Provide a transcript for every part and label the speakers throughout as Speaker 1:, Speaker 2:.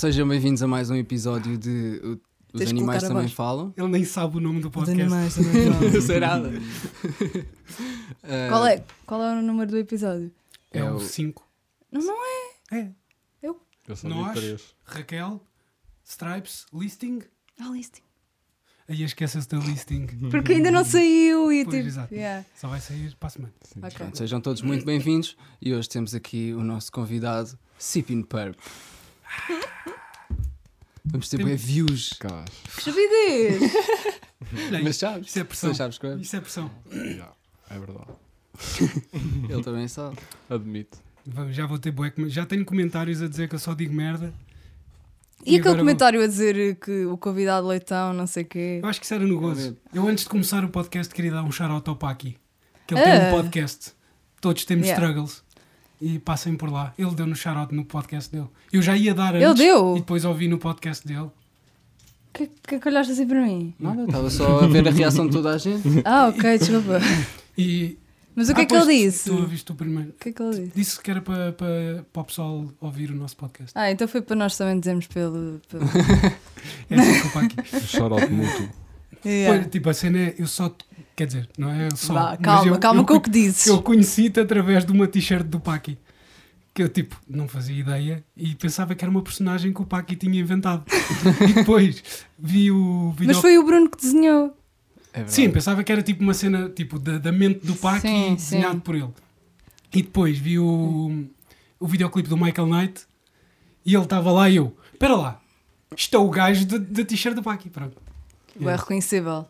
Speaker 1: Sejam bem-vindos a mais um episódio de o- Os
Speaker 2: Tens de
Speaker 1: Animais
Speaker 2: colocar a
Speaker 1: Também
Speaker 2: voz.
Speaker 1: Falam.
Speaker 3: Ele nem sabe o nome do
Speaker 2: Os
Speaker 3: podcast.
Speaker 2: animais também falam.
Speaker 1: Não sei nada. Eh,
Speaker 4: Qual é,
Speaker 3: Ah.
Speaker 4: qual é o número do episódio?
Speaker 3: É
Speaker 1: É o-
Speaker 3: o 5.
Speaker 4: Não, não é.
Speaker 3: É.
Speaker 5: Eu só
Speaker 3: Nós?
Speaker 5: vi três.
Speaker 3: Raquel, Stripes, Listing.
Speaker 4: Ah, listing.
Speaker 3: Aí esqueça-se da Listing.
Speaker 4: Porque ainda não saiu e
Speaker 3: Uhum. Pois,
Speaker 4: tipo.
Speaker 3: exato.
Speaker 4: yeah,
Speaker 3: Só vai sair para a semana.
Speaker 4: ok.
Speaker 1: Pronto, sejam todos muito bem-vindos e hoje temos aqui o nosso convidado, Sipin Purp. Vamos ter
Speaker 3: Temos-
Speaker 1: bem views.
Speaker 5: Cás.
Speaker 4: Que Estupidez!
Speaker 3: Olha,
Speaker 1: Mas
Speaker 3: isto,
Speaker 1: sabes?
Speaker 3: isto é pressão.
Speaker 1: Mas sabes qual é?
Speaker 3: Isto é pressão.
Speaker 5: Já, É verdade.
Speaker 1: Ele também sabe.
Speaker 5: Admito.
Speaker 3: Vamos, já vou ter bué, com- Já tenho comentários a dizer que eu só digo merda.
Speaker 4: E,
Speaker 3: agora
Speaker 4: aquele
Speaker 3: vou-
Speaker 4: comentário a dizer que o convidado leitão, não sei o quê.
Speaker 3: Eu acho que isso era no
Speaker 1: Tá
Speaker 3: gozo. Eu antes de começar o podcast queria dar um shout-out ao Paki. Que ele
Speaker 4: Ah.
Speaker 3: tem um podcast. Todos temos
Speaker 4: Yeah.
Speaker 3: struggles. E passem por lá. Ele deu no shout-out no podcast dele. Eu já ia dar antes.
Speaker 4: Ele deu?
Speaker 3: E depois ouvi no podcast dele.
Speaker 4: O que, que é que olhaste assim para mim?
Speaker 1: Nada, estava só a ver a reação de toda a gente.
Speaker 4: Ah, ok, desculpa.
Speaker 3: E
Speaker 4: Mas o que
Speaker 3: Ah,
Speaker 4: é que
Speaker 3: pois,
Speaker 4: ele disse?
Speaker 3: Tu
Speaker 4: O
Speaker 3: ouviste o primeiro.
Speaker 4: que é que ele disse?
Speaker 3: Disse que era para, para, para o pessoal ouvir o nosso podcast.
Speaker 4: Ah, então foi para nós também dizermos pelo. pelo...
Speaker 3: É assim que eu pago aqui.
Speaker 5: Shout-out mútuo.
Speaker 4: Yeah.
Speaker 3: Pois, tipo, a cena é. Eu só. te- Quer dizer, não é só.
Speaker 4: Vá,
Speaker 3: mas
Speaker 4: calma,
Speaker 3: eu-
Speaker 4: calma
Speaker 3: eu
Speaker 4: com o
Speaker 3: conhe-
Speaker 4: que dizes.
Speaker 3: Eu conheci-te através de uma t-shirt do Paki. Que eu, tipo, não fazia ideia e pensava que era uma personagem que o Paki tinha inventado. e depois vi o vídeo.
Speaker 4: Mas foi o Bruno que desenhou.
Speaker 1: É verdade.
Speaker 3: Sim, pensava que era tipo uma cena tipo, da, da mente do Pac
Speaker 4: Sim,
Speaker 3: e desenhado
Speaker 4: sim.
Speaker 3: por ele. E depois vi o, o videoclipe do Michael Knight e ele estava lá e eu, espera lá, isto é o gajo da- da t-shirt do Pac. Pronto.
Speaker 4: É reconhecível.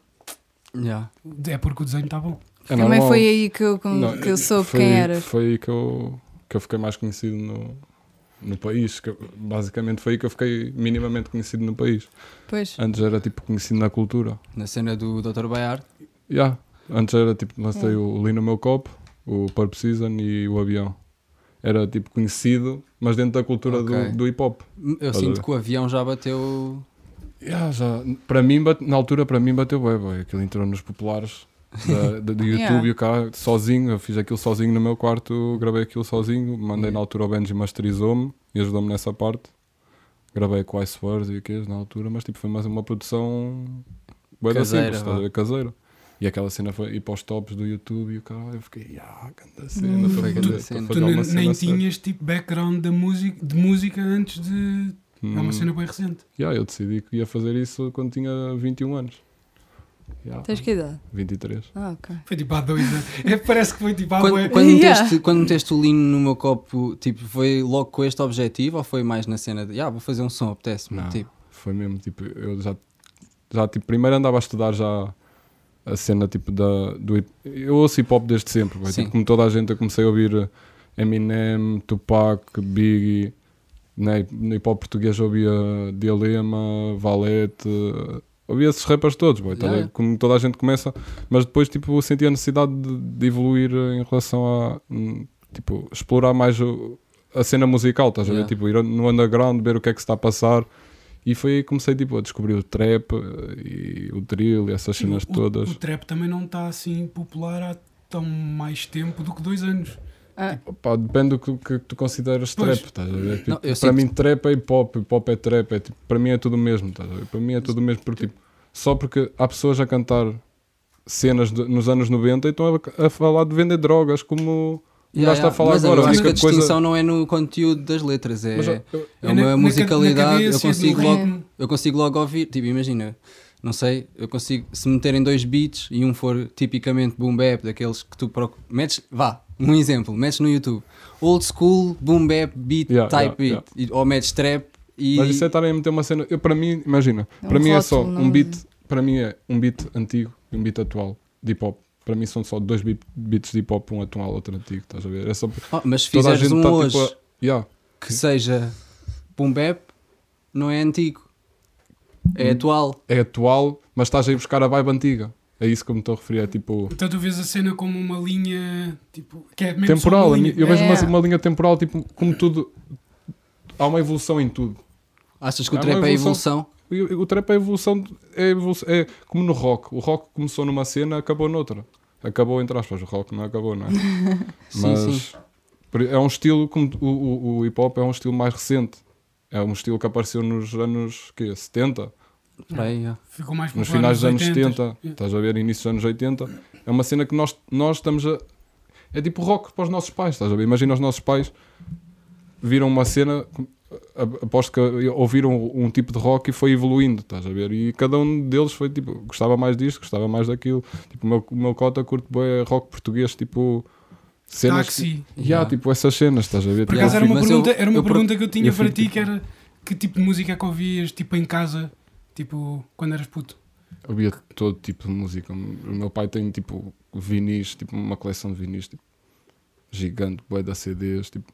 Speaker 1: Yeah.
Speaker 3: É porque o desenho está bom.
Speaker 5: É
Speaker 4: também
Speaker 5: normal.
Speaker 4: foi aí que eu, com-
Speaker 5: Não,
Speaker 3: eh,
Speaker 4: que eu soube
Speaker 5: foi-
Speaker 4: quem eras.
Speaker 5: Foi aí que eu, que eu fiquei mais conhecido no, no país. que eu- basicamente foi aí que eu fiquei minimamente conhecido no país.
Speaker 4: Pois.
Speaker 3: Ah.
Speaker 5: Antes era tipo conhecido na cultura.
Speaker 1: Na cena do Dr. Bayard.
Speaker 5: Já. Antes era tipo,
Speaker 4: É.
Speaker 5: lancei o Li no meu copo, o Purp Season e o avião. Era tipo conhecido, mas dentro da cultura
Speaker 1: Ok.
Speaker 5: do, do hip hop.
Speaker 1: Eu sinto que o avião já bateu.
Speaker 5: Ya, já, para mim, bate- na altura, para mim bateu bem, boy. aquilo entrou nos populares da- da- do
Speaker 4: Yeah.
Speaker 5: YouTube e o cá, sozinho, eu fiz aquilo sozinho no meu quarto, gravei aquilo sozinho, mandei na altura o Benji masterizou-me e ajudou-me nessa parte. Gravei com Ice Words e o que na altura, mas tipo, foi mais uma produção bué da
Speaker 1: Caseira,
Speaker 5: simples, estás
Speaker 1: vá.
Speaker 5: a ver, caseira. E aquela cena foi ir para os tops do YouTube e o cara, eu fiquei, ah, grande cena, estou a
Speaker 1: Hum, Foi
Speaker 5: fazer-
Speaker 1: grande
Speaker 5: estou a
Speaker 1: cena.
Speaker 3: Tu
Speaker 5: fazer alguma
Speaker 3: nem,
Speaker 5: cena
Speaker 3: nem
Speaker 5: séria."
Speaker 3: tinhas tipo background da música, de música antes de. É uma
Speaker 5: Hum,
Speaker 3: cena bem recente.
Speaker 5: ya, eu decidi que ia fazer isso quando tinha 21 anos. Ya,
Speaker 4: Tens que idade?
Speaker 5: 23.
Speaker 4: Ah, ok.
Speaker 3: Foi tipo há dois anos. É, parece que foi tipo
Speaker 5: Ah,
Speaker 3: há bué.
Speaker 1: Quando, quando,
Speaker 4: Yeah.
Speaker 1: meteste, quando meteste o lino no meu copo, tipo, foi logo com este objetivo ou foi mais na cena de, ah, vou fazer um som, apetece-me?
Speaker 5: Não.
Speaker 1: Tipo,
Speaker 5: Foi mesmo, tipo, eu já, já tipo, primeiro andava a estudar já a cena, tipo, da, do hip Eu ouço hip-hop desde sempre, vai,
Speaker 1: Sim.
Speaker 5: tipo, como toda a gente, eu comecei a ouvir Eminem, Tupac, Biggie, né, no hip-hop português eu ouvia Dilema, Valete, ouvia esses rappers todos, boy,
Speaker 1: Yeah,
Speaker 5: tá a ver?
Speaker 1: yeah.
Speaker 5: como toda a gente começa, mas depois, tipo, eu senti a necessidade de, de evoluir em relação a, hum, tipo, explorar mais o- a cena musical, estás a ver?
Speaker 1: Yeah.
Speaker 5: Tipo, ir no underground, ver o que é que se está a passar, e foi aí que comecei tipo, a descobrir o trap eh, e o drill e essas
Speaker 3: Sim,
Speaker 5: cenas
Speaker 3: o-
Speaker 5: todas.
Speaker 3: O trap também não está assim popular há tão mais tempo do que dois anos. Ah,
Speaker 5: Pá, depende do que, que tu consideras
Speaker 3: Pois.
Speaker 5: trap, estás a ver? Tipo,
Speaker 1: Não, eu
Speaker 5: para
Speaker 1: sinto-
Speaker 5: mim, trap é hip hop, hip hop é trap, é, tipo, para mim é tudo o mesmo, estás a ver? Para mim é tudo o mesmo, porque tipo, só porque há pessoas a cantar cenas de- nos anos 90 e estão a, a falar de vender drogas, como
Speaker 1: yeah,
Speaker 5: estás
Speaker 1: yeah.
Speaker 5: a falar
Speaker 1: mas
Speaker 5: agora.
Speaker 1: eu
Speaker 5: a
Speaker 1: acho que a
Speaker 5: única coisa-
Speaker 1: distinção não é no conteúdo das letras, é,
Speaker 5: Mas eu- eu-
Speaker 1: é uma
Speaker 3: na- na ca- na
Speaker 1: musicalidade.
Speaker 3: cabeça,
Speaker 1: eu, consigo
Speaker 3: no
Speaker 1: logo,
Speaker 3: ritmo.
Speaker 1: eu consigo logo ouvir, tipo, imagina, não sei, eu consigo, se meterem dois beats e um for tipicamente boom bap, daqueles que tu procuras, metes, vá, um exemplo, metes no YouTube, old school boom bap beat
Speaker 5: Yeah,
Speaker 1: type
Speaker 5: yeah,
Speaker 1: beat, E-
Speaker 5: yeah.
Speaker 1: ou metes trap e.
Speaker 5: Mas isso é estarem a meter uma cena. Eu, para mim, imagina,
Speaker 4: É um
Speaker 5: para mim é só
Speaker 4: rótulo, não
Speaker 5: um
Speaker 4: é?
Speaker 5: beat. Para mim é um beat antigo e um beat atual de hip hop. Para mim são só dois beat- beats de hip hop, um atual, outro antigo, estás a ver? É só
Speaker 1: Oh, mas se
Speaker 5: toda a
Speaker 1: fizeres
Speaker 5: gente
Speaker 1: um
Speaker 5: tá,
Speaker 1: hoje.
Speaker 5: tipo a... Yeah.
Speaker 1: que seja boom bap não é antigo, é
Speaker 5: Hum.
Speaker 1: atual.
Speaker 5: É atual, mas estás a ir buscar a vibe antiga. É isso que eu me estou a referir. É tipo.
Speaker 3: Então tu vês a cena como uma linha tipo, que é mesmo só
Speaker 5: Temporal.
Speaker 3: uma linha.
Speaker 5: Eu vejo uma-
Speaker 4: É.
Speaker 5: uma linha temporal, tipo, como tudo. Há uma evolução em tudo.
Speaker 1: Achas que o
Speaker 5: É uma
Speaker 1: trap é
Speaker 5: evolução.
Speaker 1: evolução?
Speaker 5: E O, o trap é a evolução, de- é, a evolu- é como no rock. O rock começou numa cena, acabou noutra. Acabou, entre aspas, o rock não acabou, não é?
Speaker 1: Sim,
Speaker 5: Mas
Speaker 1: sim.
Speaker 5: por- é um estilo, como o, o- o hip hop é um estilo mais recente. É um estilo que apareceu nos anos quê? 70,
Speaker 1: Por aí, yeah.
Speaker 3: é, Ficou mais
Speaker 5: nos
Speaker 3: popular
Speaker 5: finais dos anos
Speaker 3: 80s.
Speaker 5: 70, estás a ver? Início dos anos 80. É uma cena que nós, nós estamos a. É tipo rock para os nossos pais, estás a ver? Imagina os nossos pais viram uma cena, a- aposto que ouviram um tipo de rock e foi evoluindo, estás a ver? E cada um deles foi tipo, gostava mais disto, gostava mais daquilo. Tipo, o meu, o meu cota curte bué rock português, tipo. Cenas.
Speaker 3: Táxi.
Speaker 5: Yeah,
Speaker 1: Yeah.
Speaker 5: tipo essas cenas, estás a ver?
Speaker 3: Por
Speaker 5: Tipo,
Speaker 1: Yeah,
Speaker 3: acaso era uma,
Speaker 1: mas
Speaker 3: pergunta,
Speaker 1: eu-
Speaker 3: era uma
Speaker 1: eu pro-
Speaker 3: pergunta que eu tinha
Speaker 5: eu
Speaker 3: para
Speaker 5: fico
Speaker 3: ti,
Speaker 5: tipo-
Speaker 3: que era que tipo de música é que ouvias, tipo, em casa, tipo, quando eras puto.
Speaker 5: Ouvia todo tipo de música. O meu pai tem tipo vinis, tipo uma coleção de vinis tipo, gigante, bué da CDs, tipo,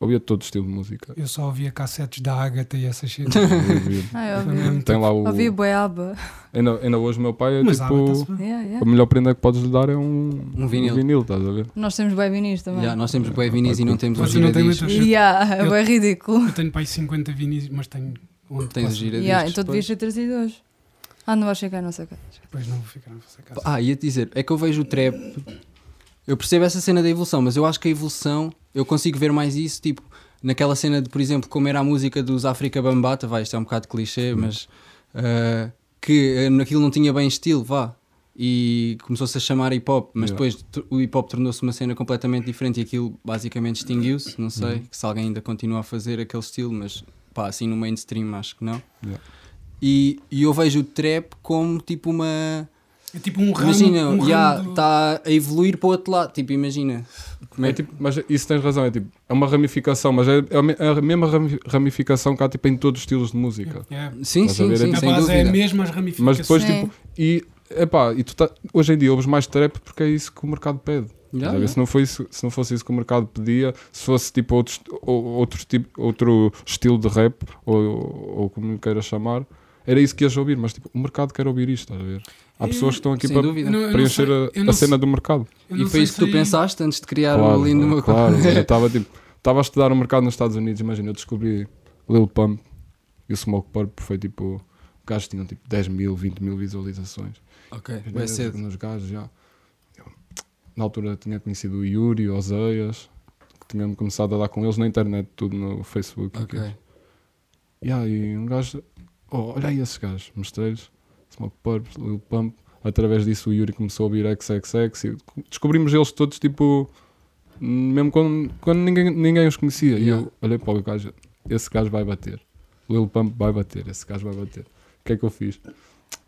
Speaker 5: ouvia todo estilo de música.
Speaker 3: Eu só ouvia cassetes da Ágata e essas cenas.
Speaker 5: Ouvia.
Speaker 4: Ah,
Speaker 3: Foi
Speaker 4: eu ouvi.
Speaker 3: mesmo, tipo,
Speaker 5: tem lá o.
Speaker 4: Ouvi boiaba.
Speaker 5: Ainda, ainda hoje o meu pai é
Speaker 3: Mas
Speaker 5: tipo.
Speaker 3: Ágata-se bem.
Speaker 4: Yeah,
Speaker 5: A
Speaker 4: yeah.
Speaker 5: melhor prenda que podes lhe dar é um,
Speaker 1: Um vinil.
Speaker 5: estás a ver? É
Speaker 4: Nós temos bem vinis também.
Speaker 1: Yeah, nós temos bué vinis
Speaker 5: pá,
Speaker 1: e não
Speaker 5: curto.
Speaker 1: temos um
Speaker 3: Mas tu não tens
Speaker 1: giradiscos.
Speaker 3: muitas.
Speaker 4: Yeah, é
Speaker 3: Eu-
Speaker 4: bem ridículo.
Speaker 3: Eu tenho para aí 50 vinis, mas tenho onde
Speaker 1: Tens
Speaker 3: posso-
Speaker 1: o giradiscos.
Speaker 4: Yeah, então
Speaker 1: pois.
Speaker 4: devias ter trazido hoje. Ah, não vais chegar à nossa casa.
Speaker 3: Depois não vou ficar na vossa casa.
Speaker 1: Ah, ia-te dizer, é que eu vejo o trap. Eu percebo essa cena da evolução, mas eu acho que a evolução, eu consigo ver mais isso, tipo, naquela cena de, por exemplo, como era a música dos África Bambata, vai, isto é um bocado clichê, mas ah, que ah, naquilo não tinha bem estilo, vá. E começou-se a chamar hip hop, mas
Speaker 5: Yeah.
Speaker 1: depois tu- o hip hop tornou-se uma cena completamente diferente e aquilo basicamente extinguiu-se. Não sei
Speaker 5: Uhum.
Speaker 1: se alguém ainda continua a fazer aquele estilo, mas pá, assim no mainstream acho que não.
Speaker 5: Yeah.
Speaker 1: E, e eu vejo o trap como tipo uma.
Speaker 3: É tipo um ramo.
Speaker 1: Imagina,
Speaker 3: um ramo
Speaker 1: já tá-
Speaker 3: do-
Speaker 1: está a evoluir para o outro lado. Tipo, imagina. Como
Speaker 5: É
Speaker 1: é
Speaker 5: tipo, mas isso tens razão, é tipo, é uma ramificação, mas é, é a me- é a mesma rami- ramificação que há tipo, em todos os estilos de música.
Speaker 3: Yeah.
Speaker 1: Sim,
Speaker 5: Estás a
Speaker 1: sim,
Speaker 5: ver?
Speaker 1: sim,
Speaker 3: A
Speaker 1: sem
Speaker 3: base é
Speaker 1: dúvida.
Speaker 3: mesmo as ramificações.
Speaker 5: Mas depois,
Speaker 4: Sim.
Speaker 5: tipo, e, epá, e tu tá- hoje em dia ouves mais trap porque é isso que o mercado pede. Estás a
Speaker 1: Já,
Speaker 3: né?
Speaker 5: ver?
Speaker 1: já.
Speaker 5: Se, não foi isso- se não fosse isso que o mercado pedia, se fosse tipo outros, ou- outro, tipo, outro estilo de rap, ou, ou como queiras chamar, era isso que ias ouvir, mas tipo, o mercado quer ouvir isto, estás a ver? Há
Speaker 3: Eu-
Speaker 5: pessoas que estão aqui
Speaker 1: Sem
Speaker 5: para
Speaker 1: dúvida.
Speaker 3: Eu não- eu não sei-
Speaker 5: preencher
Speaker 3: eu
Speaker 5: a,
Speaker 3: não
Speaker 5: a cena
Speaker 3: sei- um
Speaker 5: do mercado.
Speaker 3: eu não
Speaker 1: E foi
Speaker 3: sei
Speaker 1: isso que tu
Speaker 3: se-
Speaker 1: lindo antes de criar
Speaker 5: claro,
Speaker 1: o lindo meu
Speaker 5: claro. eu estava tipo, estava a estudar o mercado nos Estados Unidos, imagina, eu descobri Lil Pump e o Smoke Purp foi tipo, gajos tinham tipo 10 mil, 20 mil visualizações.
Speaker 1: Ok,
Speaker 5: Às
Speaker 1: vai
Speaker 5: vezes,
Speaker 1: cedo.
Speaker 5: Nos gajos já. Eu, na altura tinha conhecido o Yuri, o Oseias, que tinha-me começado a dar com eles na internet, tudo no Facebook. e
Speaker 1: Ok.
Speaker 5: quê. Yeah, e um gajo, oh, olha aí esses gajos, mostrei-lhes, Smoke Purple, Lil Pump. Através disso o Yuri começou a ouvir XXX e co- descobrimos eles todos, tipo, hum, mesmo quando, quando ninguém, ninguém os conhecia. E
Speaker 1: Yeah.
Speaker 5: eu olhei para o gajo, esse gajo vai bater, Lil Pump vai bater, esse gajo vai bater. O que é que eu fiz?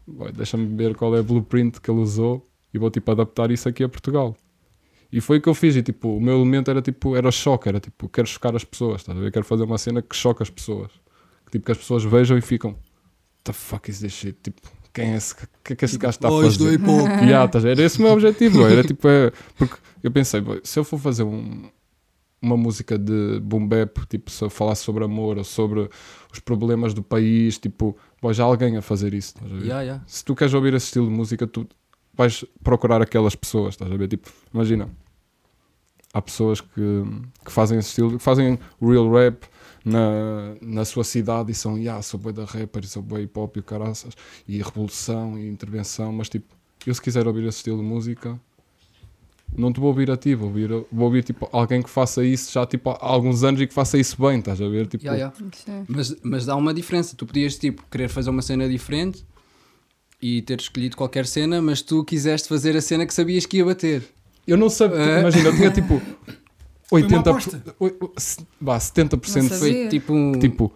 Speaker 5: Boy, Deixa-me ver qual é o blueprint que ele usou e vou, tipo, adaptar isso aqui a Portugal. E foi o que eu fiz, e tipo, o meu elemento era tipo, era choque, era tipo, quero chocar as pessoas, estás a ver? Quero fazer uma cena que choque as pessoas. Que, tipo, que as pessoas vejam e ficam, the fuck is this shit? Tipo, quem é esse, que, que é esse
Speaker 1: Tipo,
Speaker 5: gajo está a
Speaker 1: Voz do
Speaker 5: fazer?
Speaker 1: hip hop.
Speaker 5: Yeah, estás a ver? era esse o meu objetivo, boy. era tipo, é- porque eu pensei, boy, se eu for fazer um- uma música de boom bap, tipo, se eu falasse sobre amor ou sobre os problemas do país, tipo, boy, já há alguém a fazer isso, estás a ver?
Speaker 1: Já, já.
Speaker 5: se tu queres ouvir esse estilo de música, tu vais procurar aquelas pessoas, estás a ver? Tipo, imagina, há pessoas que, que fazem esse estilo, que fazem real rap na, na sua cidade e são, yeah, sou boi da rapper, e sou boi hip hop e o caraças, e revolução e intervenção, mas tipo, eu se quiser ouvir esse estilo de música. Não te vou ouvir a ti, vou ouvir, vou ouvir tipo, alguém que faça isso já tipo, há alguns anos e que faça isso bem, estás a ver? Tipo,
Speaker 1: Já, já.
Speaker 4: Sim.
Speaker 1: Mas, mas dá uma diferença. Tu podias, tipo, querer fazer uma cena diferente e ter escolhido qualquer cena, mas tu quiseste fazer a cena que sabias que ia bater.
Speaker 5: Eu não sabia,
Speaker 1: É.
Speaker 5: imagina, eu tinha tipo
Speaker 3: uma
Speaker 5: 80,
Speaker 3: aposta.
Speaker 5: oi- oi- se- vá, 70%
Speaker 4: Não
Speaker 1: Foi
Speaker 5: foi
Speaker 4: Fazia.
Speaker 1: tipo um.
Speaker 5: tipo,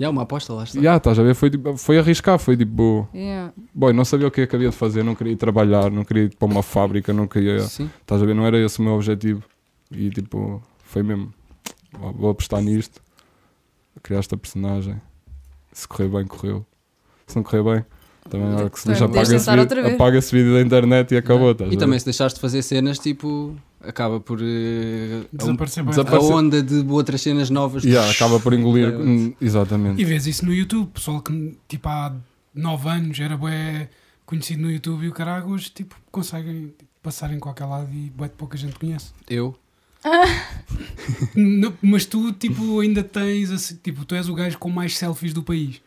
Speaker 1: Já, uma aposta, lá está.
Speaker 5: já estás a ver, foi, tipo- foi arriscar, foi tipo,
Speaker 4: Yeah.
Speaker 5: boy, não sabia o que é que havia de fazer, não queria ir trabalhar, não queria ir para uma fábrica, não queria,
Speaker 1: Sim.
Speaker 5: estás a ver, não era esse o meu objetivo. E tipo, foi mesmo, vá, vou apostar nisto, criar esta personagem, se correr bem, correu, se não correr bem, também na hora que se lixa,
Speaker 4: Podias
Speaker 5: apaga esse,
Speaker 4: tentar outra
Speaker 5: vídeo,
Speaker 4: vez.
Speaker 5: apaga esse vídeo da internet e acabou, estás
Speaker 1: é? E
Speaker 5: a ver?
Speaker 1: também, se deixares de fazer cenas, tipo, acaba por. eh,
Speaker 3: Desaparecer bem.
Speaker 5: Desapa-
Speaker 1: a onda de outras cenas novas.
Speaker 5: Yeah, acaba por engolir,
Speaker 1: É.
Speaker 5: hum, exatamente.
Speaker 3: E vês isso no YouTube, pessoal que tipo há 9 anos era bué conhecido no YouTube e o caralho hoje tipo, conseguem tipo, passar em qualquer lado e bué de pouca gente conhece.
Speaker 1: Eu?
Speaker 3: Não, mas tu tipo ainda tens assim, tipo, tu és o gajo com mais selfies do país.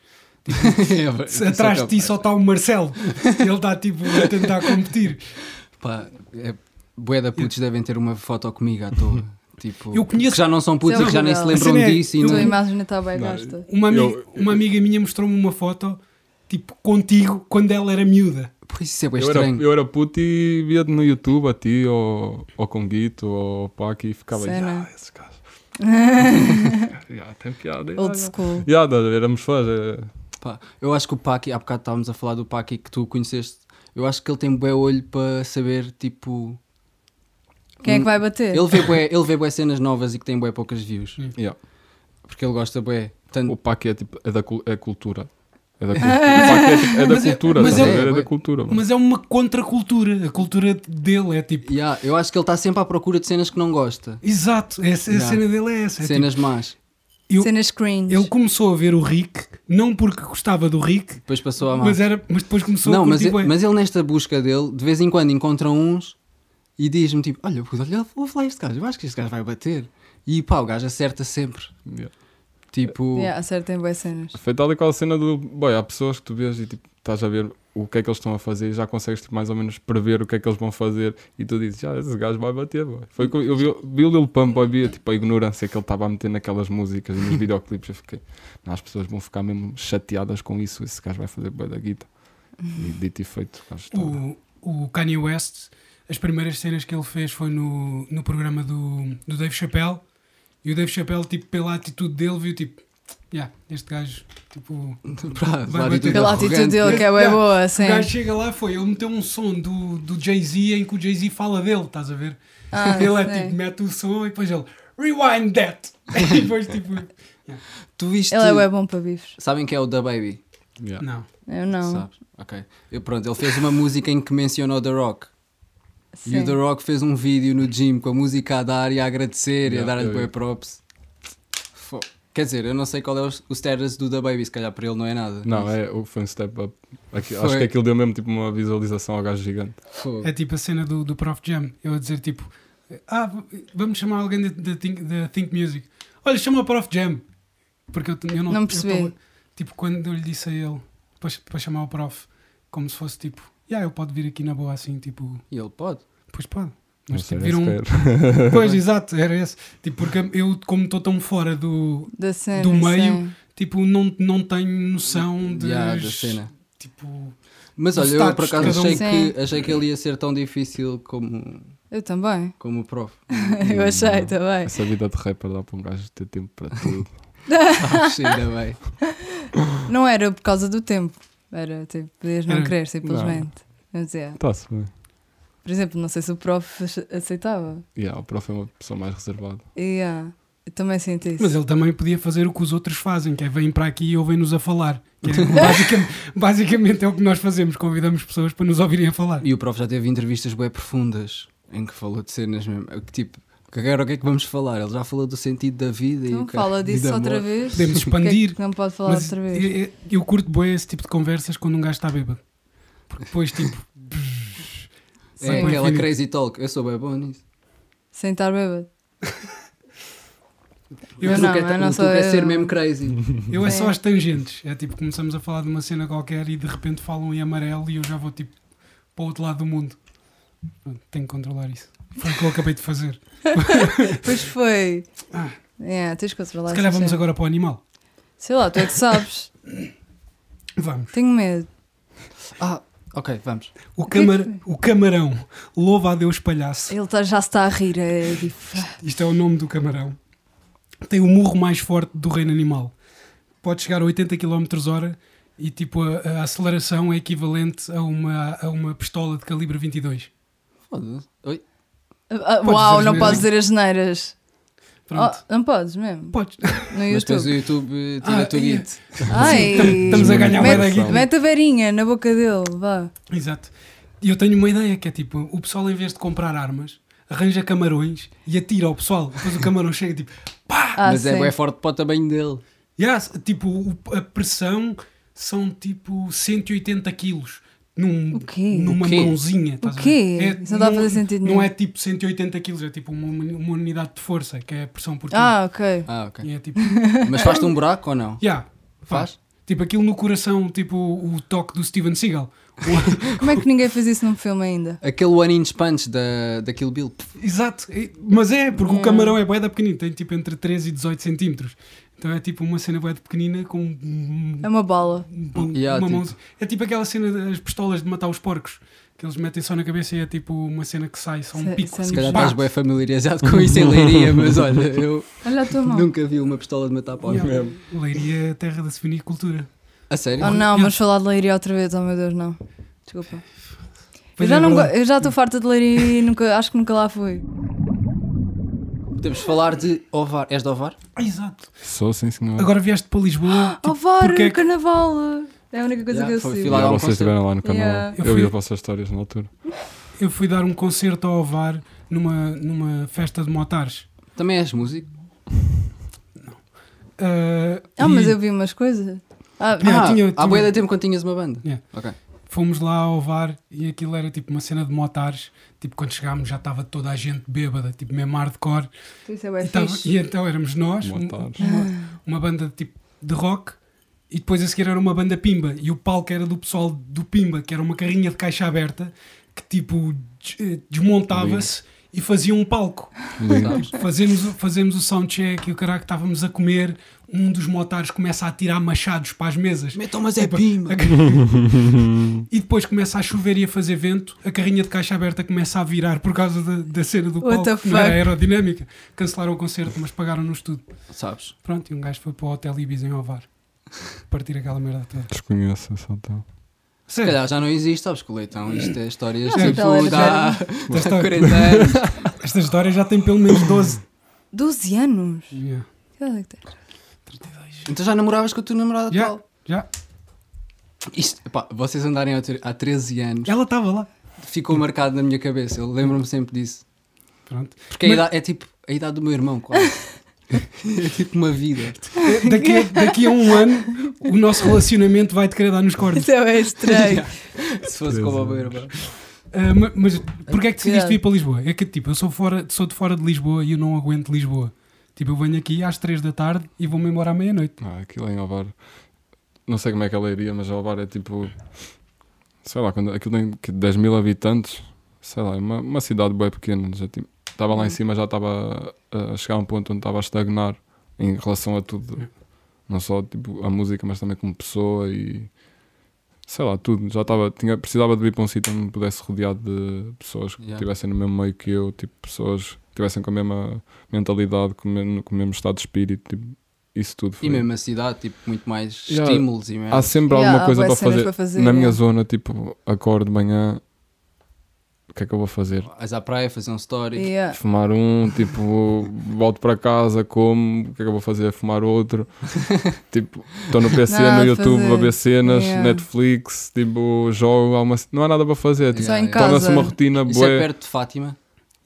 Speaker 1: É,
Speaker 3: Se atrás de ti só está o Marcelo. Ele está tipo a tentar competir.
Speaker 1: Pá, é, bué da putos devem ter uma foto comigo à toa. Tipo,
Speaker 3: Eu conheço-
Speaker 1: que já não são putos
Speaker 4: Isso é
Speaker 1: e que já nem se
Speaker 4: horrível.
Speaker 1: lembram
Speaker 3: A cena é,
Speaker 1: disso. E
Speaker 4: A
Speaker 3: eu-
Speaker 1: não...
Speaker 4: tua imagem tá está bem
Speaker 5: Não.
Speaker 4: gasta.
Speaker 3: Uma, ami-
Speaker 5: Eu-
Speaker 3: uma amiga minha mostrou-me uma foto, tipo, contigo, quando ela era miúda.
Speaker 1: Pois isso é bem
Speaker 5: Eu era,
Speaker 1: estranho.
Speaker 5: eu era puto e via no YouTube a ti, ou, ou com Guito, ou ao Pac, e ficava
Speaker 4: Sei,
Speaker 5: "Ya,
Speaker 4: né?"
Speaker 5: esses gajos. Ya, tem piada. ya,
Speaker 4: Old
Speaker 5: ya."
Speaker 4: school.
Speaker 5: Ya, da- éramos fãs. é.
Speaker 1: Pá, eu acho que o Paki, há bocado estávamos a falar do Paki que tu conheceste. Eu acho que ele tem bué olho para saber, tipo.
Speaker 4: Quem é que vai bater?
Speaker 1: Ele vê, bué, ele vê bué cenas novas e que tem bué poucas views.
Speaker 3: Hum.
Speaker 5: Ya.
Speaker 1: Porque ele gosta bué. Tanto,
Speaker 5: O Pac é tipo, é da cul- é cultura. É da cultura. O Pac é, tipo, é da
Speaker 3: Mas é-
Speaker 5: cultura,
Speaker 3: mas
Speaker 5: estás a
Speaker 1: é-
Speaker 5: ver? É da
Speaker 1: mas-
Speaker 5: cultura. mano.
Speaker 3: Mas é uma contracultura. A cultura dele é tipo.
Speaker 1: Yeah, eu acho que ele está sempre à procura de cenas que não gosta.
Speaker 3: Exato, é, a
Speaker 1: Ya.
Speaker 3: cena dele é essa. é
Speaker 1: cenas más.
Speaker 3: eu-
Speaker 4: Cenas
Speaker 3: tipo,
Speaker 4: cringe.
Speaker 3: ele começou a ver o Rick, não porque gostava do Rick,
Speaker 1: Depois passou a má.
Speaker 3: mas, é era, mas depois começou
Speaker 1: Não,
Speaker 3: a
Speaker 1: mas, é-
Speaker 3: curtir bué.
Speaker 1: mas ele nesta busca dele, de vez em quando encontra uns e diz-me tipo, olha, puto, olha, ouve lá este gajo, eu acho que este gajo vai bater. E pá, o gajo acerta sempre.
Speaker 5: Ya.
Speaker 1: Tipo,
Speaker 4: Yeah, acertem boas cenas.
Speaker 5: Foi tal e qual a cena do. Boy, há pessoas que tu vês e tipo, estás a ver o que é que eles estão a fazer e já consegues tipo, mais ou menos prever o que é que eles vão fazer e tu dizes, já, esse gajo vai bater, boy. Foi que eu vi, vi o Lil Pump, boy, vi tipo, a ignorância que ele estava a meter naquelas músicas e nos videoclipes. Eu fiquei, não, as pessoas vão ficar mesmo chateadas com isso, esse gajo vai fazer boy da guita. E dito e feito, o gajo está.
Speaker 3: Uh, O, o Kanye West, as primeiras cenas que ele fez foi no, no programa do, do Dave Chappelle. E o Dave Chappelle, tipo, pela atitude dele, viu tipo, yeah, este gajo, tipo,
Speaker 1: pra,
Speaker 3: Vai
Speaker 1: atitude é
Speaker 3: bater.
Speaker 4: Pela
Speaker 1: arrogante.
Speaker 4: atitude dele, que é
Speaker 3: Yeah.
Speaker 4: bem boa,
Speaker 3: o
Speaker 4: sim.
Speaker 3: gajo chega lá, foi, ele meteu um som do, do Jay-Z em que o Jay-Z fala dele, estás a ver?
Speaker 4: Ah,
Speaker 3: ele é
Speaker 4: sim.
Speaker 3: tipo, mete o som e depois ele, rewind that! E depois tipo,
Speaker 1: Tu viste.
Speaker 4: Ele é bué bom para bifes.
Speaker 1: Sabem que é o The Baby?
Speaker 5: Yeah.
Speaker 3: não.
Speaker 4: Eu não.
Speaker 1: Sabes? Ok. Eu, pronto, ele fez uma música em que mencionou The Rock. E
Speaker 4: Sim.
Speaker 1: o The Rock fez um vídeo no gym com a música a dar e a agradecer e a
Speaker 5: Yeah,
Speaker 1: dar-lhe
Speaker 5: eu
Speaker 1: bué
Speaker 5: vi.
Speaker 1: props. Fo- Quer dizer, eu não sei qual é o, o status do The Baby, se calhar para ele não é nada.
Speaker 5: Não, é, o- foi um step up. Aqui-
Speaker 1: Foi.
Speaker 5: Acho que aquilo deu mesmo tipo uma visualização ao gajo gigante.
Speaker 1: Fogo.
Speaker 3: É tipo a cena do, do Prof Jam. Eu a dizer tipo, ah, v- vamos chamar alguém da- da Think, da Think Music. Olha, chama o Prof Jam. Porque eu, t- eu não,
Speaker 4: Não
Speaker 3: eu
Speaker 4: percebi.
Speaker 3: tô- tipo, quando eu lhe disse a ele para, ch- para chamar o Prof, como se fosse tipo, yeah, ele pode vir aqui na boa assim, tipo,
Speaker 1: E ele pode.
Speaker 3: pois pode.
Speaker 5: Não
Speaker 3: Mas
Speaker 5: sei,
Speaker 3: tipo,
Speaker 5: é
Speaker 3: viram.
Speaker 5: sequer.
Speaker 3: Pois, exato, era esse. Tipo, porque eu, como estou tão fora do.
Speaker 4: Da cena.
Speaker 3: Do meio,
Speaker 4: sim.
Speaker 3: Tipo, não, não tenho
Speaker 4: um
Speaker 3: noção de.
Speaker 1: Yeah, da cena.
Speaker 3: Tipo.
Speaker 1: Mas
Speaker 3: Do
Speaker 1: olha, eu por
Speaker 3: status de cada
Speaker 1: acaso
Speaker 3: um.
Speaker 1: achei
Speaker 4: Sim.
Speaker 1: que, achei que ele ia ser tão difícil como,
Speaker 4: Eu também.
Speaker 1: como o prof.
Speaker 4: Eu achei também.
Speaker 5: Essa vida de rapper dá para um gajo ter tempo para tudo.
Speaker 1: Sabes, ainda bem.
Speaker 4: Não era por causa do tempo. Era tipo, podias não
Speaker 3: Era-
Speaker 4: querer, simplesmente. Eu dizia,
Speaker 5: Está-se Tá, bem.
Speaker 4: por exemplo, não sei se o prof ace- aceitava.
Speaker 5: Yeah, o prof é uma pessoa mais reservada.
Speaker 4: E ah, eu também senti isso.
Speaker 3: Mas ele também podia fazer o que os outros fazem, que é vêm para aqui e ouvem-nos a falar. Que é, basicamente, basicamente é o que nós fazemos, convidamos pessoas para nos ouvirem a falar.
Speaker 1: E o prof já teve entrevistas bem profundas em que falou de cenas mesmo. que Tipo, agora o que é que vamos falar? Ele já falou do sentido da vida e
Speaker 4: Então
Speaker 1: o que
Speaker 4: fala disso outra
Speaker 1: vez.
Speaker 4: vez.
Speaker 3: é Podemos
Speaker 4: O que é
Speaker 3: expandir.
Speaker 4: que não pode falar
Speaker 3: Mas
Speaker 4: outra vez.
Speaker 3: eu, eu- eu curto bem esse tipo de conversas quando um gajo está bêbado. Porque depois, tipo,
Speaker 4: Sim.
Speaker 1: É aquela
Speaker 3: Sim.
Speaker 1: crazy talk. Eu sou bem bom nisso.
Speaker 4: Sem estar bêbado.
Speaker 3: Eu
Speaker 1: O
Speaker 4: não,
Speaker 1: truque é-
Speaker 4: eu não
Speaker 1: o
Speaker 4: sou-
Speaker 1: truque é
Speaker 4: eu-
Speaker 1: ser mesmo crazy.
Speaker 3: eu é só
Speaker 4: Sim.
Speaker 3: as tangentes. É tipo, começamos a falar de uma cena qualquer e de repente falam em amarelo e eu já vou, tipo, para o outro lado do mundo. Pronto, Tenho que controlar isso. Foi o que eu acabei de fazer.
Speaker 4: Pois foi.
Speaker 3: Ah.
Speaker 4: É, tens que controlar
Speaker 3: Se calhar
Speaker 4: essa
Speaker 3: vamos
Speaker 4: cena.
Speaker 3: agora para o animal.
Speaker 4: Sei lá, tu é que sabes.
Speaker 3: Vamos.
Speaker 4: Tenho medo.
Speaker 1: Ah, ok, vamos.
Speaker 3: O,
Speaker 4: é
Speaker 3: camar... o camarão. Louva a Deus, palhaço.
Speaker 4: Ele tá- já se está a rir. É difícil.
Speaker 3: Isto é o nome do camarão. Tem o murro mais forte do reino animal. Pode chegar a 80 km hora e tipo a, a aceleração é equivalente a uma, a uma pistola de calibre 22.
Speaker 1: Foda-se. Oi.
Speaker 4: Ah,
Speaker 3: Podes
Speaker 4: Uau,
Speaker 3: dizer
Speaker 4: não
Speaker 3: as
Speaker 4: podes dizer as geneiras.
Speaker 3: Pronto.
Speaker 4: Oh, não podes mesmo.
Speaker 3: Podes.
Speaker 4: No
Speaker 1: Mas tens o
Speaker 4: YouTube.
Speaker 1: YouTube, eh, tira
Speaker 3: Ah,
Speaker 1: o teu
Speaker 3: é.
Speaker 1: guito.
Speaker 4: Ai,
Speaker 3: Estamos a ganhar
Speaker 4: mete,
Speaker 3: bué da guita.
Speaker 4: mete a verinha na boca dele. Vá.
Speaker 3: Exato. E eu tenho uma ideia que é tipo, o pessoal em vez de comprar armas, arranja camarões e atira ao pessoal. Depois o camarão chega e tipo,
Speaker 4: Ah,
Speaker 1: Mas é
Speaker 4: sim.
Speaker 1: bem forte para o tamanho dele.
Speaker 3: Yes, tipo, o- a pressão são tipo 180 quilos. Num,
Speaker 4: O quê?
Speaker 3: Numa
Speaker 1: O quê?
Speaker 3: mãozinha. estás
Speaker 4: O
Speaker 3: a
Speaker 4: quê?
Speaker 3: ver? É
Speaker 4: Isso não dá a fazer sentido
Speaker 3: Não
Speaker 4: nenhum.
Speaker 3: é tipo 180 quilos, é tipo uma, uni- uma unidade de força, que é a pressão por quilo.
Speaker 4: Ah, ok.
Speaker 1: Ah,
Speaker 3: E
Speaker 1: ok.
Speaker 3: é tipo,
Speaker 1: Mas faz-te um buraco ou não?
Speaker 3: yeah,
Speaker 1: Faz?
Speaker 3: Tipo, aquilo no coração, tipo o toque do Steven Seagal.
Speaker 4: Como é que ninguém fez isso num filme ainda?
Speaker 1: Aquele One Inch Punch da, da Kill Bill.
Speaker 3: Exato, E- mas é, porque o camarão é boeda pequenino, tem tipo entre 13 e 18 centímetros. Então é tipo uma cena boeda pequenina com um-
Speaker 4: É uma bola.
Speaker 3: um-
Speaker 1: Yeah,
Speaker 3: uma
Speaker 1: tipo-
Speaker 3: mãozinha. É tipo aquela cena das pistolas de matar os porcos, que eles metem só na cabeça e é tipo uma cena que sai, só um
Speaker 4: Se-
Speaker 3: pico.
Speaker 4: se-
Speaker 1: Se
Speaker 3: Assim,
Speaker 1: calhar
Speaker 3: pá.
Speaker 1: estás bem familiarizado com isso em leiria, mas olha, eu
Speaker 4: Olha a tua mão.
Speaker 1: nunca vi uma pistola de matar pau.
Speaker 3: Yeah. Leiria é a terra da sevinicultura.
Speaker 1: A sério?
Speaker 4: Oh não, mas falar de leiria outra vez, oh meu Deus, não. Desculpa. Eu
Speaker 3: Pois
Speaker 4: já,
Speaker 3: é,
Speaker 4: não, go-
Speaker 3: verdade.
Speaker 4: eu já estou farta de leiria e nunca, acho que nunca lá fui.
Speaker 1: Temos de falar de Ovar. És de Ovar?
Speaker 3: Ah, Exato.
Speaker 5: Sou sim, senhor.
Speaker 3: Agora vieste para Lisboa.
Speaker 4: Oh, var,
Speaker 3: porque é que-
Speaker 4: carnaval! É a única coisa
Speaker 1: Yeah,
Speaker 4: que eu
Speaker 1: foi-
Speaker 4: sei.
Speaker 1: fui lá
Speaker 5: Já
Speaker 1: dar um
Speaker 5: vocês
Speaker 1: concerto.
Speaker 5: estiveram lá no canal.
Speaker 4: Yeah.
Speaker 5: Eu,
Speaker 3: Eu
Speaker 5: vi
Speaker 3: fui-
Speaker 5: as vossas histórias na altura.
Speaker 3: Eu fui dar um concerto ao Ovar numa, numa festa de motares.
Speaker 1: Também és músico?
Speaker 3: Ah,
Speaker 4: Ah,
Speaker 3: e
Speaker 4: mas eu vi umas coisas. Ah,
Speaker 3: Yeah.
Speaker 1: ah,
Speaker 3: tinha-
Speaker 1: há
Speaker 3: tinha-
Speaker 1: boia de tempo quando tinhas uma banda.
Speaker 3: Yeah.
Speaker 1: Ok.
Speaker 3: Fomos lá ao Ovar e aquilo era tipo uma cena de motares. Tipo, quando chegámos já estava toda a gente bêbada, tipo mesmo hardcore.
Speaker 4: isso é
Speaker 3: E,
Speaker 4: bem
Speaker 3: tava-
Speaker 4: fixe.
Speaker 3: e então éramos nós, um-
Speaker 5: Motares.
Speaker 3: uma, uma banda tipo de rock. E depois a seguir era uma banda Pimba. E o palco era do pessoal do Pimba, que era uma carrinha de caixa aberta que tipo des- eh, desmontava-se e fazia um palco.
Speaker 5: Lindo.
Speaker 1: Sabes?
Speaker 3: Fazemos, o- fazemos o soundcheck e o caraca estávamos a comer. Um dos motares começa a tirar machados para as mesas.
Speaker 1: Metam, mas é pimba.
Speaker 3: E depois começa a chover e a fazer vento, a carrinha de caixa aberta começa a virar por causa da, da cena do
Speaker 4: What
Speaker 3: palco,
Speaker 4: the
Speaker 3: que não era
Speaker 4: fuck?
Speaker 3: aerodinâmica. Cancelaram o concerto, mas pagaram-nos tudo.
Speaker 1: Sabes?
Speaker 3: Pronto, e um gajo foi para o Hotel Ibiza em Ovar. Partir aquela merda toda.
Speaker 5: Desconheço tá. esse hotel.
Speaker 1: Se
Speaker 3: Sério?
Speaker 1: calhar já não existe, sabes que o leitão, isto é histórias
Speaker 4: Não,
Speaker 1: tipo
Speaker 4: então era
Speaker 1: da
Speaker 3: Desta-
Speaker 1: 40 anos.
Speaker 3: Esta história já tem pelo menos 12.
Speaker 4: 12 anos?
Speaker 3: Yeah.
Speaker 4: Que idade é que tens?
Speaker 1: Então já namoravas com a tua namorada
Speaker 3: Já,
Speaker 1: atual?
Speaker 3: já.
Speaker 1: Isto, epá, vocês andarem há tre- há 13 anos,
Speaker 3: Ela estava lá.
Speaker 1: ficou marcado na minha cabeça, eu lembro-me sempre disso.
Speaker 3: Pronto.
Speaker 1: Porque a
Speaker 3: Mas-
Speaker 1: idade- é tipo a idade do meu irmão, quase. é tipo uma vida.
Speaker 3: Daqui a, daqui a um ano, o nosso relacionamento vai te querer dar nos cornos.
Speaker 4: Isso é bem estranho.
Speaker 1: Se fosse como o meu irmão.
Speaker 3: Ah, ma- mas porquê é que decidiste
Speaker 4: Cuidado.
Speaker 3: vir para Lisboa? É que tipo, eu sou, fora, sou de fora de Lisboa e eu não aguento Lisboa. Tipo, eu venho aqui às 3 da tarde e vou-me embora à meia-noite.
Speaker 5: Ah, aquilo em Alvar. Não sei como é que ela iria, mas Alvar é tipo. Sei lá, quando, aquilo tem que 10 mil habitantes. Sei lá, é uma, uma cidade bem pequena. Já tipo, estava
Speaker 1: Uhum.
Speaker 5: lá em cima, já estava a, a chegar a um ponto onde estava a estagnar em relação a
Speaker 1: Uhum.
Speaker 5: tudo. Não só tipo, a música, mas também como pessoa e. Sei lá, tudo. Já estava. Tinha, precisava de vir para um sítio onde me pudesse rodear de pessoas que
Speaker 1: Yeah.
Speaker 5: estivessem no mesmo meio que eu, tipo, pessoas que estivessem com a mesma mentalidade, com o mesmo, com o mesmo estado de espírito. Tipo, isso tudo foi.
Speaker 1: E mesmo a cidade, tipo, muito mais
Speaker 5: Já,
Speaker 1: estímulos e merda.
Speaker 5: Há sempre
Speaker 4: Yeah,
Speaker 5: alguma
Speaker 4: há
Speaker 5: coisa
Speaker 4: bué
Speaker 5: para
Speaker 4: cenas
Speaker 5: fazer.
Speaker 4: para fazer,
Speaker 5: Na
Speaker 4: é.
Speaker 5: minha zona, tipo, acordo de manhã, o que é que eu vou fazer?
Speaker 1: Vais à praia fazer um story.
Speaker 4: Yeah.
Speaker 5: Fumar um, tipo, volto para casa, como, o que é que eu vou fazer? Fumar outro. tipo, estou no PC,
Speaker 4: Nada
Speaker 5: no
Speaker 4: a
Speaker 5: YouTube,
Speaker 4: fazer.
Speaker 5: a ver cenas,
Speaker 4: Yeah.
Speaker 5: Netflix, tipo, jogo, há uma... não há nada para fazer. Tipo,
Speaker 4: Só em
Speaker 1: Yeah,
Speaker 4: casa.
Speaker 5: Torna-se uma rotina
Speaker 1: Isso
Speaker 5: boa.
Speaker 1: é perto de Fátima.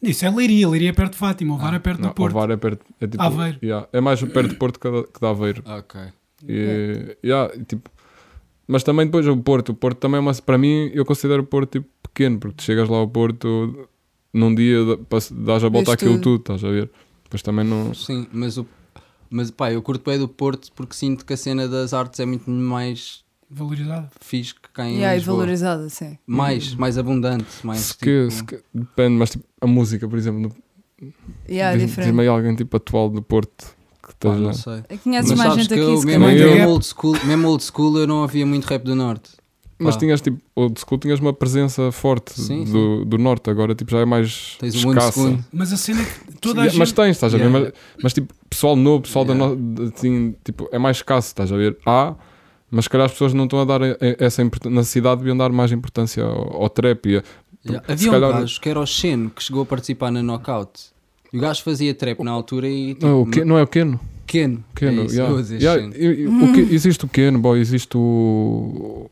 Speaker 3: Isso é Leiria, Leiria é perto de Fátima, o VAR é perto do Porto.
Speaker 5: é perto. É, tipo,
Speaker 3: Aveiro.
Speaker 5: yeah, é mais perto de Porto que da- que de Aveiro.
Speaker 1: Ok.
Speaker 5: E, yeah, e, tipo, mas também depois o Porto. O Porto também é uma. Para mim, eu considero o Porto tipo, pequeno, porque tu chegas lá ao Porto num dia, dá- pas- dás a volta
Speaker 4: Vês
Speaker 5: àquilo
Speaker 4: tudo.
Speaker 5: tudo, estás a ver? Depois também não.
Speaker 1: Sim, mas o. Mas pá, eu curto bem do Porto porque sinto que a cena das artes é muito mais
Speaker 3: Valorizado.
Speaker 1: fixe que cá em
Speaker 4: Yeah, e Hum.
Speaker 1: Lisboa.
Speaker 4: valorizada, sim.
Speaker 1: Mais, mais abundante. Mais,
Speaker 5: se que,
Speaker 1: tipo,
Speaker 5: se que- depende, mas tipo, a música, por exemplo, no-
Speaker 4: Yeah,
Speaker 5: diz-
Speaker 4: diferente.
Speaker 5: diz-me aí alguém tipo atual do Porto que
Speaker 1: pá,
Speaker 5: esteja.
Speaker 1: não sei.
Speaker 4: Conheces
Speaker 1: Mas
Speaker 4: mais
Speaker 1: sabes
Speaker 4: gente
Speaker 1: que
Speaker 4: aqui,
Speaker 1: eu,
Speaker 4: se
Speaker 1: mesmo,
Speaker 4: calhar.
Speaker 5: calhar.
Speaker 1: mesmo, old school, mesmo old school eu não havia muito rap do Norte.
Speaker 5: mas
Speaker 1: Pá.
Speaker 5: tinhas tipo, old school, tinhas uma presença forte
Speaker 1: Sim,
Speaker 5: do, do norte, agora tipo, já é mais
Speaker 1: Tens um mundo
Speaker 5: escassa.
Speaker 1: segundo.
Speaker 3: Mas a cena é que toda a
Speaker 5: Yeah, mas tá
Speaker 3: gente.
Speaker 5: tens, estás a ver?
Speaker 1: Yeah.
Speaker 5: Mas, mas, tipo, pessoal novo, pessoal
Speaker 1: Yeah.
Speaker 5: da no... de- assim, tipo, é mais escasso, estás a ver? Há, mas se calhar as pessoas não estão a dar eh, eh, essa importância. Na cidade deviam dar mais importância ao, ao trap. E a-
Speaker 1: Yeah.
Speaker 5: Então, Se
Speaker 1: Havia um
Speaker 5: calhar-
Speaker 1: gajo que era o Shen que chegou a participar na Knockout. E o gajo fazia trap na altura e. Tipo,
Speaker 5: Não, o Ke- não é o Keno?
Speaker 1: Ken.
Speaker 5: Keno,
Speaker 1: É isso,
Speaker 5: yeah.
Speaker 1: eu vou dizer
Speaker 5: Yeah,
Speaker 1: Shen.
Speaker 5: e- e- o Ke- existe o Keno, boy, existe o.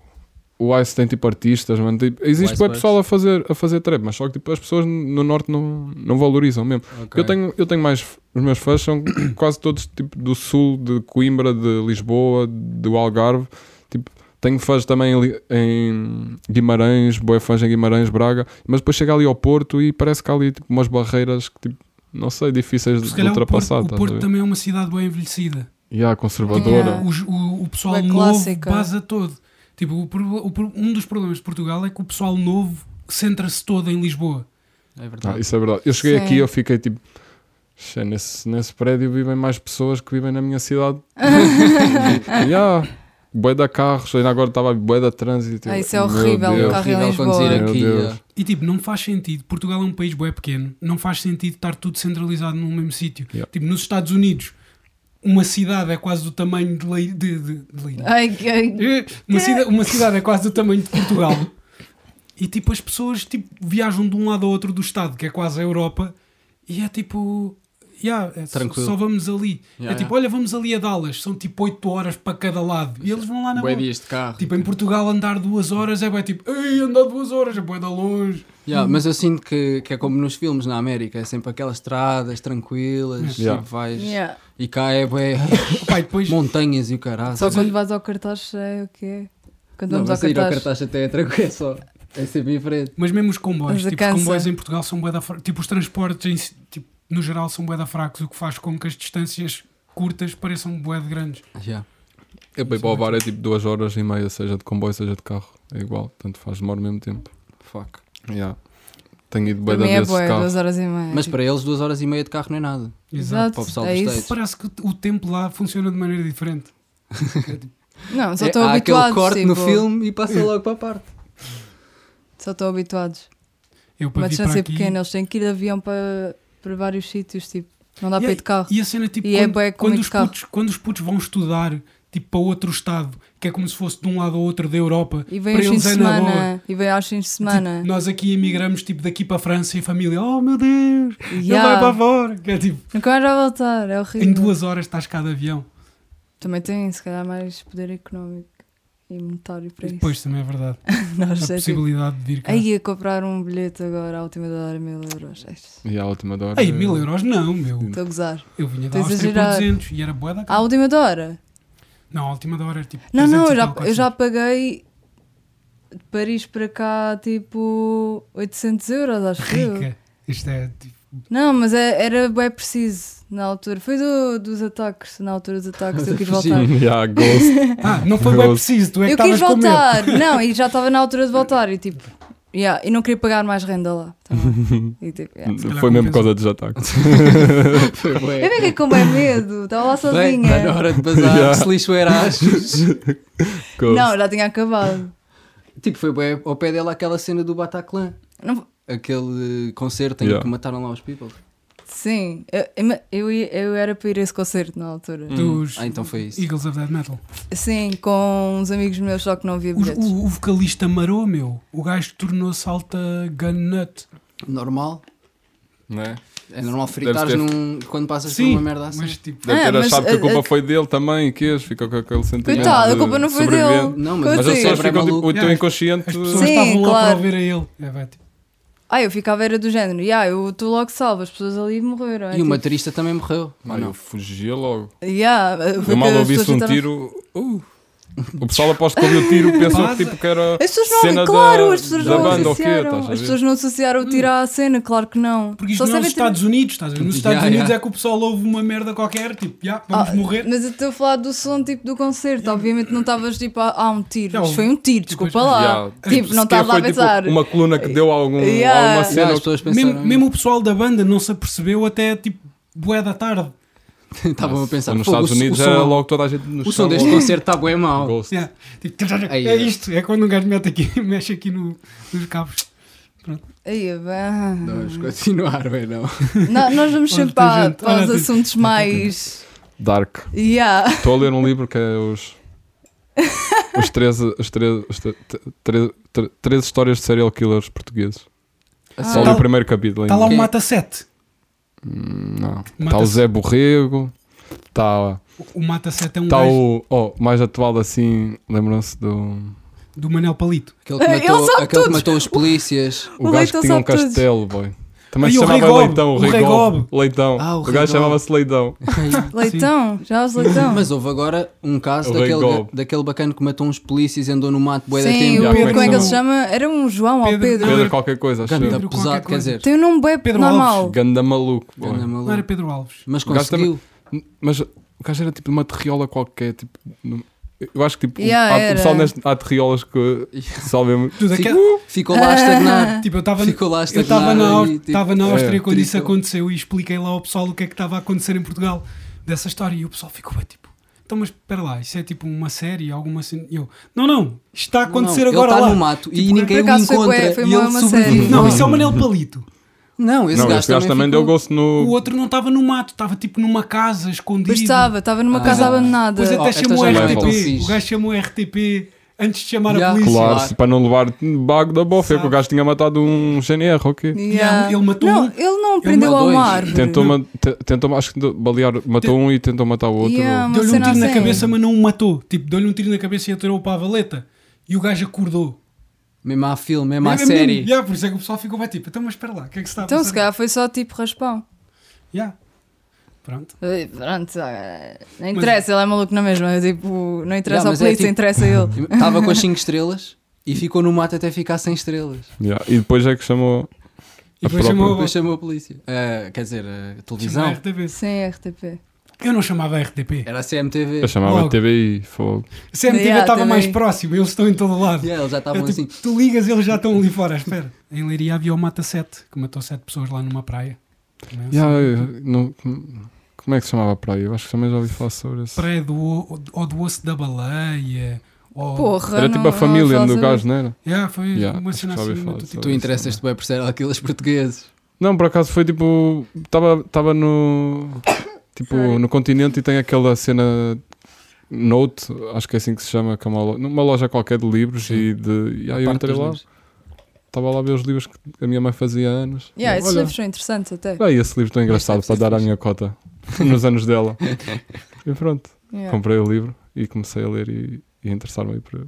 Speaker 5: O Ice tem tipo artistas, mano. tipo, existe
Speaker 1: Ice
Speaker 5: bem pessoal a fazer, a fazer trap, mas só que tipo, as pessoas no norte não, não valorizam mesmo.
Speaker 1: Ok.
Speaker 5: Eu, tenho, eu tenho mais. Os meus fãs são quase todos tipo, do sul, de Coimbra, de Lisboa, do Algarve. Tipo, tenho fãs também em, Li- em Guimarães, boa fãs em Guimarães, Braga. Mas depois chega ali ao Porto e parece que há ali tipo, umas barreiras que, tipo, não sei, difíceis
Speaker 3: Se
Speaker 5: de
Speaker 3: calhar o Porto,
Speaker 5: ultrapassar.
Speaker 3: o
Speaker 5: estás tá a
Speaker 3: Porto
Speaker 5: ver?
Speaker 3: também é uma cidade bem envelhecida.
Speaker 5: E há a conservadora.
Speaker 4: Yeah.
Speaker 3: Os- o, o pessoal
Speaker 4: Bem
Speaker 3: novo
Speaker 4: clássica.
Speaker 3: baza todo. Tipo, o proble- o pro- um dos problemas de Portugal é que o pessoal novo centra-se todo em Lisboa.
Speaker 1: É
Speaker 5: Ah,
Speaker 1: verdade.
Speaker 5: isso é verdade. Eu cheguei
Speaker 4: Sim.
Speaker 5: aqui eu fiquei tipo. "Xe, Nesse, nesse prédio vivem mais pessoas que vivem na minha cidade. e, ah, bué da carros, ainda agora estava bué da trânsito.
Speaker 4: Ah, isso é
Speaker 5: Meu
Speaker 4: horrível,
Speaker 5: Deus.
Speaker 4: o carro em
Speaker 1: Horrível
Speaker 4: Lisboa.
Speaker 1: conduzir
Speaker 5: Meu
Speaker 1: aqui.
Speaker 5: Deus.
Speaker 1: ah.
Speaker 3: E tipo, não faz sentido. Portugal é um país bué pequeno. Não faz sentido estar tudo centralizado num mesmo sítio.
Speaker 5: Yeah.
Speaker 3: Tipo, nos Estados Unidos, uma cidade é quase do tamanho de... Lei, de, de, de Lei-
Speaker 4: Ai, que- ai,
Speaker 3: Eh, Uma, cida- uma cidade é quase do tamanho de Portugal. E tipo, as pessoas tipo, viajam de um lado ao outro do estado, que é quase a Europa, e é tipo. Yeah, é só,
Speaker 1: Tranquilo.
Speaker 3: só vamos ali.
Speaker 1: Yeah,
Speaker 3: é
Speaker 1: yeah.
Speaker 3: tipo, olha, vamos ali a Dallas, são tipo 8 horas para cada lado. E eles vão lá na
Speaker 1: Bué
Speaker 3: boa.
Speaker 1: dias de carro.
Speaker 3: Tipo, em Portugal andar duas horas é bem tipo, ei, andar duas horas, é bué da longe.
Speaker 1: Yeah,
Speaker 5: Hum.
Speaker 1: mas eu sinto que, que é como nos filmes na América, é sempre aquelas estradas tranquilas,
Speaker 5: Yeah.
Speaker 1: tipo, vais-
Speaker 4: yeah.
Speaker 1: e cá é bué,
Speaker 3: Pá, e depois,
Speaker 1: montanhas e o caralho.
Speaker 4: Só quando vais ao cartaz é o que é. Quando
Speaker 1: não,
Speaker 4: vamos ao
Speaker 1: mas ir ao
Speaker 4: cartaz.
Speaker 1: cartaz até é tranquilo, é só, é sempre diferente.
Speaker 3: mas mesmo os comboios,
Speaker 4: Mas
Speaker 3: tipo, os
Speaker 4: cansa.
Speaker 3: comboios em Portugal são bué da fracos. Tipo, os transportes em si- tipo, no geral são bué da fracos, o que faz com que as distâncias curtas pareçam bué de grandes.
Speaker 1: Yeah.
Speaker 5: Eu para ir para o bar é tipo duas horas e meia, seja de comboio, seja de carro. É igual, tanto faz, demora o mesmo tempo.
Speaker 1: Fuck.
Speaker 5: Yeah. Tenho ido bem da
Speaker 4: Também é
Speaker 5: vez de
Speaker 4: boa,
Speaker 5: carro.
Speaker 4: duas horas e meia.
Speaker 1: Mas para eles duas horas e meia de carro não é nada. para o pessoal
Speaker 4: Exato, é
Speaker 1: dos
Speaker 4: isso.
Speaker 1: States.
Speaker 3: Parece que o tempo lá funciona de maneira diferente.
Speaker 4: Não, só
Speaker 1: É,
Speaker 4: estão
Speaker 1: há aquele
Speaker 4: habituados.
Speaker 1: corte no
Speaker 4: tipo,
Speaker 1: filme e passa logo para a parte.
Speaker 4: Só estão habituados.
Speaker 3: Eu para
Speaker 4: Uma
Speaker 3: vir para
Speaker 4: distância
Speaker 3: aqui,
Speaker 4: pequena, eles têm que ir de avião para, para vários sítios, tipo. Não dá
Speaker 3: E
Speaker 4: para
Speaker 3: é-
Speaker 4: ir de carro.
Speaker 3: E a cena tipo
Speaker 4: E é bué com muito
Speaker 3: os
Speaker 4: carro.
Speaker 3: putos, quando os putos vão estudar tipo para outro estado, que é como se fosse de um lado ao outro da Europa,
Speaker 4: E vem
Speaker 3: para
Speaker 4: aos fins
Speaker 3: eles
Speaker 4: de
Speaker 3: é na boa.
Speaker 4: semana. E vem aos fins de semana.
Speaker 3: Tipo, nós aqui emigramos tipo daqui para a França e a família, oh meu Deus, ele vai
Speaker 4: Yeah.
Speaker 3: para fora. Que é tipo,
Speaker 4: Nunca mais vai voltar, é horrível.
Speaker 3: em duas horas estás cá de avião.
Speaker 4: Também tem, se calhar, mais poder económico e monetário para
Speaker 3: E
Speaker 4: isso.
Speaker 3: depois também é verdade.
Speaker 4: Nós
Speaker 3: A
Speaker 4: é tipo,
Speaker 3: possibilidade de vir cá.
Speaker 4: Aí a comprar um bilhete agora à última da hora, mil euros. Ai, Estou
Speaker 5: E à última da hora. é-
Speaker 3: Ei, mil euros não, meu.
Speaker 4: a gozar.
Speaker 3: Eu vinha da
Speaker 4: Tens
Speaker 3: Áustria por
Speaker 4: exagerado.
Speaker 3: 200 e era boa da
Speaker 4: À
Speaker 3: cara.
Speaker 4: última da hora?
Speaker 3: Não, a última da hora era tipo.
Speaker 4: Não,
Speaker 3: 300
Speaker 4: não,
Speaker 3: e
Speaker 4: eu já,
Speaker 3: tal,
Speaker 4: eu já
Speaker 3: 400.
Speaker 4: paguei de Paris para cá tipo 800 euros, acho que eu.
Speaker 3: Rica. Isto é tipo.
Speaker 4: Não, mas é- era bem preciso na altura. Foi do- dos ataques, na altura dos ataques, eu quis voltar.
Speaker 5: Yeah, ghost.
Speaker 3: Ah, não foi bem
Speaker 5: Grosso.
Speaker 3: preciso, tu é que
Speaker 4: Eu quis
Speaker 3: estavas com medo.
Speaker 4: voltar, não, e já estava na altura de voltar e tipo, yeah, e não queria pagar mais renda lá. também. E tipo, yeah.
Speaker 3: calhar
Speaker 5: Foi
Speaker 3: compensa.
Speaker 5: mesmo por causa dos ataques.
Speaker 1: Foi bué.
Speaker 4: Eu fiquei com bem medo, estava lá
Speaker 1: Bem,
Speaker 4: sozinha.
Speaker 1: está na hora de bazar,
Speaker 5: Yeah.
Speaker 1: se lixo era Erasmus.
Speaker 5: Ghost.
Speaker 4: Não, já tinha acabado.
Speaker 1: tipo, foi bué ao pé dela aquela cena do Bataclan.
Speaker 4: Não-
Speaker 1: Aquele concerto em
Speaker 5: Yeah.
Speaker 1: que mataram lá os people.
Speaker 4: sim, eu, eu, ia- eu era para ir a esse concerto na altura.
Speaker 3: Dos
Speaker 1: Ah, então foi isso.
Speaker 3: Eagles of Dead Metal.
Speaker 4: Sim, com uns amigos meus, só que não havia
Speaker 3: Os-
Speaker 4: bilhetes.
Speaker 3: o, o vocalista marou, meu. O gajo tornou-se alta gun nut.
Speaker 1: Normal.
Speaker 5: Não é?
Speaker 1: É normal fritares
Speaker 5: ter-
Speaker 1: num, quando passas por
Speaker 3: Sim,
Speaker 1: uma merda assim.
Speaker 3: mas tipo,
Speaker 5: Deve
Speaker 4: Ah,
Speaker 5: ter
Speaker 4: mas,
Speaker 5: achado que a
Speaker 4: uh,
Speaker 5: culpa
Speaker 4: uh,
Speaker 5: foi dele também, que eles ficam com aquele sentimento.
Speaker 4: Coitado, a
Speaker 5: de
Speaker 4: culpa não foi
Speaker 5: sobrevivente.
Speaker 4: dele.
Speaker 1: Não, mas- é
Speaker 4: Como
Speaker 5: Mas
Speaker 1: Sim.
Speaker 5: as
Speaker 4: assim?
Speaker 5: pessoas ficam tipo, o teu
Speaker 3: Yeah,
Speaker 5: inconsciente.
Speaker 3: as pessoas
Speaker 4: Sim,
Speaker 3: estavam lá para
Speaker 4: claro.
Speaker 3: ouvir a ele. É, vai, tipo,
Speaker 4: Ah, eu ficava era do género, yeah, eu estou logo salva, as pessoas ali morreram. é
Speaker 1: E o
Speaker 4: tipo,
Speaker 1: baterista também morreu.
Speaker 5: Ah, eu fugia logo.
Speaker 4: yeah, foi
Speaker 5: Eu mal
Speaker 4: que as
Speaker 5: ouvi-se
Speaker 4: pessoas
Speaker 5: um
Speaker 4: tentaram-
Speaker 5: tiro. uh, o pessoal aposto que ouviu o tiro pensou que, tipo, que era.
Speaker 4: As pessoas não,
Speaker 5: cena
Speaker 4: claro,
Speaker 5: da-
Speaker 4: as pessoas
Speaker 5: da
Speaker 4: não
Speaker 5: banda, ou quê,
Speaker 4: associaram.
Speaker 5: estás a
Speaker 4: as
Speaker 5: ver? Hum.
Speaker 4: pessoas não associaram o tiro à cena, claro que não.
Speaker 3: porque isto não é os
Speaker 4: sabem tipo, ter-
Speaker 3: Estados Unidos, estás a ver? Nos Estados
Speaker 1: Yeah,
Speaker 3: Unidos
Speaker 1: yeah.
Speaker 3: é que o pessoal ouve uma merda qualquer, tipo, já, vamos
Speaker 4: Ah,
Speaker 3: morrer.
Speaker 4: Mas eu estou a falar do som tipo do
Speaker 5: Hum.
Speaker 4: concerto. Obviamente não estavas tipo, ah, há um tiro.
Speaker 3: Já,
Speaker 4: Mas
Speaker 3: o-
Speaker 4: foi um tiro, desculpa lá.
Speaker 5: Yeah.
Speaker 4: Tipo, não
Speaker 5: Sequer
Speaker 4: estava lá a
Speaker 5: foi, tipo,
Speaker 4: pensar.
Speaker 5: uma coluna que deu a algum,
Speaker 4: Yeah.
Speaker 5: alguma
Speaker 1: Yeah,
Speaker 5: cena.
Speaker 1: as pessoas pensaram.
Speaker 3: Mesmo, mesmo o pessoal da banda não se apercebeu até tipo, bué da tarde.
Speaker 1: Estavam Tá a pensar.
Speaker 5: nos
Speaker 1: "Fogo,
Speaker 5: Estados
Speaker 1: o-
Speaker 5: Unidos
Speaker 1: o,
Speaker 5: era
Speaker 1: som,
Speaker 5: logo toda a gente no
Speaker 1: o som deste concerto está bem mau.
Speaker 5: Ghost.
Speaker 3: Yeah. Tipo,
Speaker 1: Aí,
Speaker 3: é
Speaker 1: é.
Speaker 3: isto, é quando um gajo mete aqui, mexe aqui no- nos cabos.
Speaker 4: Aí, é bem.
Speaker 1: Vamos continuar, bem não.
Speaker 4: Não, Nós vamos
Speaker 3: Olha,
Speaker 4: sempre para,
Speaker 3: gente,
Speaker 4: para
Speaker 3: olha,
Speaker 4: os
Speaker 3: tem-
Speaker 4: assuntos mais.
Speaker 5: Dark.
Speaker 4: Yeah.
Speaker 5: Estou a ler um livro que é os. Os 13, os 13, os 13, 13 histórias de serial killers portugueses. Ah. Só li
Speaker 3: Tá-
Speaker 5: o primeiro capítulo ainda.
Speaker 3: Está lá o
Speaker 1: Quem-
Speaker 3: Mata 7.
Speaker 5: Hum, Não.
Speaker 3: Mata-
Speaker 5: Está o Zé Borrego. Está
Speaker 3: O Mata 7 é um
Speaker 5: tá
Speaker 3: gajo
Speaker 5: o. Oh, mais atual assim, lembram-se do.
Speaker 3: do Manel Palito.
Speaker 1: Aquele que
Speaker 4: Eles
Speaker 1: matou,
Speaker 4: são
Speaker 1: aquele que
Speaker 4: todos-
Speaker 1: matou os polícias.
Speaker 5: O,
Speaker 4: O
Speaker 5: gajo
Speaker 4: Leitão
Speaker 5: que tinha um
Speaker 4: sabe todos.
Speaker 5: castelo, boy. Também
Speaker 3: Aí,
Speaker 5: se
Speaker 3: o Rei
Speaker 5: chamava
Speaker 3: Gob,
Speaker 5: Leitão, o
Speaker 3: o
Speaker 5: Rei
Speaker 3: Rei
Speaker 5: Gob.
Speaker 3: Gob.
Speaker 5: Leitão.
Speaker 1: Ah, o Ah,
Speaker 5: o
Speaker 1: Rei
Speaker 5: gajo
Speaker 1: Gob.
Speaker 5: chamava-se Leitão.
Speaker 4: Leitão, já os
Speaker 3: Então.
Speaker 4: leitão.
Speaker 1: Mas houve agora um caso
Speaker 5: O Rei
Speaker 1: daquele,
Speaker 5: Golpe.
Speaker 1: ga- daquele bacana que matou uns polícias e andou no mato bué da
Speaker 4: Sim,
Speaker 1: tempo.
Speaker 5: Já,
Speaker 4: o Pedro, como é que ele se
Speaker 3: conhecemos.
Speaker 4: chama? Era um João ou
Speaker 3: Pedro-
Speaker 4: Pedro.
Speaker 5: Pedro qualquer coisa, acho
Speaker 1: Ganda
Speaker 5: eu.
Speaker 3: Pedro qualquer
Speaker 1: pesado, quer
Speaker 3: coisa.
Speaker 1: dizer.
Speaker 4: Tem um nome bem
Speaker 3: Pedro
Speaker 4: normal.
Speaker 5: Ganda maluco, boy.
Speaker 1: Ganda maluco.
Speaker 3: Não era Pedro Alves.
Speaker 1: Mas
Speaker 5: O gajo também-
Speaker 1: conseguiu.
Speaker 5: Mas o gajo era tipo de uma terriola qualquer, tipo. no- Eu acho que tipo,
Speaker 4: Yeah,
Speaker 5: há, o pessoal
Speaker 4: era.
Speaker 5: neste, há terriolas que salvem
Speaker 3: Tudo
Speaker 1: Sim.
Speaker 3: aquela-
Speaker 1: Ficou lá a estagnar.
Speaker 3: Tipo, eu estava
Speaker 1: Ficou lá a
Speaker 3: eu
Speaker 1: estagnar.
Speaker 3: estava na, Aus-
Speaker 1: e, tipo,
Speaker 3: estava na
Speaker 5: é,
Speaker 3: Áustria quando isso
Speaker 1: triste.
Speaker 3: aconteceu e expliquei lá ao pessoal o que é que estava a acontecer em Portugal dessa história e o pessoal ficou bem tipo então mas espera lá, isso é tipo uma série alguma cena? E eu, não, não, isto está a
Speaker 1: Não, não,
Speaker 3: acontecer agora
Speaker 1: Ele está
Speaker 3: lá
Speaker 1: no mato
Speaker 3: Tipo,
Speaker 1: e ninguém
Speaker 4: por
Speaker 1: o
Speaker 4: acaso foi bué,
Speaker 1: encontra.
Speaker 4: foi
Speaker 1: e
Speaker 4: uma-
Speaker 1: ele
Speaker 4: uma
Speaker 1: sobrevive.
Speaker 4: série.
Speaker 3: Não, isso é o Manel Palito
Speaker 1: Não, esse
Speaker 5: não,
Speaker 1: gajo
Speaker 5: este gajo
Speaker 1: também,
Speaker 5: também deu
Speaker 1: ficou...
Speaker 5: gosto no.
Speaker 3: o outro não estava no mato, estava tipo numa casa escondido
Speaker 4: Pois estava, estava numa
Speaker 1: Ah.
Speaker 4: casa abandonada.
Speaker 3: Depois
Speaker 1: Oh,
Speaker 3: até
Speaker 1: esta
Speaker 3: chamou
Speaker 5: já não é
Speaker 3: o
Speaker 5: tão
Speaker 3: RTP
Speaker 1: fixe.
Speaker 3: o gajo chamou o RTP antes de chamar
Speaker 1: Yeah.
Speaker 3: a polícia
Speaker 1: Claro.
Speaker 5: Colar-se para não levar bago da bofa. É que o
Speaker 3: Sabe.
Speaker 5: gajo tinha matado um GNR, ok?
Speaker 3: Yeah, ele matou
Speaker 4: não,
Speaker 3: um.
Speaker 4: Ele não prendeu
Speaker 1: matou
Speaker 4: a
Speaker 1: dois.
Speaker 4: uma árvore.
Speaker 5: Tentou, ma- te- tentou, acho que de- balear, matou um e tentou matar o outro.
Speaker 4: Yeah, uma
Speaker 3: deu-lhe um
Speaker 4: cena
Speaker 3: tiro na
Speaker 4: assim.
Speaker 3: cabeça mas não o matou tipo, deu-lhe um tiro na cabeça e atirou para a valeta e o gajo acordou
Speaker 1: Mesmo à filme, mesmo à
Speaker 3: Mesmo, mesmo.
Speaker 1: série.
Speaker 3: Yeah, por isso é que o pessoal ficou bem tipo, então mas espera lá, o que é que se está a
Speaker 4: Então,
Speaker 3: passar?
Speaker 4: se calhar foi só tipo raspão.
Speaker 3: Yeah. Pronto.
Speaker 4: Eh, Pronto, ah, não interessa, ele é maluco na mesma. eu, Tipo, não
Speaker 1: Yeah,
Speaker 4: interessa ao
Speaker 1: mas é
Speaker 4: polícia,
Speaker 1: tipo-
Speaker 4: interessa a ele.
Speaker 1: Estava com as 5 estrelas e ficou no mato até ficar sem estrelas.
Speaker 5: Yeah, E depois é que chamou.
Speaker 3: E depois
Speaker 5: própria-
Speaker 3: chamou a
Speaker 1: Depois chamou a polícia. Ah, quer dizer, a
Speaker 3: chamou
Speaker 1: televisão. É.
Speaker 3: a RTP.
Speaker 4: Sem RTP.
Speaker 3: Eu não chamava a RTP.
Speaker 1: Era a CMTV.
Speaker 5: Eu é, chamava
Speaker 3: Logo.
Speaker 5: TBI. Fogo.
Speaker 3: A CMTV
Speaker 4: Yeah,
Speaker 3: estava
Speaker 4: também.
Speaker 3: mais próximo, eles estão em todo lado.
Speaker 1: Yeah, eles já
Speaker 3: É
Speaker 1: estavam
Speaker 3: tipo,
Speaker 1: assim.
Speaker 3: Tu ligas eles já estão ali fora, espera. Em Leiria havia o Mata 7, que matou 7 pessoas lá numa praia. Também é
Speaker 5: Yeah,
Speaker 3: assim.
Speaker 5: eu- não- como é que se chamava a praia? Eu acho que também já ouvi falar sobre isso.
Speaker 3: Praia do, o- ou do osso da baleia. Ou...
Speaker 4: Porra,
Speaker 5: Era
Speaker 4: não-
Speaker 5: tipo a
Speaker 4: não
Speaker 5: família
Speaker 4: fala
Speaker 5: do
Speaker 4: sobre
Speaker 5: gajo, não era?
Speaker 3: Yeah, foi
Speaker 5: Yeah,
Speaker 3: uma
Speaker 5: acho que
Speaker 3: cena
Speaker 5: já ouvi
Speaker 3: assim.
Speaker 5: falar
Speaker 3: muito tipo-
Speaker 5: sobre
Speaker 1: Tu interessas-te bem por ser aqueles portugueses.
Speaker 5: Não, por acaso foi tipo. Estava tava no. Tipo,
Speaker 4: Sorry.
Speaker 5: no continente e tem aquela cena. Note, acho que é assim que se chama, que é uma loja, numa loja qualquer de livros
Speaker 1: Sim.
Speaker 5: e de. E aí eu
Speaker 1: Parte
Speaker 5: entrei
Speaker 1: dos
Speaker 5: lá,
Speaker 1: livros.
Speaker 5: estava lá a ver os livros que a minha mãe fazia há anos.
Speaker 4: Yeah, esses
Speaker 5: Olha.
Speaker 4: livros são interessantes até.
Speaker 5: Ah, e esse livro tão engraçado
Speaker 1: é
Speaker 5: para dar à minha cota nos anos dela. E pronto,
Speaker 4: Yeah.
Speaker 5: comprei o livro e comecei a ler e, e interessar-me aí por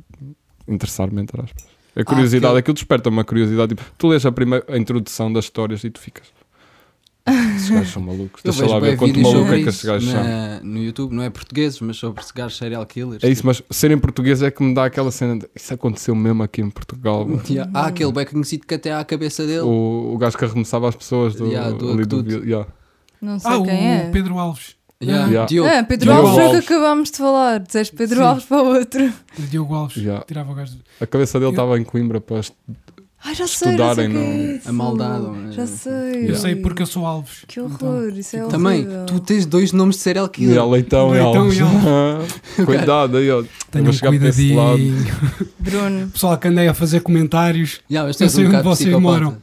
Speaker 5: interessar-me entre aspas. A curiosidade,
Speaker 1: aquele-
Speaker 5: aquilo desperta uma curiosidade. Tipo, tu lês a primeira a introdução das histórias e tu ficas. Esses gajos são malucos.
Speaker 1: Eu
Speaker 5: Deixa lá
Speaker 1: vejo bem
Speaker 5: ver quanto
Speaker 1: vídeos
Speaker 5: maluco é
Speaker 1: sobre
Speaker 5: que estes
Speaker 1: isso
Speaker 5: gajos são.
Speaker 1: na- No YouTube, não é portugueses, mas sobre gajos serial killers.
Speaker 5: É isso, mas serem português é que me dá aquela cena de isso aconteceu mesmo aqui em Portugal. mano."
Speaker 1: Yeah, Tipo, Há aquele bem conhecido que até há a cabeça dele.
Speaker 5: O, o gajo que arremessava as pessoas do,
Speaker 1: Yeah, do
Speaker 5: ali do,
Speaker 1: aqueduto.
Speaker 5: yeah.
Speaker 4: Não sei
Speaker 3: Ah, o
Speaker 4: quem é.
Speaker 3: Pedro Alves.
Speaker 1: Yeah,
Speaker 5: Yeah.
Speaker 1: Diogo.
Speaker 4: Ah, Pedro
Speaker 5: Diogo
Speaker 4: Alves foi o
Speaker 5: Alves.
Speaker 4: que acabámos de falar. Dizeste Pedro
Speaker 3: Sim.
Speaker 4: Alves para o outro.
Speaker 3: O Diogo Alves.
Speaker 5: Yeah.
Speaker 3: Tirava o gajo. do-
Speaker 5: A cabeça dele
Speaker 3: Eu-
Speaker 5: estava em Coimbra para as-
Speaker 4: Ah, já sei, já sei o
Speaker 5: Estudarem
Speaker 4: que
Speaker 5: no-
Speaker 4: é isso.
Speaker 1: a maldade, ou-
Speaker 4: Já sei.
Speaker 5: Yeah.
Speaker 3: Eu sei porque eu sou Alves.
Speaker 4: Que horror, isso é
Speaker 1: Também,
Speaker 4: horrível.
Speaker 1: tu tens dois nomes de serial
Speaker 5: E
Speaker 1: killer.
Speaker 5: a leitão, e
Speaker 3: Leitão
Speaker 5: Alves.
Speaker 3: e
Speaker 5: Cuidado aí, ó.
Speaker 3: Tenho um
Speaker 5: Vou chegar para esse lado.
Speaker 3: cuidadinho.
Speaker 4: Bruno.
Speaker 3: pessoal que andei a fazer comentários.
Speaker 1: Yeah, mas
Speaker 3: Eu
Speaker 1: tens
Speaker 3: sei
Speaker 1: um
Speaker 3: onde
Speaker 1: bocado
Speaker 3: vocês
Speaker 1: psicopata.
Speaker 3: moram.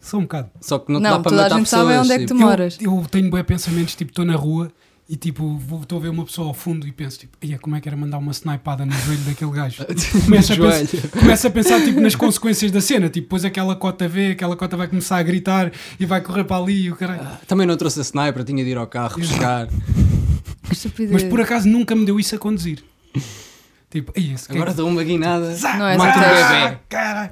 Speaker 3: Só um bocado.
Speaker 1: Só que não, te
Speaker 4: Não,
Speaker 1: dá para
Speaker 4: toda a
Speaker 1: matar
Speaker 4: gente
Speaker 1: pessoas.
Speaker 4: sabe onde é que tu
Speaker 1: tipo.
Speaker 4: moras.
Speaker 3: Eu, eu tenho bué pensamentos, tipo, estou na rua e tipo, vou- estou a ver uma pessoa ao fundo e penso, tipo, "Ia, como é que era mandar uma snipada no joelho daquele gajo? Começo a,
Speaker 1: Joelho.
Speaker 3: pensar, começo a pensar, tipo, nas consequências da cena, tipo, depois aquela cota vê, aquela cota vai começar a gritar e vai correr para ali e o caralho.
Speaker 4: Ah.
Speaker 1: Também não trouxe a sniper, tinha de ir ao carro buscar.
Speaker 4: Que estupidez.
Speaker 3: Mas por acaso nunca me deu isso a conduzir. Tipo, "Ia, esse
Speaker 1: Agora
Speaker 3: gajo-
Speaker 1: dou uma guinada.
Speaker 4: Não é
Speaker 1: Mata
Speaker 4: só
Speaker 1: o
Speaker 4: teste.
Speaker 1: bebê.
Speaker 3: Ah, caralho.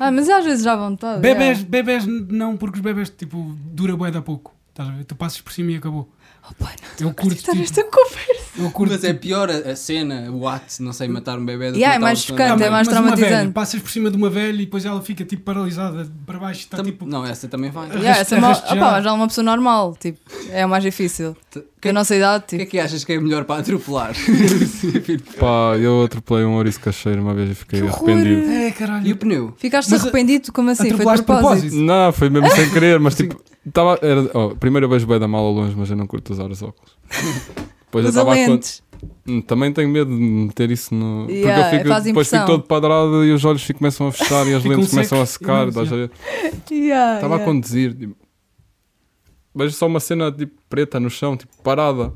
Speaker 4: Ah, mas às vezes é. já vão todos.
Speaker 3: Bebés, bebés não, porque os bebés, tipo, dura bué da pouco. Estás a ver? Tu passas por cima e acabou.
Speaker 4: Opa, não
Speaker 3: Eu
Speaker 4: curto
Speaker 3: curto,
Speaker 4: estar
Speaker 3: tipo,
Speaker 4: nesta é conversa.
Speaker 3: eu curto,
Speaker 1: Mas é
Speaker 3: tipo,
Speaker 1: pior a, a cena, o ato, não sei, matar um bebê do
Speaker 4: Yeah,
Speaker 1: que
Speaker 4: é
Speaker 1: matar
Speaker 4: mais
Speaker 1: um
Speaker 4: chocante,
Speaker 1: sonho.
Speaker 4: é mais
Speaker 3: ah, mas uma
Speaker 4: traumatizante.
Speaker 3: velha, Passas por cima de uma velha e depois ela fica, tipo, paralisada para baixo. Está,
Speaker 1: Tam-
Speaker 3: tipo,
Speaker 1: Não, essa também vai.
Speaker 3: Arraste-
Speaker 4: Yeah, essa mal...
Speaker 3: arraste
Speaker 4: Opa,
Speaker 3: já.
Speaker 4: mas já é uma pessoa normal, tipo, é o mais difícil.
Speaker 1: O
Speaker 4: Que a nossa idade,
Speaker 1: que é
Speaker 4: tipo.
Speaker 1: que achas que é melhor para atropelar?
Speaker 5: Pá, eu atropelei um ouriço cacheiro uma vez e fiquei
Speaker 4: Que horror.
Speaker 5: arrependido.
Speaker 3: É,
Speaker 1: E
Speaker 3: caralho.
Speaker 1: o pneu?
Speaker 4: Ficaste
Speaker 3: Mas a-
Speaker 4: arrependido? Como assim? Foi de
Speaker 3: atropelaste de
Speaker 4: propósito?
Speaker 5: Não, foi mesmo sem querer, mas tipo, tava, era, ó, primeiro eu vejo bem da mala longe, mas eu não curto usar os óculos. Depois
Speaker 4: Os
Speaker 5: eu estava a con-
Speaker 4: alentes.
Speaker 5: Hum, Também tenho medo de meter isso
Speaker 4: Yeah,
Speaker 5: no. porque eu
Speaker 4: faz
Speaker 5: fico, depois fico
Speaker 4: impressão. um
Speaker 5: todo padrado e os olhos fi- começam a fechar e as
Speaker 3: Ficam
Speaker 5: lentes começam a
Speaker 3: secos.
Speaker 5: secar.
Speaker 3: Imagina.
Speaker 5: estás a ver?
Speaker 4: Yeah,
Speaker 5: Estava a
Speaker 4: yeah.
Speaker 5: conduzir, tipo, vejo só uma cena tipo, preta no chão, tipo, parada.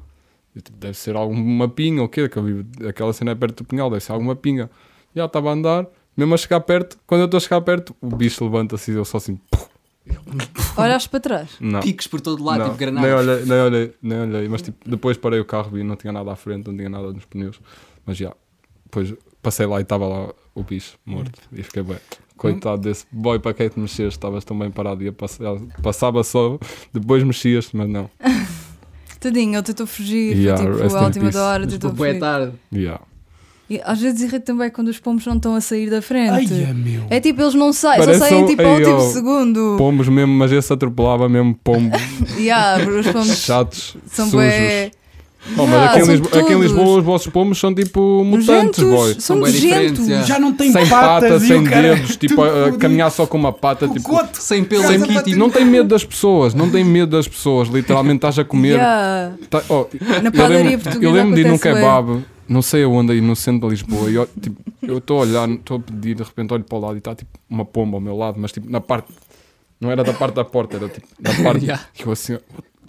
Speaker 5: Eu, tipo, deve ser alguma pinga ou o quê? que eu vi- Aquela cena é perto do pinhal, deve ser alguma pinga. Já estava a andar, mesmo a chegar perto, quando eu estou a chegar perto, o bicho levanta-se e eu só assim. "Puf",
Speaker 4: Olhaste para trás.
Speaker 5: Não.
Speaker 1: Picos por todo lado,
Speaker 5: Não,
Speaker 1: tipo
Speaker 5: Nem
Speaker 1: granadas.
Speaker 5: olhei, nem olhei, nem olhei. Mas tipo, depois parei o carro e não tinha nada à frente, não tinha nada nos pneus. Mas já, depois passei lá e estava lá o bicho morto. E fiquei bem. Coitado desse boy, para quem é te mexeste, estavas tão bem parado. Ia passar, passava só, depois mexias mas não.
Speaker 4: Tadinho, ele tentou fugir,
Speaker 5: Yeah,
Speaker 4: foi
Speaker 5: rest
Speaker 4: tipo
Speaker 5: in
Speaker 4: a última
Speaker 5: peace.
Speaker 4: da hora,
Speaker 1: Mas
Speaker 4: tentou
Speaker 1: tipo, é
Speaker 4: fugir.
Speaker 1: tarde.
Speaker 5: Já.
Speaker 4: E às vezes irrita também quando os pombos não estão a sair da frente.
Speaker 3: Ai, meu.
Speaker 4: É tipo, eles não saem,
Speaker 5: Parece
Speaker 4: só saem
Speaker 5: um-
Speaker 4: tipo ao
Speaker 5: Ai,
Speaker 4: último
Speaker 5: oh.
Speaker 4: segundo.
Speaker 5: Pombos mesmo, mas esse atropelava mesmo pombo.
Speaker 4: Yeah, os pombos
Speaker 5: chatos,
Speaker 4: são
Speaker 5: sujos.
Speaker 4: bué.
Speaker 5: Oh, mas
Speaker 4: Yeah,
Speaker 5: aqui, em
Speaker 4: são
Speaker 5: Lisbo- aqui em
Speaker 4: todos.
Speaker 5: Lisboa os vossos pomos são tipo mutantes, boy.
Speaker 4: São
Speaker 1: São bué diferentes,
Speaker 4: nojentos.
Speaker 1: yeah.
Speaker 3: Já não tem
Speaker 5: Sem
Speaker 3: patas,
Speaker 5: pata,
Speaker 3: e o
Speaker 5: sem
Speaker 3: cara- é
Speaker 5: dedos,
Speaker 3: tudo
Speaker 5: tipo, a, a
Speaker 3: fodido.
Speaker 5: caminhar só com uma pata,
Speaker 3: O
Speaker 5: tipo,
Speaker 3: coto.
Speaker 1: Sem pelo,
Speaker 3: Sem
Speaker 1: sem
Speaker 3: pata.
Speaker 1: piti.
Speaker 5: não tem medo das pessoas, não tem medo das pessoas, literalmente estás a comer.
Speaker 4: Yeah.
Speaker 5: tá- oh,
Speaker 4: Na
Speaker 5: eu
Speaker 4: padaria
Speaker 5: lembro,
Speaker 4: portuguesa
Speaker 5: eu lembro de ir num
Speaker 4: acontece bué.
Speaker 5: kebab, não sei aonde, aí no centro de Lisboa, e eu tipo, eu estou a olhar, estou a pedir, de repente olho para o lado e está tipo uma pomba ao meu lado, mas tipo na parte, não era da parte da porta, era tipo da parte.
Speaker 1: Yeah.
Speaker 5: E eu assim,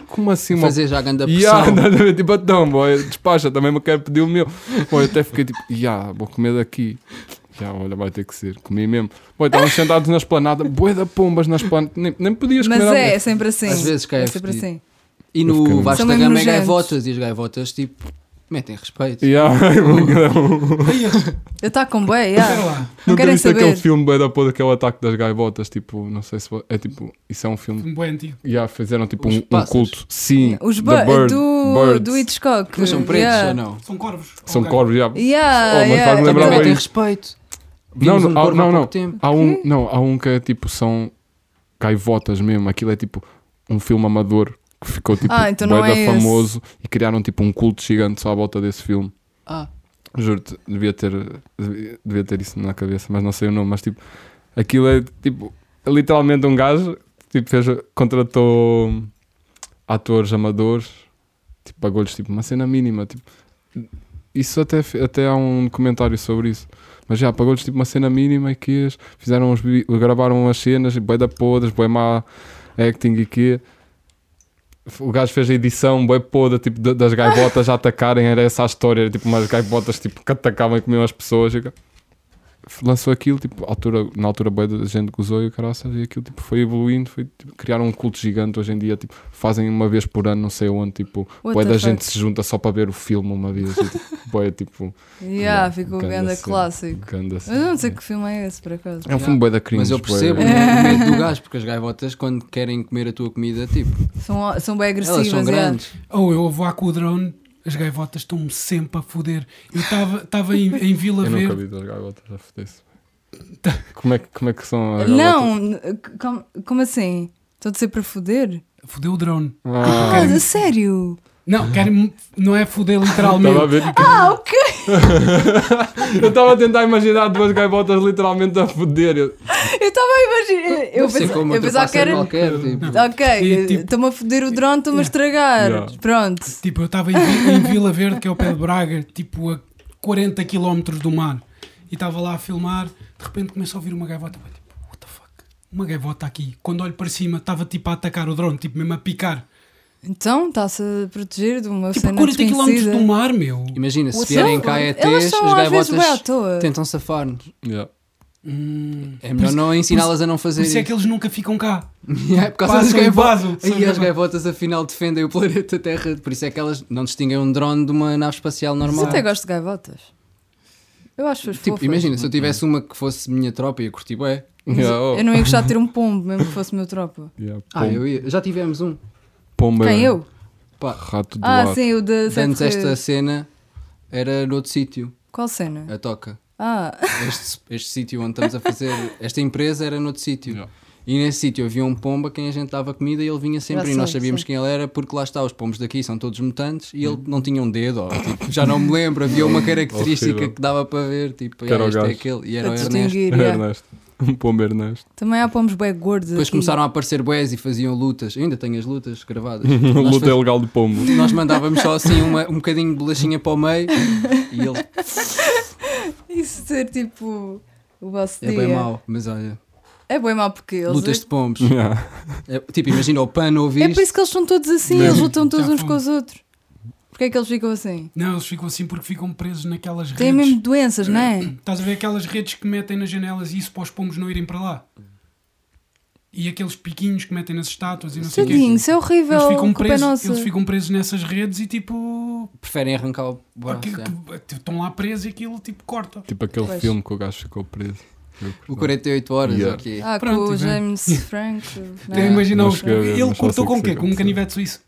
Speaker 5: como assim uma
Speaker 1: Fazer já a grande pressão.
Speaker 5: Yeah, nada a ver, tipo, então, boy, despacha, também me quero pedir o meu. Boy, eu até fiquei tipo, yeah, vou comer daqui. Yeah, olha, vai ter que ser, comi mesmo. Boy, estávamos sentados na esplanada, bué da pombas na esplanada, nem, nem podias
Speaker 4: Mas
Speaker 5: comer à
Speaker 4: é,
Speaker 5: mesa.
Speaker 4: é sempre assim.
Speaker 1: Às vezes cai tipo.
Speaker 4: É
Speaker 1: a
Speaker 4: sempre
Speaker 1: fedido.
Speaker 4: assim.
Speaker 1: E
Speaker 5: Eu fiquei
Speaker 1: no
Speaker 5: mesmo-
Speaker 1: Vasco
Speaker 4: São
Speaker 1: da
Speaker 4: mesmo
Speaker 1: Gama é
Speaker 4: nojentos.
Speaker 1: gaivotas e as gaivotas, tipo, metem respeito.
Speaker 5: Yeah,
Speaker 4: Eu está com bué,
Speaker 3: Espera
Speaker 4: yeah.
Speaker 3: lá.
Speaker 4: Não
Speaker 5: não
Speaker 4: querem
Speaker 5: viste aquele
Speaker 4: saber.
Speaker 5: filme bué da podre, aquele ataque das gaivotas, tipo, não sei se foi- é tipo, isso é um filme,
Speaker 3: Um bom antigo.
Speaker 5: yeah, fizeram tipo
Speaker 1: Os
Speaker 5: um, um
Speaker 1: pássaros.
Speaker 5: culto. Sim,
Speaker 4: Os
Speaker 5: The
Speaker 4: bu-
Speaker 5: Bird-
Speaker 4: do,
Speaker 5: Birds.
Speaker 4: do Hitchcock.
Speaker 1: Mas são pretos
Speaker 4: yeah.
Speaker 1: ou não?
Speaker 3: São corvos.
Speaker 5: São
Speaker 3: Ok.
Speaker 5: corvos, yeah.
Speaker 4: Yeah,
Speaker 5: Oh, mas
Speaker 4: yeah.
Speaker 5: faz-me
Speaker 1: Também
Speaker 5: lembrava
Speaker 1: metem
Speaker 5: isso.
Speaker 1: respeito.
Speaker 5: Não,
Speaker 1: Vimos
Speaker 5: não,
Speaker 1: um
Speaker 5: há-
Speaker 1: corvo há
Speaker 5: não, não.
Speaker 1: pouco tempo.
Speaker 5: Há um, não, há um que é tipo, são gaivotas mesmo. Aquilo é tipo um filme amador que ficou tipo
Speaker 4: Ah, então não
Speaker 5: bué da
Speaker 4: é esse.
Speaker 5: famoso e criaram tipo um culto gigante só à volta desse filme.
Speaker 1: Ah,
Speaker 5: Juro-te, devia ter, devia- devia ter isso na cabeça, mas não sei o nome. Mas tipo, aquilo é tipo, literalmente um gajo tipo, fez, contratou atores amadores, tipo, pagou-lhes tipo, uma cena mínima. Tipo, isso até, fe- até há um documentário sobre isso. Mas já, pagou-lhes tipo uma cena mínima e que fizeram uns, vi- gravaram as cenas, boi da podres, boi má acting e que o gajo fez a edição boi poda, tipo da- das gaivotas a atacarem, era essa a história, era tipo umas gaivotas tipo, que atacavam e comiam as pessoas. E, o ca- lançou aquilo, tipo, à altura, na altura boi da gente gozou e o caraças, e aquilo tipo, foi evoluindo, foi, tipo, criaram um culto gigante hoje em dia, tipo, fazem uma vez por ano, não sei onde, tipo,
Speaker 4: What
Speaker 5: boi
Speaker 4: the
Speaker 5: da
Speaker 4: fuck?
Speaker 5: gente se junta só para ver o filme uma vez, e, tipo, boi tipo
Speaker 4: Yeah,
Speaker 5: Não,
Speaker 4: ficou
Speaker 5: ganda
Speaker 4: ganda
Speaker 1: assim.
Speaker 5: cena.
Speaker 4: clássico.
Speaker 5: Ganda
Speaker 4: Eu não sei
Speaker 5: cena.
Speaker 4: que filme é esse, por acaso.
Speaker 5: É um filme bué da cringe.
Speaker 1: mas eu
Speaker 5: bué.
Speaker 1: percebo né? o medo do gajo, porque as gaivotas, quando querem comer a tua comida, tipo,
Speaker 4: São, são bem
Speaker 1: elas
Speaker 4: agressivas. é.
Speaker 1: são
Speaker 4: yeah.
Speaker 1: grandes.
Speaker 3: Ou Oh, eu vou à com o drone, as gaivotas estão-me sempre a foder. Eu estava em, em Vila
Speaker 5: Eu nunca
Speaker 3: Verde.
Speaker 5: vi das gaivotas, já fodei-se. Como é, que- como é que são as
Speaker 4: Não, n- como, como assim? Estou a dizer para foder?
Speaker 3: Fodeu o drone.
Speaker 5: Ah,
Speaker 4: Ah, a sério?
Speaker 3: Não, querem não é foder
Speaker 5: Estava a
Speaker 3: literalmente.
Speaker 5: ver.
Speaker 4: Ah, ok.
Speaker 5: Eu estava a tentar imaginar duas gaivotas literalmente a foder. Eu-
Speaker 4: Eu estava a imaginar. Eu,
Speaker 1: Deve ser
Speaker 4: pensa-
Speaker 1: como
Speaker 4: eu
Speaker 1: outro
Speaker 4: pensava que
Speaker 1: pássaro
Speaker 4: era.
Speaker 1: qualquer, tipo.
Speaker 3: E,
Speaker 4: Ok,
Speaker 3: tipo-
Speaker 4: estou-me a foder o drone, estou-me a
Speaker 3: Yeah.
Speaker 4: estragar.
Speaker 5: Yeah.
Speaker 4: Pronto.
Speaker 3: Tipo, eu estava em, Vi- em Vila Verde, que é o pé de Braga, tipo a 40 km do mar. E estava lá a filmar, de repente começo a ouvir uma gaivota. Eu, tipo, what the fuck? Uma gaivota aqui. Quando olho para cima, estava tipo a atacar o drone, tipo mesmo a picar.
Speaker 4: Então, está-se a proteger de uma
Speaker 3: Tipo a
Speaker 4: cena
Speaker 3: 40 km
Speaker 4: desconhecida.
Speaker 3: do mar, meu.
Speaker 1: Imagina, se
Speaker 4: Elas
Speaker 1: vierem
Speaker 4: são-
Speaker 1: cá ETs,
Speaker 4: elas são
Speaker 1: as
Speaker 4: às vezes bem à
Speaker 1: gaivotas
Speaker 4: toa.
Speaker 1: tentam safar-nos.
Speaker 5: Yeah.
Speaker 3: Hum.
Speaker 1: É melhor não ensiná-las a não fazer
Speaker 3: Por isso
Speaker 1: isso.
Speaker 3: é que eles nunca ficam cá.
Speaker 1: É por causa das
Speaker 4: um
Speaker 3: Passam e
Speaker 1: gaivotas.
Speaker 3: vazam.
Speaker 1: E as
Speaker 3: São
Speaker 1: gaivotas afinal defendem o planeta Terra. Por isso é que elas não distinguem um drone de uma nave espacial
Speaker 4: Mas eu
Speaker 1: normal.
Speaker 4: até gosto de gaivotas. Eu acho as
Speaker 1: Tipo,
Speaker 4: fofas.
Speaker 1: imagina, se eu tivesse uma que fosse minha tropa ia curtir bué.
Speaker 4: Mas
Speaker 5: Yeah, oh.
Speaker 4: Eu não ia gostar de ter um pombo, mesmo que fosse meu tropa.
Speaker 5: Yeah, pom-
Speaker 1: Ah, eu ia. Já tivemos um.
Speaker 5: pomba-
Speaker 4: Quem eu?
Speaker 1: Pá,
Speaker 5: Rato do
Speaker 4: Ah,
Speaker 5: ar.
Speaker 4: sim, o de Sete
Speaker 1: antes esta
Speaker 4: Rios.
Speaker 1: cena era noutro sítio,
Speaker 4: Qual cena?
Speaker 1: a toca.
Speaker 4: Ah,
Speaker 1: Este este sítio onde estamos a fazer. Esta empresa era noutro sítio.
Speaker 5: Yeah.
Speaker 1: E nesse sítio havia um pombo a quem a gente dava comida e ele vinha sempre
Speaker 4: Já
Speaker 1: e nós
Speaker 4: sei,
Speaker 1: sabíamos
Speaker 4: Ah, sim.
Speaker 1: quem ele era porque lá está, os pombos daqui são todos mutantes e ele não tinha um dedo, ou, tipo, já não me lembro, havia uma característica
Speaker 5: Uhum. Horrível.
Speaker 1: que dava para ver, tipo,
Speaker 5: Que era
Speaker 1: "Ah,
Speaker 5: o
Speaker 1: este é
Speaker 5: gajo."
Speaker 1: aquele, e era
Speaker 4: para
Speaker 1: o Ernesto.
Speaker 4: distinguir. yeah.
Speaker 5: Ernesto. Um pombo Ernesto.
Speaker 4: Também há pombos bem gordos.
Speaker 1: Depois
Speaker 4: aqui.
Speaker 1: começaram a aparecer boés e faziam lutas, Eu ainda tenho as lutas gravadas. Nós
Speaker 5: Um Luta
Speaker 1: faz-
Speaker 5: ilegal de pombo.
Speaker 1: Nós mandávamos só assim uma- um bocadinho de bolachinha para o meio e ele
Speaker 4: Isso ser tipo o vosso
Speaker 1: é
Speaker 4: dia.
Speaker 1: bem mau, mas olha,
Speaker 4: É bem mau porque eles.
Speaker 1: lutas de pombos.
Speaker 5: Yeah.
Speaker 1: É, tipo, imagina o pano
Speaker 4: É
Speaker 1: ouvir.
Speaker 4: por isso que eles são todos assim,
Speaker 5: Mesmo.
Speaker 4: eles lutam todos
Speaker 3: Já
Speaker 4: uns
Speaker 3: fomos.
Speaker 4: com os outros. Porquê é que eles ficam assim?
Speaker 3: Não, eles ficam assim porque ficam presos naquelas redes.
Speaker 4: Têm mesmo doenças, não é?
Speaker 3: Estás a ver aquelas redes que metem nas janelas e isso para os pombos não irem para lá? E aqueles piquinhos que metem nas estátuas e não sei o quê.
Speaker 4: Tadinho, isso é horrível.
Speaker 3: Eles ficam,
Speaker 4: culpa é
Speaker 3: presos,
Speaker 4: nossa.
Speaker 3: eles ficam presos nessas redes e tipo.
Speaker 1: Preferem arrancar o braço.
Speaker 3: aquilo-
Speaker 1: é.
Speaker 3: que- Estão lá presos e aquilo tipo corta.
Speaker 5: Tipo aquele
Speaker 4: Pois.
Speaker 5: filme que o gajo ficou preso. Eu-
Speaker 1: O 48 horas,
Speaker 5: Yeah.
Speaker 1: ok.
Speaker 4: Ah,
Speaker 3: Pronto,
Speaker 4: com
Speaker 3: e
Speaker 4: o
Speaker 3: bem.
Speaker 4: James Frank. não
Speaker 3: Então
Speaker 4: é?
Speaker 3: imagina
Speaker 5: Não
Speaker 3: o-
Speaker 5: cheguei a ver,
Speaker 3: Ele
Speaker 5: mas só sei
Speaker 3: cortou com o
Speaker 5: que
Speaker 3: quê?
Speaker 5: sei
Speaker 3: Com um
Speaker 5: que- é.
Speaker 3: canivete suíço.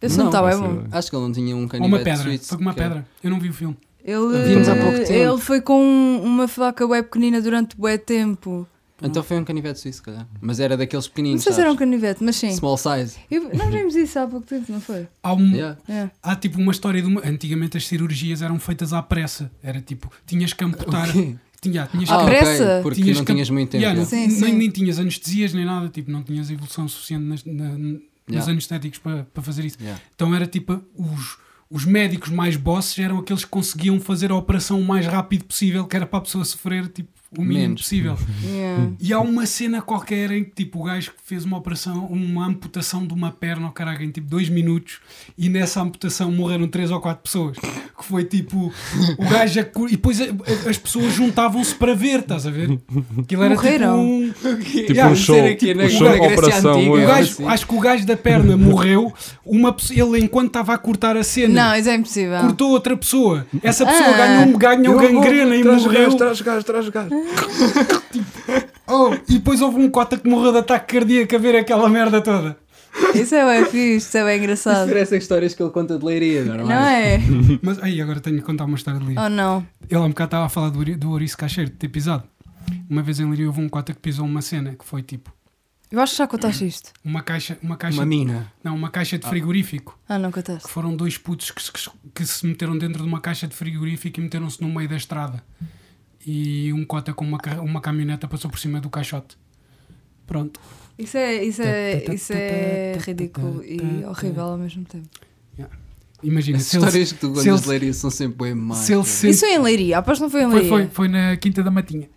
Speaker 4: Esse não
Speaker 1: Não,
Speaker 4: está
Speaker 5: não
Speaker 4: bem
Speaker 5: sei.
Speaker 4: bom.
Speaker 1: Acho que ele não tinha um
Speaker 3: Ou uma
Speaker 1: canivete
Speaker 3: pedra.
Speaker 1: suíço.
Speaker 3: Foi com uma
Speaker 1: sequer.
Speaker 3: pedra. Eu não vi o filme.
Speaker 4: Ele,
Speaker 1: Vimos há pouco tempo.
Speaker 4: ele foi com uma faca bué pequenina durante bué tempo.
Speaker 1: Então foi um canivete suíço, se calhar. Mas era daqueles
Speaker 4: Não
Speaker 1: pequeninos.
Speaker 4: sei se era um
Speaker 1: sabes?
Speaker 4: canivete, mas sim.
Speaker 1: Small size.
Speaker 4: Eu- nós vimos isso há pouco tempo, não foi?
Speaker 3: Há, um-
Speaker 1: Yeah.
Speaker 4: É.
Speaker 3: há tipo uma história de uma. Antigamente as cirurgias eram feitas à pressa. Era tipo, tinhas que amputar.
Speaker 1: O quê?
Speaker 3: Tinha, tinhas
Speaker 4: Ah,
Speaker 3: que
Speaker 1: ok,
Speaker 4: pressa?
Speaker 1: Porque não
Speaker 3: que-
Speaker 1: tinhas muito tempo.
Speaker 3: Yeah, não-
Speaker 1: yeah.
Speaker 4: Sim,
Speaker 3: nem,
Speaker 4: sim.
Speaker 3: nem tinhas anestesias nem nada, tipo, não tinhas evolução suficiente nas- na- nos
Speaker 1: Yeah.
Speaker 3: anestéticos para, para fazer isso.
Speaker 1: Yeah.
Speaker 3: Então era tipo os, os médicos mais bosses eram aqueles que conseguiam fazer a operação o mais rápido possível, que era para a pessoa sofrer tipo, o mínimo
Speaker 1: Menos.
Speaker 3: possível.
Speaker 4: Yeah.
Speaker 3: E há uma cena qualquer em que tipo, o gajo que fez uma operação, uma amputação de uma perna, ou caralho, em tipo dois minutos, e nessa amputação morreram três ou quatro pessoas. Que foi tipo, o gajo a cur... e depois a- a- as pessoas juntavam-se para ver, estás a ver? Aquilo era
Speaker 4: Morreram.
Speaker 3: tipo um.
Speaker 5: Tipo
Speaker 3: Yeah,
Speaker 5: um show.
Speaker 1: dizer aqui na-
Speaker 5: um show
Speaker 3: na
Speaker 5: de
Speaker 1: Grécia
Speaker 5: operação
Speaker 1: Antiga,
Speaker 5: hoje.
Speaker 3: né?
Speaker 1: Eu
Speaker 3: O gajo-
Speaker 1: assim.
Speaker 3: acho que o gajo da perna morreu. Uma, pessoa- ele, enquanto estava a cortar a cena,
Speaker 4: Não, isso é impossível.
Speaker 3: cortou outra pessoa. Essa pessoa
Speaker 4: Ah.
Speaker 3: ganhou, um, ganhou gangrena e morreu.
Speaker 5: Traz gás, traz gás.
Speaker 3: Oh, e depois houve um cota que morreu de ataque cardíaco a ver aquela merda toda.
Speaker 4: Isso é bem fixe, isso é bem
Speaker 1: Isso
Speaker 4: engraçado.
Speaker 1: parece as histórias que ele conta de leiria,
Speaker 4: Não é?
Speaker 3: Mas aí agora tenho que contar uma história de Liria.
Speaker 4: Oh não.
Speaker 3: Ele há um bocado estava a falar do, Ori- do Ouriço Cacheiro, de ter pisado. Uma vez em Liria houve um cota que pisou uma cena que foi tipo
Speaker 4: Eu acho que já contaste isto.
Speaker 3: uma caixa, uma
Speaker 4: é?
Speaker 3: caixa,
Speaker 1: Uma mina.
Speaker 3: não, uma caixa de frigorífico.
Speaker 4: Ah, não
Speaker 3: que
Speaker 4: contaste.
Speaker 3: foram dois putos que se, que se- que se meteram dentro de uma caixa de frigorífico e meteram-se no meio da estrada. E um cota com uma, ca- uma caminhoneta passou por cima do caixote. Pronto.
Speaker 4: Isso é, isso é, isso é ridículo e horrível ao mesmo tempo.
Speaker 3: Imagina,
Speaker 1: As
Speaker 3: se ele,
Speaker 1: histórias que tu
Speaker 3: se
Speaker 1: contas
Speaker 3: ele-
Speaker 1: de leiria são sempre bem más.
Speaker 3: se ele
Speaker 1: cara.
Speaker 3: se-
Speaker 4: Isso é em Leiria, aposto que não foi em
Speaker 3: foi,
Speaker 4: Leiria.
Speaker 3: foi, foi na Quinta da Matinha.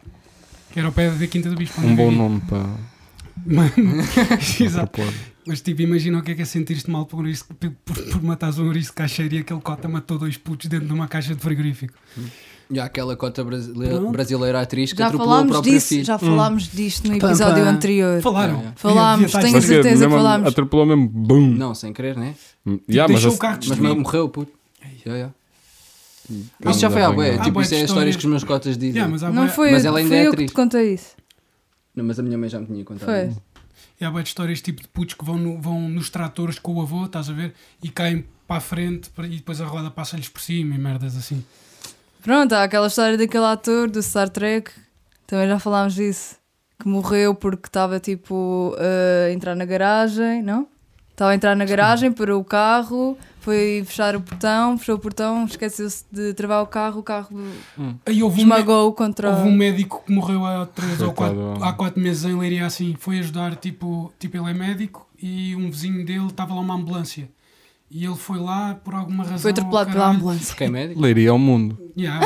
Speaker 3: Que era o pé da Quinta do Bispo. é? onde
Speaker 5: Um bom
Speaker 3: vivi.
Speaker 5: nome para
Speaker 3: Exato.
Speaker 5: propor.
Speaker 3: Mas tipo, imagina o que é que é sentir-te mal por, isso, por, por matares um ouriço de caixeiro e aquele cota matou dois putos dentro de uma caixa de frigorífico.
Speaker 1: E há aquela cota brasileira,
Speaker 3: Pronto.
Speaker 1: brasileira atriz que
Speaker 4: Já
Speaker 1: atropelou o
Speaker 4: falámos
Speaker 1: próprio
Speaker 4: disso,
Speaker 1: filho.
Speaker 4: já falámos disto no episódio
Speaker 1: Pam, pam.
Speaker 4: anterior.
Speaker 3: Falaram.
Speaker 1: Yeah, yeah.
Speaker 4: É. Falámos,
Speaker 3: Devia estar
Speaker 4: tenho
Speaker 3: escrito.
Speaker 5: Mas é que
Speaker 4: certeza que
Speaker 5: mesmo
Speaker 4: falámos.
Speaker 5: atropelou mesmo, bum.
Speaker 1: Não, sem querer, né?
Speaker 5: Yeah, mas
Speaker 3: deixou
Speaker 5: a-
Speaker 3: o carro
Speaker 1: Mas
Speaker 3: destruído.
Speaker 1: morreu, puto. Yeah, yeah.
Speaker 5: Não,
Speaker 1: Isso já foi à
Speaker 5: Hum. não,
Speaker 1: boia.
Speaker 5: não.
Speaker 1: Tipo,
Speaker 3: Ah,
Speaker 1: isso é
Speaker 3: bué de
Speaker 1: as histórias
Speaker 3: histórias.
Speaker 1: que os meus cotas dizem.
Speaker 3: Yeah, mas há
Speaker 4: Não
Speaker 3: bué-
Speaker 4: foi,
Speaker 1: Mas ela ainda
Speaker 4: foi
Speaker 1: é
Speaker 4: eu que
Speaker 1: atriz. Hum.
Speaker 4: te contei isso.
Speaker 1: Não, mas a minha mãe já me tinha contado.
Speaker 4: Foi.
Speaker 1: isso.
Speaker 3: E há bué de histórias tipo de putos que vão, no- vão nos tratores com o avô, estás a ver? E caem para a frente para- e depois a roda passa-lhes por cima e merdas assim.
Speaker 4: Pronto, há aquela história daquele ator do Star Trek, também já falámos disso, que morreu porque estava tipo a entrar na garagem, não? Estava a entrar na garagem, parou o carro, foi fechar o portão, fechou o portão, esqueceu-se de travar o carro, o carro
Speaker 3: Aí houve um, mé-
Speaker 4: esmagou-o contra.
Speaker 3: houve um médico que morreu há três ou
Speaker 5: Coitado,
Speaker 3: quatro,
Speaker 5: homem.
Speaker 3: há quatro meses em Leiria assim. Foi ajudar, tipo, tipo, ele é médico e um vizinho dele estava lá uma ambulância. E ele foi lá por alguma razão.
Speaker 4: Foi atropelado
Speaker 3: ao
Speaker 4: pela
Speaker 3: caralho.
Speaker 4: ambulância.
Speaker 1: Porque é médico.
Speaker 5: Leiria ao mundo.
Speaker 3: Yeah,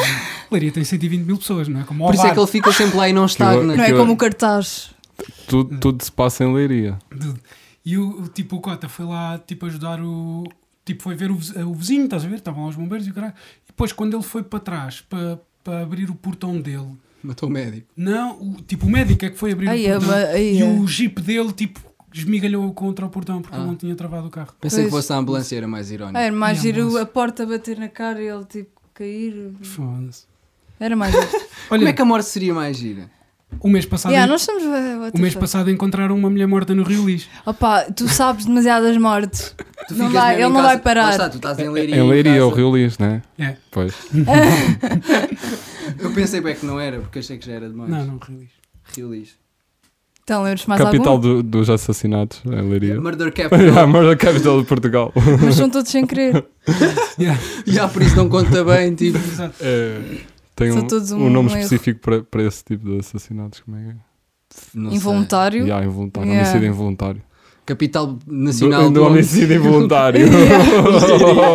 Speaker 3: Leiria tem 120 mil pessoas, não é? Como
Speaker 1: Por isso é que
Speaker 3: Ovar.
Speaker 1: ele fica sempre lá e não né? estagna.
Speaker 4: Não é
Speaker 5: Aquilo-
Speaker 4: como o cartaz.
Speaker 1: Hum.
Speaker 5: Tudo, tudo se passa em Leiria.
Speaker 3: Dude. E o, o tipo, o Cota foi lá, tipo, ajudar o. Tipo, foi ver o, viz- o vizinho, estás a ver? Estavam lá os bombeiros e o caralho. E depois, quando ele foi para trás, para, para abrir o portão dele,
Speaker 1: Matou o médico.
Speaker 3: não, o, tipo, o médico é que foi abrir
Speaker 4: Ai,
Speaker 3: o portão.
Speaker 4: ama- ai,
Speaker 3: e
Speaker 4: é.
Speaker 3: o jeep dele, tipo, esmigalhou contra o portão porque
Speaker 1: Ah.
Speaker 3: ele não tinha travado o carro.
Speaker 1: Pensei que
Speaker 4: Pois. É.
Speaker 1: fosse a ambulância, era mais irónico.
Speaker 4: Era mais
Speaker 3: E a
Speaker 4: giro
Speaker 3: ambulância.
Speaker 4: a porta bater na cara e ele tipo cair.
Speaker 3: Foda-se.
Speaker 4: Era mais giro.
Speaker 1: Como
Speaker 3: Olha,
Speaker 1: é que a morte seria mais gira?
Speaker 3: o mês passado.
Speaker 4: yeah, tipo- nós somos. what the
Speaker 3: O mês
Speaker 4: fuck.
Speaker 3: passado encontraram uma mulher morta no Rio Lis.
Speaker 4: Opa, tu sabes demasiadas mortes.
Speaker 1: Tu
Speaker 4: Não
Speaker 1: ficas mesmo
Speaker 4: vai- ele
Speaker 1: em
Speaker 4: não
Speaker 1: casa-
Speaker 4: vai parar.
Speaker 1: Lá está, tu estás em Leiria.
Speaker 5: Em
Speaker 1: em
Speaker 5: É, Leiria,
Speaker 1: casa.
Speaker 5: ao Rio Lis, né?
Speaker 3: É.
Speaker 5: Pois.
Speaker 1: Eu pensei bem que não era, porque achei que já era demais.
Speaker 3: Não, não, Rio Lis.
Speaker 1: Rio Lixo.
Speaker 4: Então lembres mais
Speaker 5: Capital
Speaker 4: algum?
Speaker 5: do- dos assassinatos, em Leiria.
Speaker 1: Murder
Speaker 5: A
Speaker 1: Capital.
Speaker 5: murder capital de Portugal.
Speaker 4: Mas são todos sem querer.
Speaker 3: Yeah,
Speaker 1: Já por isso não conta bem, tipo.
Speaker 3: exato.
Speaker 5: É, tem
Speaker 4: São
Speaker 5: um,
Speaker 4: todos um-
Speaker 5: um nome
Speaker 4: um erro.
Speaker 5: específico para, para esse tipo de assassinatos. Como é que
Speaker 1: Não sei.
Speaker 5: é?
Speaker 4: Involuntário.
Speaker 5: Yeah, involuntário.
Speaker 4: Yeah.
Speaker 5: Homicídio involuntário.
Speaker 1: Capital Nacional
Speaker 5: do, do homicídio involuntário.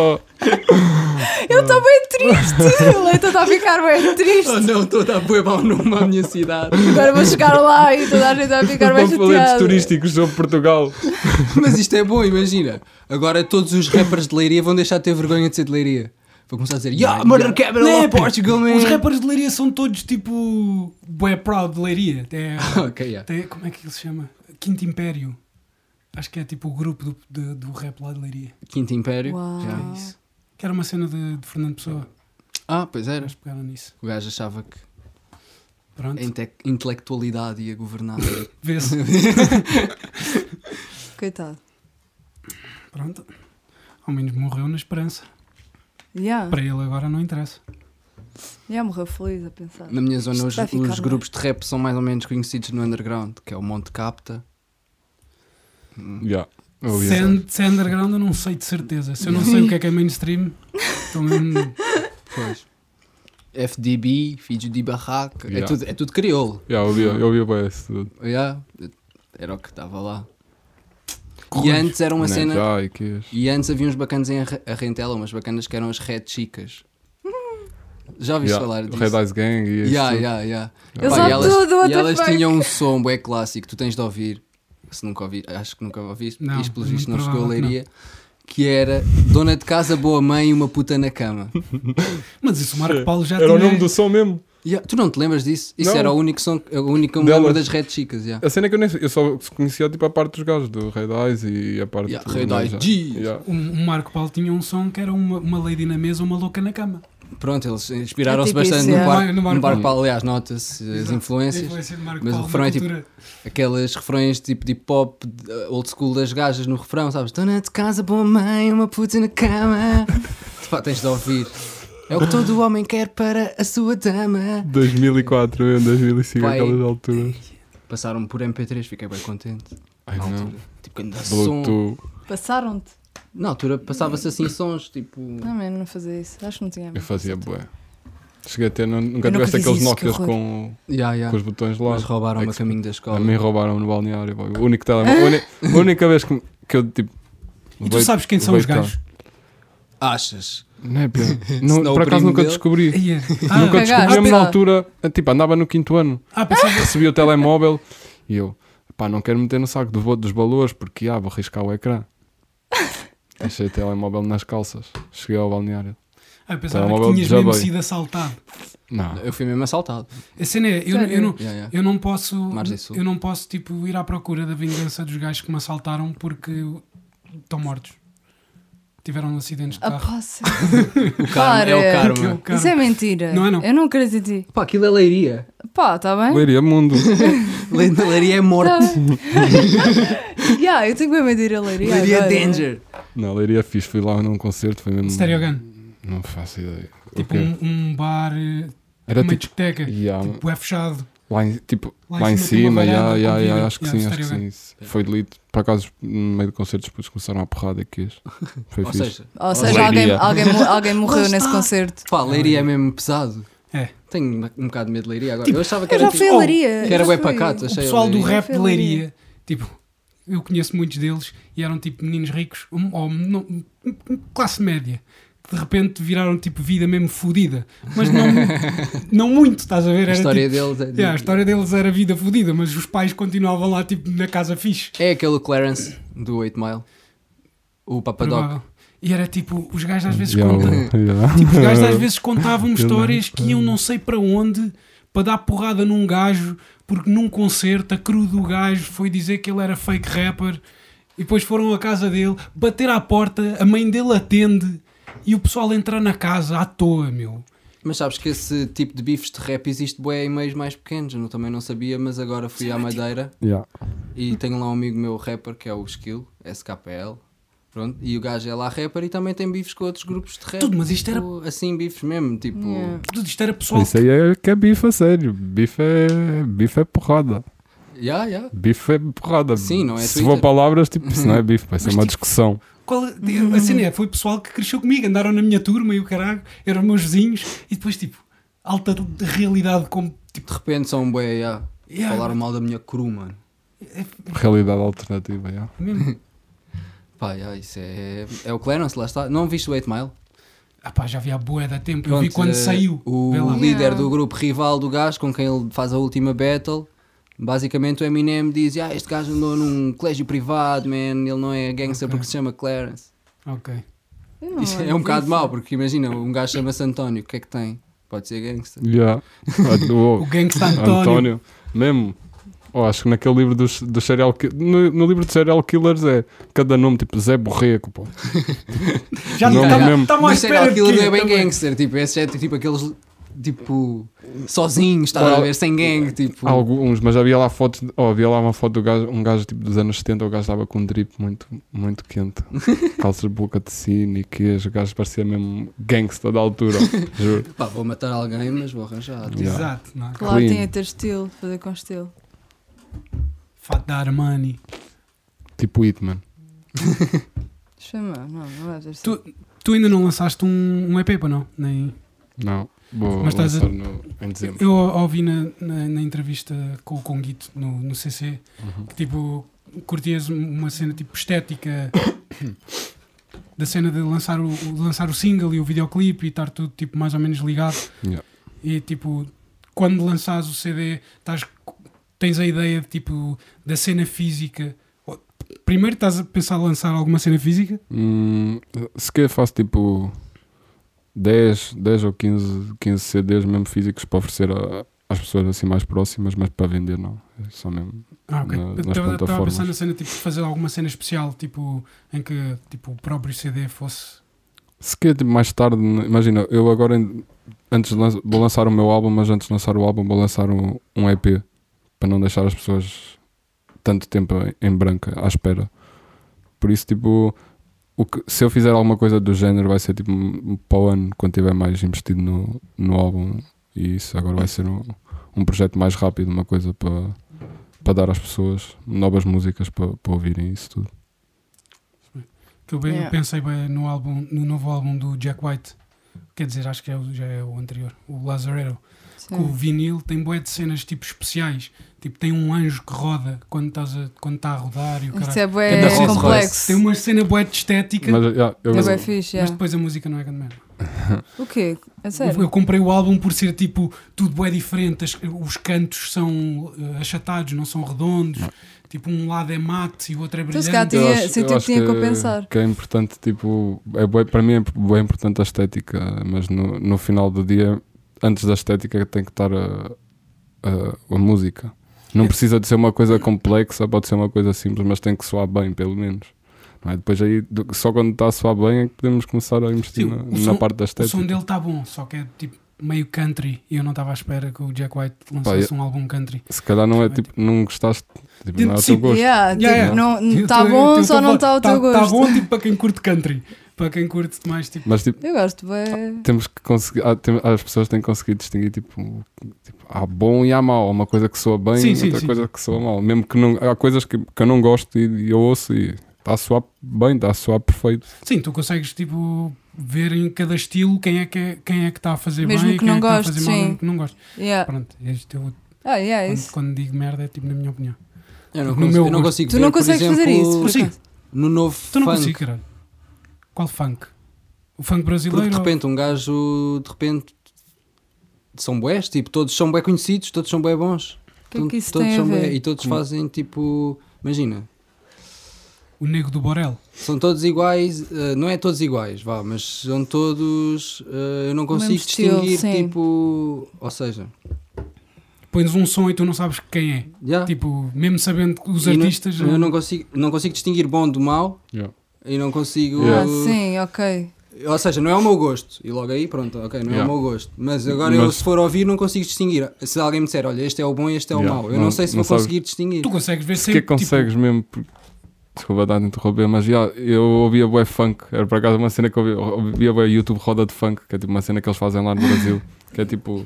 Speaker 4: Eu estou bem triste. O Leito está a ficar bem
Speaker 1: Oh
Speaker 4: triste.
Speaker 1: não, estou a dar bué mau nome à minha cidade.
Speaker 4: Agora vou chegar lá e toda a gente vai ficar bem
Speaker 5: Os panfletos
Speaker 4: chateada.
Speaker 5: turísticos sobre Portugal.
Speaker 1: Mas isto é bom, imagina. Agora todos os rappers de Leiria vão deixar de ter vergonha de ser de Leiria. Vou começar a dizer, yeah, murder capital
Speaker 3: Não,
Speaker 1: of
Speaker 3: pá,
Speaker 1: Portugal, man.
Speaker 3: Os rappers de Leiria são todos tipo. Bué proud de Leiria. É,
Speaker 1: Ok, yeah.
Speaker 3: Tem- como é que ele se chama? Quinto Império. Acho que é tipo o grupo do, de- do rap lá de Leiria.
Speaker 1: Quinto Império.
Speaker 4: Uau.
Speaker 1: Já.
Speaker 3: É isso. Que era uma cena de, de Fernando Pessoa.
Speaker 1: Ah, pois era.
Speaker 3: Eles pegaram nisso.
Speaker 1: O gajo achava que
Speaker 3: Pronto.
Speaker 1: a inte- intelectualidade ia governar.
Speaker 3: Vê-se.
Speaker 4: Coitado.
Speaker 3: Pronto. Ao menos morreu na esperança.
Speaker 4: Yeah.
Speaker 3: Para ele agora não interessa.
Speaker 4: Já morreu feliz a pensar.
Speaker 1: Na minha zona,
Speaker 4: Isto
Speaker 1: os,
Speaker 4: vai ficar
Speaker 1: os
Speaker 4: bem.
Speaker 1: grupos de rap são mais ou menos conhecidos no underground, que é o Monte Capta. Hum.
Speaker 5: Yeah. Eu ia-
Speaker 3: Se, se é underground, eu não sei de certeza. Se eu não sei o que é que é mainstream, então mesmo.
Speaker 1: Pois. FDB, Filho de Barraca. É,
Speaker 5: Yeah.
Speaker 1: tudo, é tudo crioulo.
Speaker 5: Yeah, eu via, eu via bem esse tudo.
Speaker 1: Yeah. Era o que estava lá. E
Speaker 3: Correios.
Speaker 1: antes era uma
Speaker 5: Né,
Speaker 1: cena.
Speaker 5: Já, e que
Speaker 1: E antes havia uns bacanas em Arre- Arrentela, umas bacanas que eram as Red Chicas. Já ouviste falar disso?
Speaker 5: Red Eyes Gang e isso
Speaker 1: Yeah,
Speaker 5: tudo.
Speaker 1: yeah, yeah.
Speaker 4: Eu
Speaker 1: Pá,
Speaker 4: sou
Speaker 1: e elas,
Speaker 4: tudo, what
Speaker 1: e
Speaker 4: the
Speaker 1: elas
Speaker 4: fuck?
Speaker 1: tinham um som bué clássico, tu tens de ouvir. Se nunca ouvi, acho que nunca ouviste,
Speaker 3: Não,
Speaker 1: isto pelo
Speaker 3: muito
Speaker 1: visto não chegou a
Speaker 3: provável que não.
Speaker 1: leiria. Que era Dona de Casa, Boa Mãe e uma puta na cama.
Speaker 3: Mas isso o Marco Paulo já
Speaker 5: Era o
Speaker 3: tinha-
Speaker 5: nome do som mesmo.
Speaker 1: Yeah, tu não te lembras disso? Isso
Speaker 5: Não.
Speaker 1: era o único som, o único que eu me
Speaker 5: Delas.
Speaker 1: lembro das Red Chicas. Yeah.
Speaker 5: A cena é que eu nem sei, eu só conhecia tipo a parte dos gajos, do Red Eyes e a parte
Speaker 1: Yeah,
Speaker 5: do
Speaker 1: Red Eyes
Speaker 5: já.
Speaker 1: G.
Speaker 5: Yeah.
Speaker 3: O, o Marco Paulo tinha um som que era uma, uma lady na mesa, uma louca na cama.
Speaker 1: Pronto, eles inspiraram-se
Speaker 4: É tipo isso,
Speaker 1: bastante
Speaker 4: yeah.
Speaker 1: no, barco,
Speaker 3: No Marco
Speaker 1: no barco
Speaker 5: Paulo.
Speaker 1: Paulo. Aliás, nota-se as
Speaker 3: Exato. A
Speaker 1: influências.
Speaker 3: influência de Marco
Speaker 1: Mas o
Speaker 3: Paulo
Speaker 1: refrão
Speaker 3: na
Speaker 1: é tipo-
Speaker 3: cultura.
Speaker 1: aquelas refrões tipo de hip hop de- uh, old school das gajas no refrão, sabes? Dona de casa, boa mãe, uma puta na cama. Pá, tens de ouvir. É o que todo homem quer para a sua dama.
Speaker 5: 2004, mesmo, 2005,
Speaker 1: Pai.
Speaker 5: aquelas alturas.
Speaker 1: Passaram por MP3, fiquei bem contente.
Speaker 5: Ai
Speaker 1: Na
Speaker 5: não.
Speaker 1: altura. Tipo, quando dá som.
Speaker 5: Bluetooth.
Speaker 4: Passaram-te.
Speaker 1: Na altura passava-se assim sons, tipo.
Speaker 4: Não, mano, não fazia isso. Acho que não tinha.
Speaker 5: Eu fazia bué. Cheguei a ter, nu- nunca
Speaker 4: Eu nunca
Speaker 5: tiveste
Speaker 4: fiz
Speaker 5: aqueles
Speaker 4: isso,
Speaker 5: Nokias
Speaker 4: que horror.
Speaker 5: com,
Speaker 1: Yeah, yeah.
Speaker 5: com os botões lá.
Speaker 1: Mas roubaram-me a
Speaker 5: Expert.
Speaker 1: caminho da
Speaker 5: A
Speaker 1: escola.
Speaker 5: mim roubaram no balneário. pá. O único telemóvel. a uni- A única vez que, que eu tipo.
Speaker 3: E tu
Speaker 5: levei-
Speaker 3: sabes quem são
Speaker 5: levei
Speaker 3: os gajos?
Speaker 1: Achas?
Speaker 5: Não é pior. Não,
Speaker 1: Senão o
Speaker 5: por acaso
Speaker 1: primo
Speaker 5: nunca
Speaker 1: dele- Ah,
Speaker 5: descobri.
Speaker 3: Aí é.
Speaker 5: nunca
Speaker 4: Cagaste,
Speaker 5: descobri mesmo na
Speaker 4: pá.
Speaker 5: altura. Tipo, andava no quinto ano.
Speaker 3: Ah, ah, pensava
Speaker 5: Recebi o telemóvel e eu, pá, não quero meter no saco do, dos valores porque, ah, vou riscar o ecrã. Deixei o telemóvel nas calças. Cheguei ao balneário.
Speaker 3: Ah, eu pensava
Speaker 5: Telemóvel
Speaker 3: que tinhas
Speaker 5: já
Speaker 3: mesmo
Speaker 5: veio.
Speaker 3: sido assaltado.
Speaker 5: Não.
Speaker 1: Eu fui mesmo assaltado.
Speaker 3: A cena é, eu,
Speaker 4: Sério?
Speaker 3: eu, não,
Speaker 1: Yeah, yeah.
Speaker 3: eu não posso.
Speaker 1: Margem Sul.
Speaker 3: Eu não posso tipo, ir à procura da vingança dos gajos que me assaltaram porque estão mortos. Tiveram acidentes de
Speaker 4: A
Speaker 3: carro.
Speaker 4: posse.
Speaker 1: O karma é o
Speaker 4: Para.
Speaker 1: karma.
Speaker 3: Ah, Cara.
Speaker 4: Ah, Isso é mentira.
Speaker 3: Não é não.
Speaker 4: Eu não acredito em ti.
Speaker 1: Pá, aquilo é leiria.
Speaker 4: Pá, tá bem?
Speaker 5: Leiria Mundo.
Speaker 1: Le- Leiria é
Speaker 4: Tá
Speaker 1: morte.
Speaker 4: bem. yeah, eu tenho que medir a leiria.
Speaker 1: Leiria é
Speaker 4: agora.
Speaker 3: né?
Speaker 1: danger.
Speaker 5: Não, Leiria fiz. Fui lá num concerto. Foi mesmo.
Speaker 3: Stereo Gun.
Speaker 5: Não faço ideia.
Speaker 3: um Tipo
Speaker 5: Hum, Ok.
Speaker 3: um, um bar, eh,
Speaker 5: Era
Speaker 3: uma
Speaker 5: tipo.
Speaker 3: discoteca.
Speaker 5: yeah,
Speaker 3: Tipo, é fechado.
Speaker 5: Lá em, tipo,
Speaker 3: Lá
Speaker 5: lá,
Speaker 3: em
Speaker 5: em
Speaker 3: cima tem uma
Speaker 5: cima,
Speaker 3: varanda
Speaker 5: yeah,
Speaker 3: com
Speaker 5: yeah,
Speaker 3: vidro.
Speaker 5: yeah, acho que
Speaker 3: Yeah,
Speaker 5: sim, acho que
Speaker 3: stereo
Speaker 5: sim. isso. Foi delito. Por acaso, no meio do concerto, depois começaram a porrada que quis. Foi
Speaker 1: Ou
Speaker 5: fixe. Ah,
Speaker 1: seja,
Speaker 4: Ou seja, alguém,
Speaker 5: Leiria.
Speaker 4: alguém, mo- alguém morreu nesse
Speaker 3: está.
Speaker 4: concerto.
Speaker 1: Pá, leiria é mesmo pesado.
Speaker 3: É.
Speaker 1: Tenho um- um bocado de medo de leiria agora.
Speaker 3: Tipo,
Speaker 1: eu achava que
Speaker 4: Eu
Speaker 1: era
Speaker 4: já
Speaker 1: tipo-
Speaker 4: fui a
Speaker 3: Oh,
Speaker 4: leiria.
Speaker 1: que era
Speaker 4: já
Speaker 1: bué
Speaker 4: fui.
Speaker 1: pacato,
Speaker 3: O
Speaker 1: achei. a
Speaker 3: pessoal do
Speaker 1: leiria.
Speaker 3: rap
Speaker 4: Foi
Speaker 3: de Leiria, tipo, eu conheço muitos deles e eram tipo meninos ricos, um- ou não- classe média, que de repente viraram tipo vida mesmo fodida. Mas não, não muito, estás a ver?
Speaker 1: A
Speaker 3: Era,
Speaker 1: história
Speaker 3: tipo,
Speaker 1: deles é, de-
Speaker 3: yeah, a história deles era vida fodida, mas os pais continuavam lá tipo na casa fixe.
Speaker 1: é aquele Clarence do 8 Mile. O Papadoc.
Speaker 3: Provável. E era tipo, os gajos às vezes
Speaker 5: Yeah,
Speaker 3: contam.
Speaker 5: yeah.
Speaker 3: Tipo, os gajos às vezes contavam
Speaker 5: Eu
Speaker 3: histórias
Speaker 5: lembro.
Speaker 3: que iam não sei para onde para dar porrada num gajo, porque num concerto a cru do gajo foi dizer que ele era fake rapper e depois foram à casa dele, bater à porta, a mãe dele atende e o pessoal entra na casa à toa, meu.
Speaker 1: Mas sabes que esse tipo de bifes de rap existe bué em meios mais pequenos. Eu não- também não sabia, mas agora fui à
Speaker 3: tipo
Speaker 1: Madeira
Speaker 5: Yeah.
Speaker 1: e tenho lá um amigo meu rapper que é o Skill, SKPL. Pronto, e o gajo é lá rapper e também tem bifes com outros grupos de rap.
Speaker 3: Tudo, mas isto era-
Speaker 1: Tipo, Assim, bifes mesmo, tipo...
Speaker 4: Yeah.
Speaker 3: Tudo isto era pessoal.
Speaker 5: Isso aí é que é bife a sério. Bife é, bife é porrada.
Speaker 1: Yeah, yeah.
Speaker 5: Bife é porrada.
Speaker 1: Sim, não é
Speaker 5: Se
Speaker 1: Twitter. Uhum.
Speaker 5: for palavras, tipo, isso não é bife, vai ser
Speaker 3: Mas,
Speaker 5: uma
Speaker 3: tipo,
Speaker 5: discussão.
Speaker 3: Qual, a cena é, foi pessoal que cresceu comigo, andaram na minha turma e o caralho, eram meus vizinhos e depois tipo, alta de realidade como tipo,
Speaker 1: De repente são bué, yeah.
Speaker 3: Yeah.
Speaker 1: Falaram mal da minha cru, mano.
Speaker 5: Realidade alternativa, yeah.
Speaker 3: mesmo.
Speaker 1: Pá, yeah, isso é... É o Clarence, lá está. Não viste o 8 Mile?
Speaker 3: Ah pá, já vi há bué da tempo, eu
Speaker 1: Pronto,
Speaker 3: vi quando
Speaker 1: eh,
Speaker 3: saiu.
Speaker 1: O
Speaker 3: Vê lá.
Speaker 1: líder
Speaker 4: Yeah.
Speaker 1: do grupo rival do gajo com quem ele faz a última battle. Basicamente o Eminem diz: Ah, este gajo andou num colégio privado, man. Ele não é gangster
Speaker 3: Ok.
Speaker 1: porque se chama Clarence.
Speaker 3: Ok.
Speaker 4: Eu não
Speaker 1: Isso é
Speaker 4: lembro
Speaker 1: um bocado
Speaker 4: disso.
Speaker 1: mau, porque imagina, um gajo chama-se António, o que é que tem? Pode ser gangster.
Speaker 5: Yeah. Ah, do-
Speaker 3: O gangsta António.
Speaker 5: António. Mesmo. Oh, acho que naquele livro dos, dos serial ki- no, no livro de serial killers é cada nome tipo Zé Borreco, pô.
Speaker 3: Já
Speaker 5: Não,
Speaker 3: está
Speaker 5: mesmo.
Speaker 3: tá
Speaker 1: Mas
Speaker 3: mais
Speaker 1: será
Speaker 3: perto
Speaker 1: aquilo
Speaker 3: de
Speaker 1: não
Speaker 3: ti
Speaker 1: é bem
Speaker 3: também.
Speaker 1: gangster, tipo, esse é tipo aqueles tipo, sozinho, estás a ver, sem gangue, tipo.
Speaker 5: Alguns, mas havia lá fotos, oh, havia lá uma foto de gajo, um gajo tipo dos anos 70, o gajo estava com um drip muito, muito quente. Calças de boca de sino e queijo, o gajo parecia mesmo gangsta da altura, juro.
Speaker 1: Pá, vou matar alguém, mas vou arranjar. tipo.
Speaker 5: Yeah.
Speaker 3: Exato, não é?
Speaker 4: Claro,
Speaker 5: Clean.
Speaker 4: tem a ter estilo, fazer com estilo.
Speaker 3: Fato da Armani.
Speaker 5: Tipo Hitman.
Speaker 4: Chama, não, não assim. vai ter estilo.
Speaker 3: Tu, tu ainda não lançaste um, um EP, para não? Nem...
Speaker 5: Não, vou
Speaker 3: Mas estás a-
Speaker 5: lançar no, em dezembro.
Speaker 3: Eu ouvi na, na, na entrevista com o Conguito no, no CC
Speaker 5: Uhum.
Speaker 3: que tipo, curtias uma cena tipo estética da cena de lançar o, o- de lançar o single e o videoclipe e estar tudo tipo mais ou menos ligado.
Speaker 5: Yeah.
Speaker 3: E tipo, quando lanças o CD, estás, tens a ideia de, tipo da cena física. Ou- Primeiro estás a pensar em lançar alguma cena física?
Speaker 5: Hum, se quer faço tipo 10, 10 ou 15, 15 CDs mesmo físicos para oferecer a- às pessoas assim mais próximas, mas para vender não. É só mesmo.
Speaker 3: Ah, ok.
Speaker 5: Na- nas
Speaker 3: Estava estava a
Speaker 5: plataformas.
Speaker 3: pensar na cena tipo de fazer alguma cena especial, tipo em que tipo o próprio CD fosse
Speaker 5: Se quer tipo, mais tarde, n- imagina, eu agora em- antes de lan- vou lançar o meu álbum, mas antes de lançar o álbum vou lançar um, um EP para não deixar as pessoas tanto tempo em- em branca à espera. Por isso, tipo, o que- se eu fizer alguma coisa do género, vai ser tipo um- para o ano, quando tiver mais investido no, no álbum. E isso agora vai ser um, um projeto mais rápido, uma coisa para, para dar às pessoas novas músicas para, para ouvirem isso tudo.
Speaker 3: Que eu bem-
Speaker 4: Yeah.
Speaker 3: pensei bem no, álbum, no novo álbum do Jack White. Quer dizer, acho que é o- já é o anterior, o Lazaretto. Que o
Speaker 4: Sim.
Speaker 3: vinil tem boé de cenas tipo especiais. Tipo, tem um anjo que roda quando estás a, quando está a rodar e o
Speaker 4: Isso
Speaker 3: caralho.
Speaker 4: é
Speaker 3: Tem
Speaker 4: bué
Speaker 3: uma cena-
Speaker 4: complexo.
Speaker 3: Tem uma cena boé de estética, mas,
Speaker 5: Mas, yeah, eu-
Speaker 4: É bué fixe, yeah.
Speaker 3: depois a música não é grande mesmo.
Speaker 4: O quê? É
Speaker 3: Eu,
Speaker 4: sério?
Speaker 3: eu comprei o álbum por ser tipo tudo boé diferente. as- os cantos são eh, achatados, não são redondos. Tipo, um lado é mate e o outro é
Speaker 4: Então, se
Speaker 3: brilhante.
Speaker 4: calhar
Speaker 5: Eu
Speaker 4: Tinha-
Speaker 5: acho-
Speaker 4: senti
Speaker 5: eu
Speaker 4: que
Speaker 5: acho
Speaker 4: tinha que compensar.
Speaker 5: Que é importante, tipo, é bué- para mim é bué importante a estética, mas no, no final do dia, antes da estética, tem que estar a, a, a música. Não
Speaker 3: É.
Speaker 5: precisa de ser uma coisa complexa, pode ser uma coisa simples, mas tem que soar bem, pelo menos. Não é? Depois aí, do- só quando está a soar bem é que podemos começar a investir
Speaker 3: Sim,
Speaker 5: na,
Speaker 3: o
Speaker 5: na
Speaker 3: som-
Speaker 5: parte da
Speaker 3: O
Speaker 5: estética.
Speaker 3: som dele está bom, só que é tipo meio country e eu não estava à espera que o Jack White lançasse um álbum country.
Speaker 5: Se calhar não é tipo, não gostaste, tipo,
Speaker 3: Dentro
Speaker 5: não é o
Speaker 3: de
Speaker 5: teu
Speaker 3: si-
Speaker 5: gosto.
Speaker 4: Yeah, tipo,
Speaker 3: yeah.
Speaker 4: não
Speaker 3: Eu
Speaker 4: Está
Speaker 3: tô-
Speaker 4: bom,
Speaker 3: eu tô
Speaker 4: só não
Speaker 3: a falar-
Speaker 4: está ao teu gosto.
Speaker 3: Está bom tipo para quem curte country, para quem curte mais tipo.
Speaker 5: Mas tipo,
Speaker 4: Eu gosto
Speaker 3: Tá-
Speaker 4: bem.
Speaker 5: temos que conseguir, há- tem- as pessoas têm que conseguir distinguir tipo, tipo, há bom e há mau, há uma coisa que soa bem
Speaker 3: Sim,
Speaker 5: e
Speaker 3: sim,
Speaker 5: outra
Speaker 3: sim.
Speaker 5: coisa que soa mal. Mesmo que não, há coisas que, que eu não gosto e, e eu ouço e está a soar bem, está a soar perfeito.
Speaker 3: Sim, tu consegues tipo ver em cada estilo quem é que é, quem é que está a fazer
Speaker 4: Mesmo
Speaker 3: bem,
Speaker 4: que
Speaker 3: quem
Speaker 4: não
Speaker 3: é que está a
Speaker 4: gostes,
Speaker 3: fazer mal,
Speaker 4: sim.
Speaker 3: mesmo que não gosto.
Speaker 4: Yeah.
Speaker 3: Pronto, este eu,
Speaker 4: Ah, yeah,
Speaker 3: quando,
Speaker 4: isso.
Speaker 3: quando digo merda é tipo na minha opinião.
Speaker 1: Eu não,
Speaker 3: No
Speaker 1: cons-
Speaker 3: meu
Speaker 1: eu não
Speaker 3: gosto.
Speaker 1: consigo
Speaker 4: Tu
Speaker 1: ver,
Speaker 4: não
Speaker 1: por
Speaker 4: consegues
Speaker 1: exemplo,
Speaker 4: fazer isso. por
Speaker 3: Consigo.
Speaker 4: acaso.
Speaker 1: No novo
Speaker 3: Tu não
Speaker 1: funk.
Speaker 3: consigo, caralho. Qual funk? O funk
Speaker 1: Porque
Speaker 3: brasileiro?
Speaker 1: de
Speaker 3: ou-
Speaker 1: repente um gajo, de repente, são bués, tipo, todos são bué conhecidos, todos são bué bons.
Speaker 4: O que é que isso
Speaker 1: todos
Speaker 4: tem a
Speaker 1: são bué-
Speaker 4: ver?
Speaker 1: e todos fazem tipo, imagina,
Speaker 3: O Nego do Borel.
Speaker 1: são todos iguais, eh, não é todos iguais, vá, mas são todos, eh, eu não consigo
Speaker 4: mesmo estilo,
Speaker 1: distinguir,
Speaker 4: sim.
Speaker 1: tipo, ou seja,
Speaker 3: Pões um som e tu não sabes quem é.
Speaker 1: já
Speaker 3: Tipo, mesmo sabendo que os
Speaker 1: Ah. E não-
Speaker 3: artistas. eh,
Speaker 1: eu não consigo, não consigo distinguir bom do mau
Speaker 5: Yeah.
Speaker 1: e não
Speaker 3: tipo-
Speaker 1: consigo,
Speaker 5: Yeah.
Speaker 4: Ah, sim, ok.
Speaker 1: ou seja, não é o meu gosto, e logo aí, pronto, ok, não é o
Speaker 5: Yeah.
Speaker 1: meu gosto, mas agora eu,
Speaker 5: Mas-
Speaker 1: se for ouvir, não consigo distinguir, se alguém me disser, olha, este é o bom e este é o
Speaker 5: Yeah,
Speaker 1: mau, eu não,
Speaker 5: não-
Speaker 1: sei se
Speaker 5: não
Speaker 1: vou
Speaker 5: sabes.
Speaker 1: conseguir distinguir.
Speaker 3: Tu consegues ver
Speaker 5: Se que
Speaker 3: sempre. tipo,
Speaker 5: é que consegues mesmo, por- desculpa dar de interromper, mas já, eu ouvia bué funk, era por acaso uma cena que eu ouvia, ouvia bué YouTube Roda de Funk, que é tipo uma cena que eles fazem lá no Brasil, que é tipo,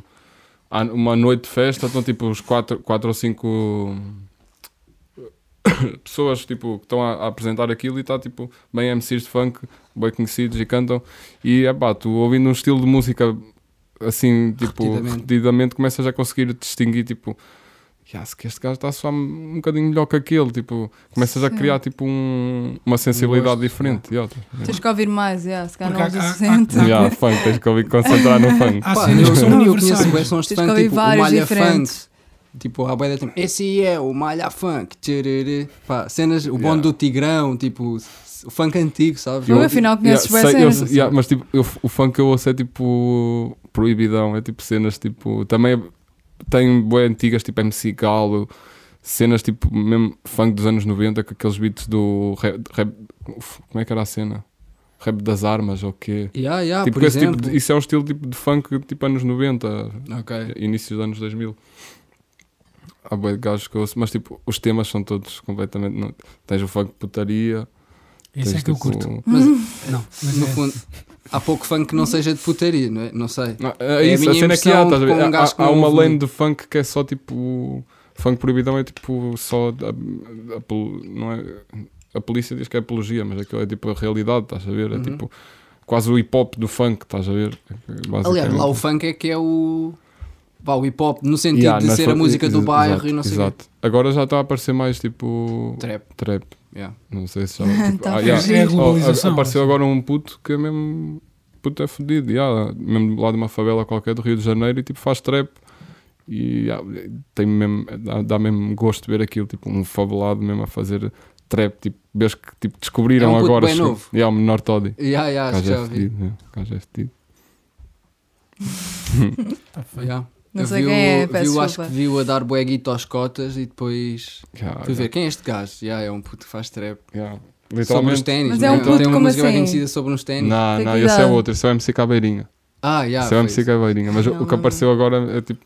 Speaker 5: há uma noite de festa, estão tipo os 4 quatro ou 5 pessoas tipo, que estão a, a apresentar aquilo e está tipo, bem MCs de funk, bem conhecidos e cantam, e é pá, tu ouvindo um estilo de música assim, tipo,
Speaker 1: Repetidamente.
Speaker 5: repetidamente, começas a conseguir distinguir, tipo, "Ya, se que este gajo está a soar um bocadinho melhor que aquele, tipo, começas a
Speaker 4: Sim.
Speaker 5: criar tipo um- uma sensibilidade
Speaker 1: gosto,
Speaker 5: diferente. Yeah.
Speaker 4: Tens que ouvir mais, yeah, se calhar não
Speaker 3: Porque
Speaker 4: ouves o
Speaker 3: há- há-
Speaker 4: suficiente.
Speaker 3: há-
Speaker 5: Yeah, funk, tens que ouvir concentrar no funk.
Speaker 3: Há
Speaker 1: Pá,
Speaker 3: cenas
Speaker 1: eu,
Speaker 3: que são
Speaker 1: não, eu conheço
Speaker 3: universais.
Speaker 1: bué sons de
Speaker 4: Tens que
Speaker 1: funk,
Speaker 4: ouvir
Speaker 1: tipo o
Speaker 4: vários
Speaker 1: Malha
Speaker 4: diferentes.
Speaker 1: Funk. Tipo, há bué da tempo, esse é o Malha Funk. tcharará. Pá, cenas, o bonde
Speaker 5: Yeah.
Speaker 1: do Tigrão, tipo, o funk antigo, sabes?
Speaker 4: Eu- afinal conheces bué
Speaker 5: sei- eu
Speaker 4: cenas. assim.
Speaker 5: sei- yeah, mas tipo, eu- o funk que eu ouço é tipo proibidão, é tipo cenas tipo. Também é- tem bué antigas, tipo MC Galo, cenas tipo mesmo funk dos anos 90, com aqueles beats do rap. rap- uf, como é que era a cena? rap das armas ou quê.
Speaker 1: Yeah,
Speaker 4: Ah,
Speaker 1: yeah,
Speaker 5: tipo,
Speaker 1: por
Speaker 5: esse
Speaker 1: exemplo.
Speaker 5: tipo de- isso é um estilo tipo de funk tipo anos 90,
Speaker 1: Ok.
Speaker 5: inícios dos anos 2000. Há boi de gajos que eu ouço, mas tipo, os temas são todos completamente. Não, tens o funk putaria.
Speaker 3: Isso
Speaker 5: tens,
Speaker 3: é que eu
Speaker 5: tipo,
Speaker 3: curto.
Speaker 1: Mas
Speaker 3: Não, mas
Speaker 1: no
Speaker 3: é.
Speaker 1: fundo, há pouco funk que não seja de putaria, não é? Não sei.
Speaker 5: Ah, é
Speaker 1: É a
Speaker 5: isso, a,
Speaker 1: minha
Speaker 5: cena é que há,
Speaker 1: impressão
Speaker 5: estás a ver?
Speaker 1: com um
Speaker 5: Há,
Speaker 1: gajo que
Speaker 5: há
Speaker 1: não
Speaker 5: uma
Speaker 1: ouve
Speaker 5: lane
Speaker 1: muito.
Speaker 5: de funk que é só tipo. Funk proibidão é tipo só. A, a pol- não é, a polícia diz que é apologia, mas aquilo é tipo a realidade, estás a ver? É
Speaker 1: Uhum.
Speaker 5: tipo quase o hip hop do funk, estás a ver? É,
Speaker 1: Aliás, lá o
Speaker 5: Basicamente.
Speaker 1: funk é que é o. Vá, o hip hop, no sentido
Speaker 5: Yeah,
Speaker 1: de
Speaker 5: não é
Speaker 1: ser
Speaker 5: só-
Speaker 1: a música do
Speaker 5: ex-
Speaker 1: bairro
Speaker 5: exato,
Speaker 1: e não sei o quê.
Speaker 5: Exato. Agora já está a aparecer mais tipo.
Speaker 1: Trap,
Speaker 5: Trap.
Speaker 1: yeah.
Speaker 5: Não sei se já. Tipo,
Speaker 4: Tá
Speaker 5: ah,
Speaker 4: a
Speaker 5: yeah.
Speaker 4: fugir.
Speaker 3: É a
Speaker 5: Oh,
Speaker 3: globalização.
Speaker 5: a- apareceu agora um puto que é mesmo. Puto é fodido, yeah, mesmo lá de uma favela qualquer do Rio de Janeiro e tipo faz trap. E yeah, tem mesmo, dá, dá mesmo gosto de ver aquilo, tipo um favelado mesmo a fazer trap. Tipo, vês que tipo, descobriram
Speaker 1: É um puto
Speaker 5: agora.
Speaker 1: bem
Speaker 5: chegou-
Speaker 1: novo.
Speaker 5: Yeah, o menor Toddy.
Speaker 1: Yeah, yeah,
Speaker 5: O
Speaker 1: acho que
Speaker 5: gajo
Speaker 1: já
Speaker 5: é
Speaker 1: ouvi.
Speaker 5: fedido. yeah, o gajo é fedido.
Speaker 3: Tá feio.
Speaker 1: Yeah.
Speaker 4: Não
Speaker 1: Eu
Speaker 4: sei
Speaker 1: vi o-
Speaker 4: quem é,
Speaker 1: vi
Speaker 4: peço
Speaker 1: o- acho
Speaker 4: desculpa.
Speaker 1: que viu a dar boeguito aos cotas e depois.
Speaker 5: Yeah,
Speaker 1: Fui ver, quem é este gajo? Yeah, é um puto que faz trap.
Speaker 5: yeah.
Speaker 1: Sobre uns
Speaker 5: Literalmente.
Speaker 1: ténis.
Speaker 4: Mas é um
Speaker 1: né?
Speaker 4: puto
Speaker 1: Tem uma
Speaker 4: como
Speaker 1: música bem
Speaker 4: assim?
Speaker 1: conhecida sobre uns ténis.
Speaker 5: Não,
Speaker 4: Tem
Speaker 5: não, esse é
Speaker 4: cuidado.
Speaker 5: outro, esse é o MC Caveirinha.
Speaker 1: Ah, yeah,
Speaker 5: esse é o
Speaker 1: foi
Speaker 5: MC
Speaker 1: isso.
Speaker 5: Caveirinha, mas
Speaker 4: Não,
Speaker 5: o que
Speaker 4: não.
Speaker 5: apareceu agora é tipo.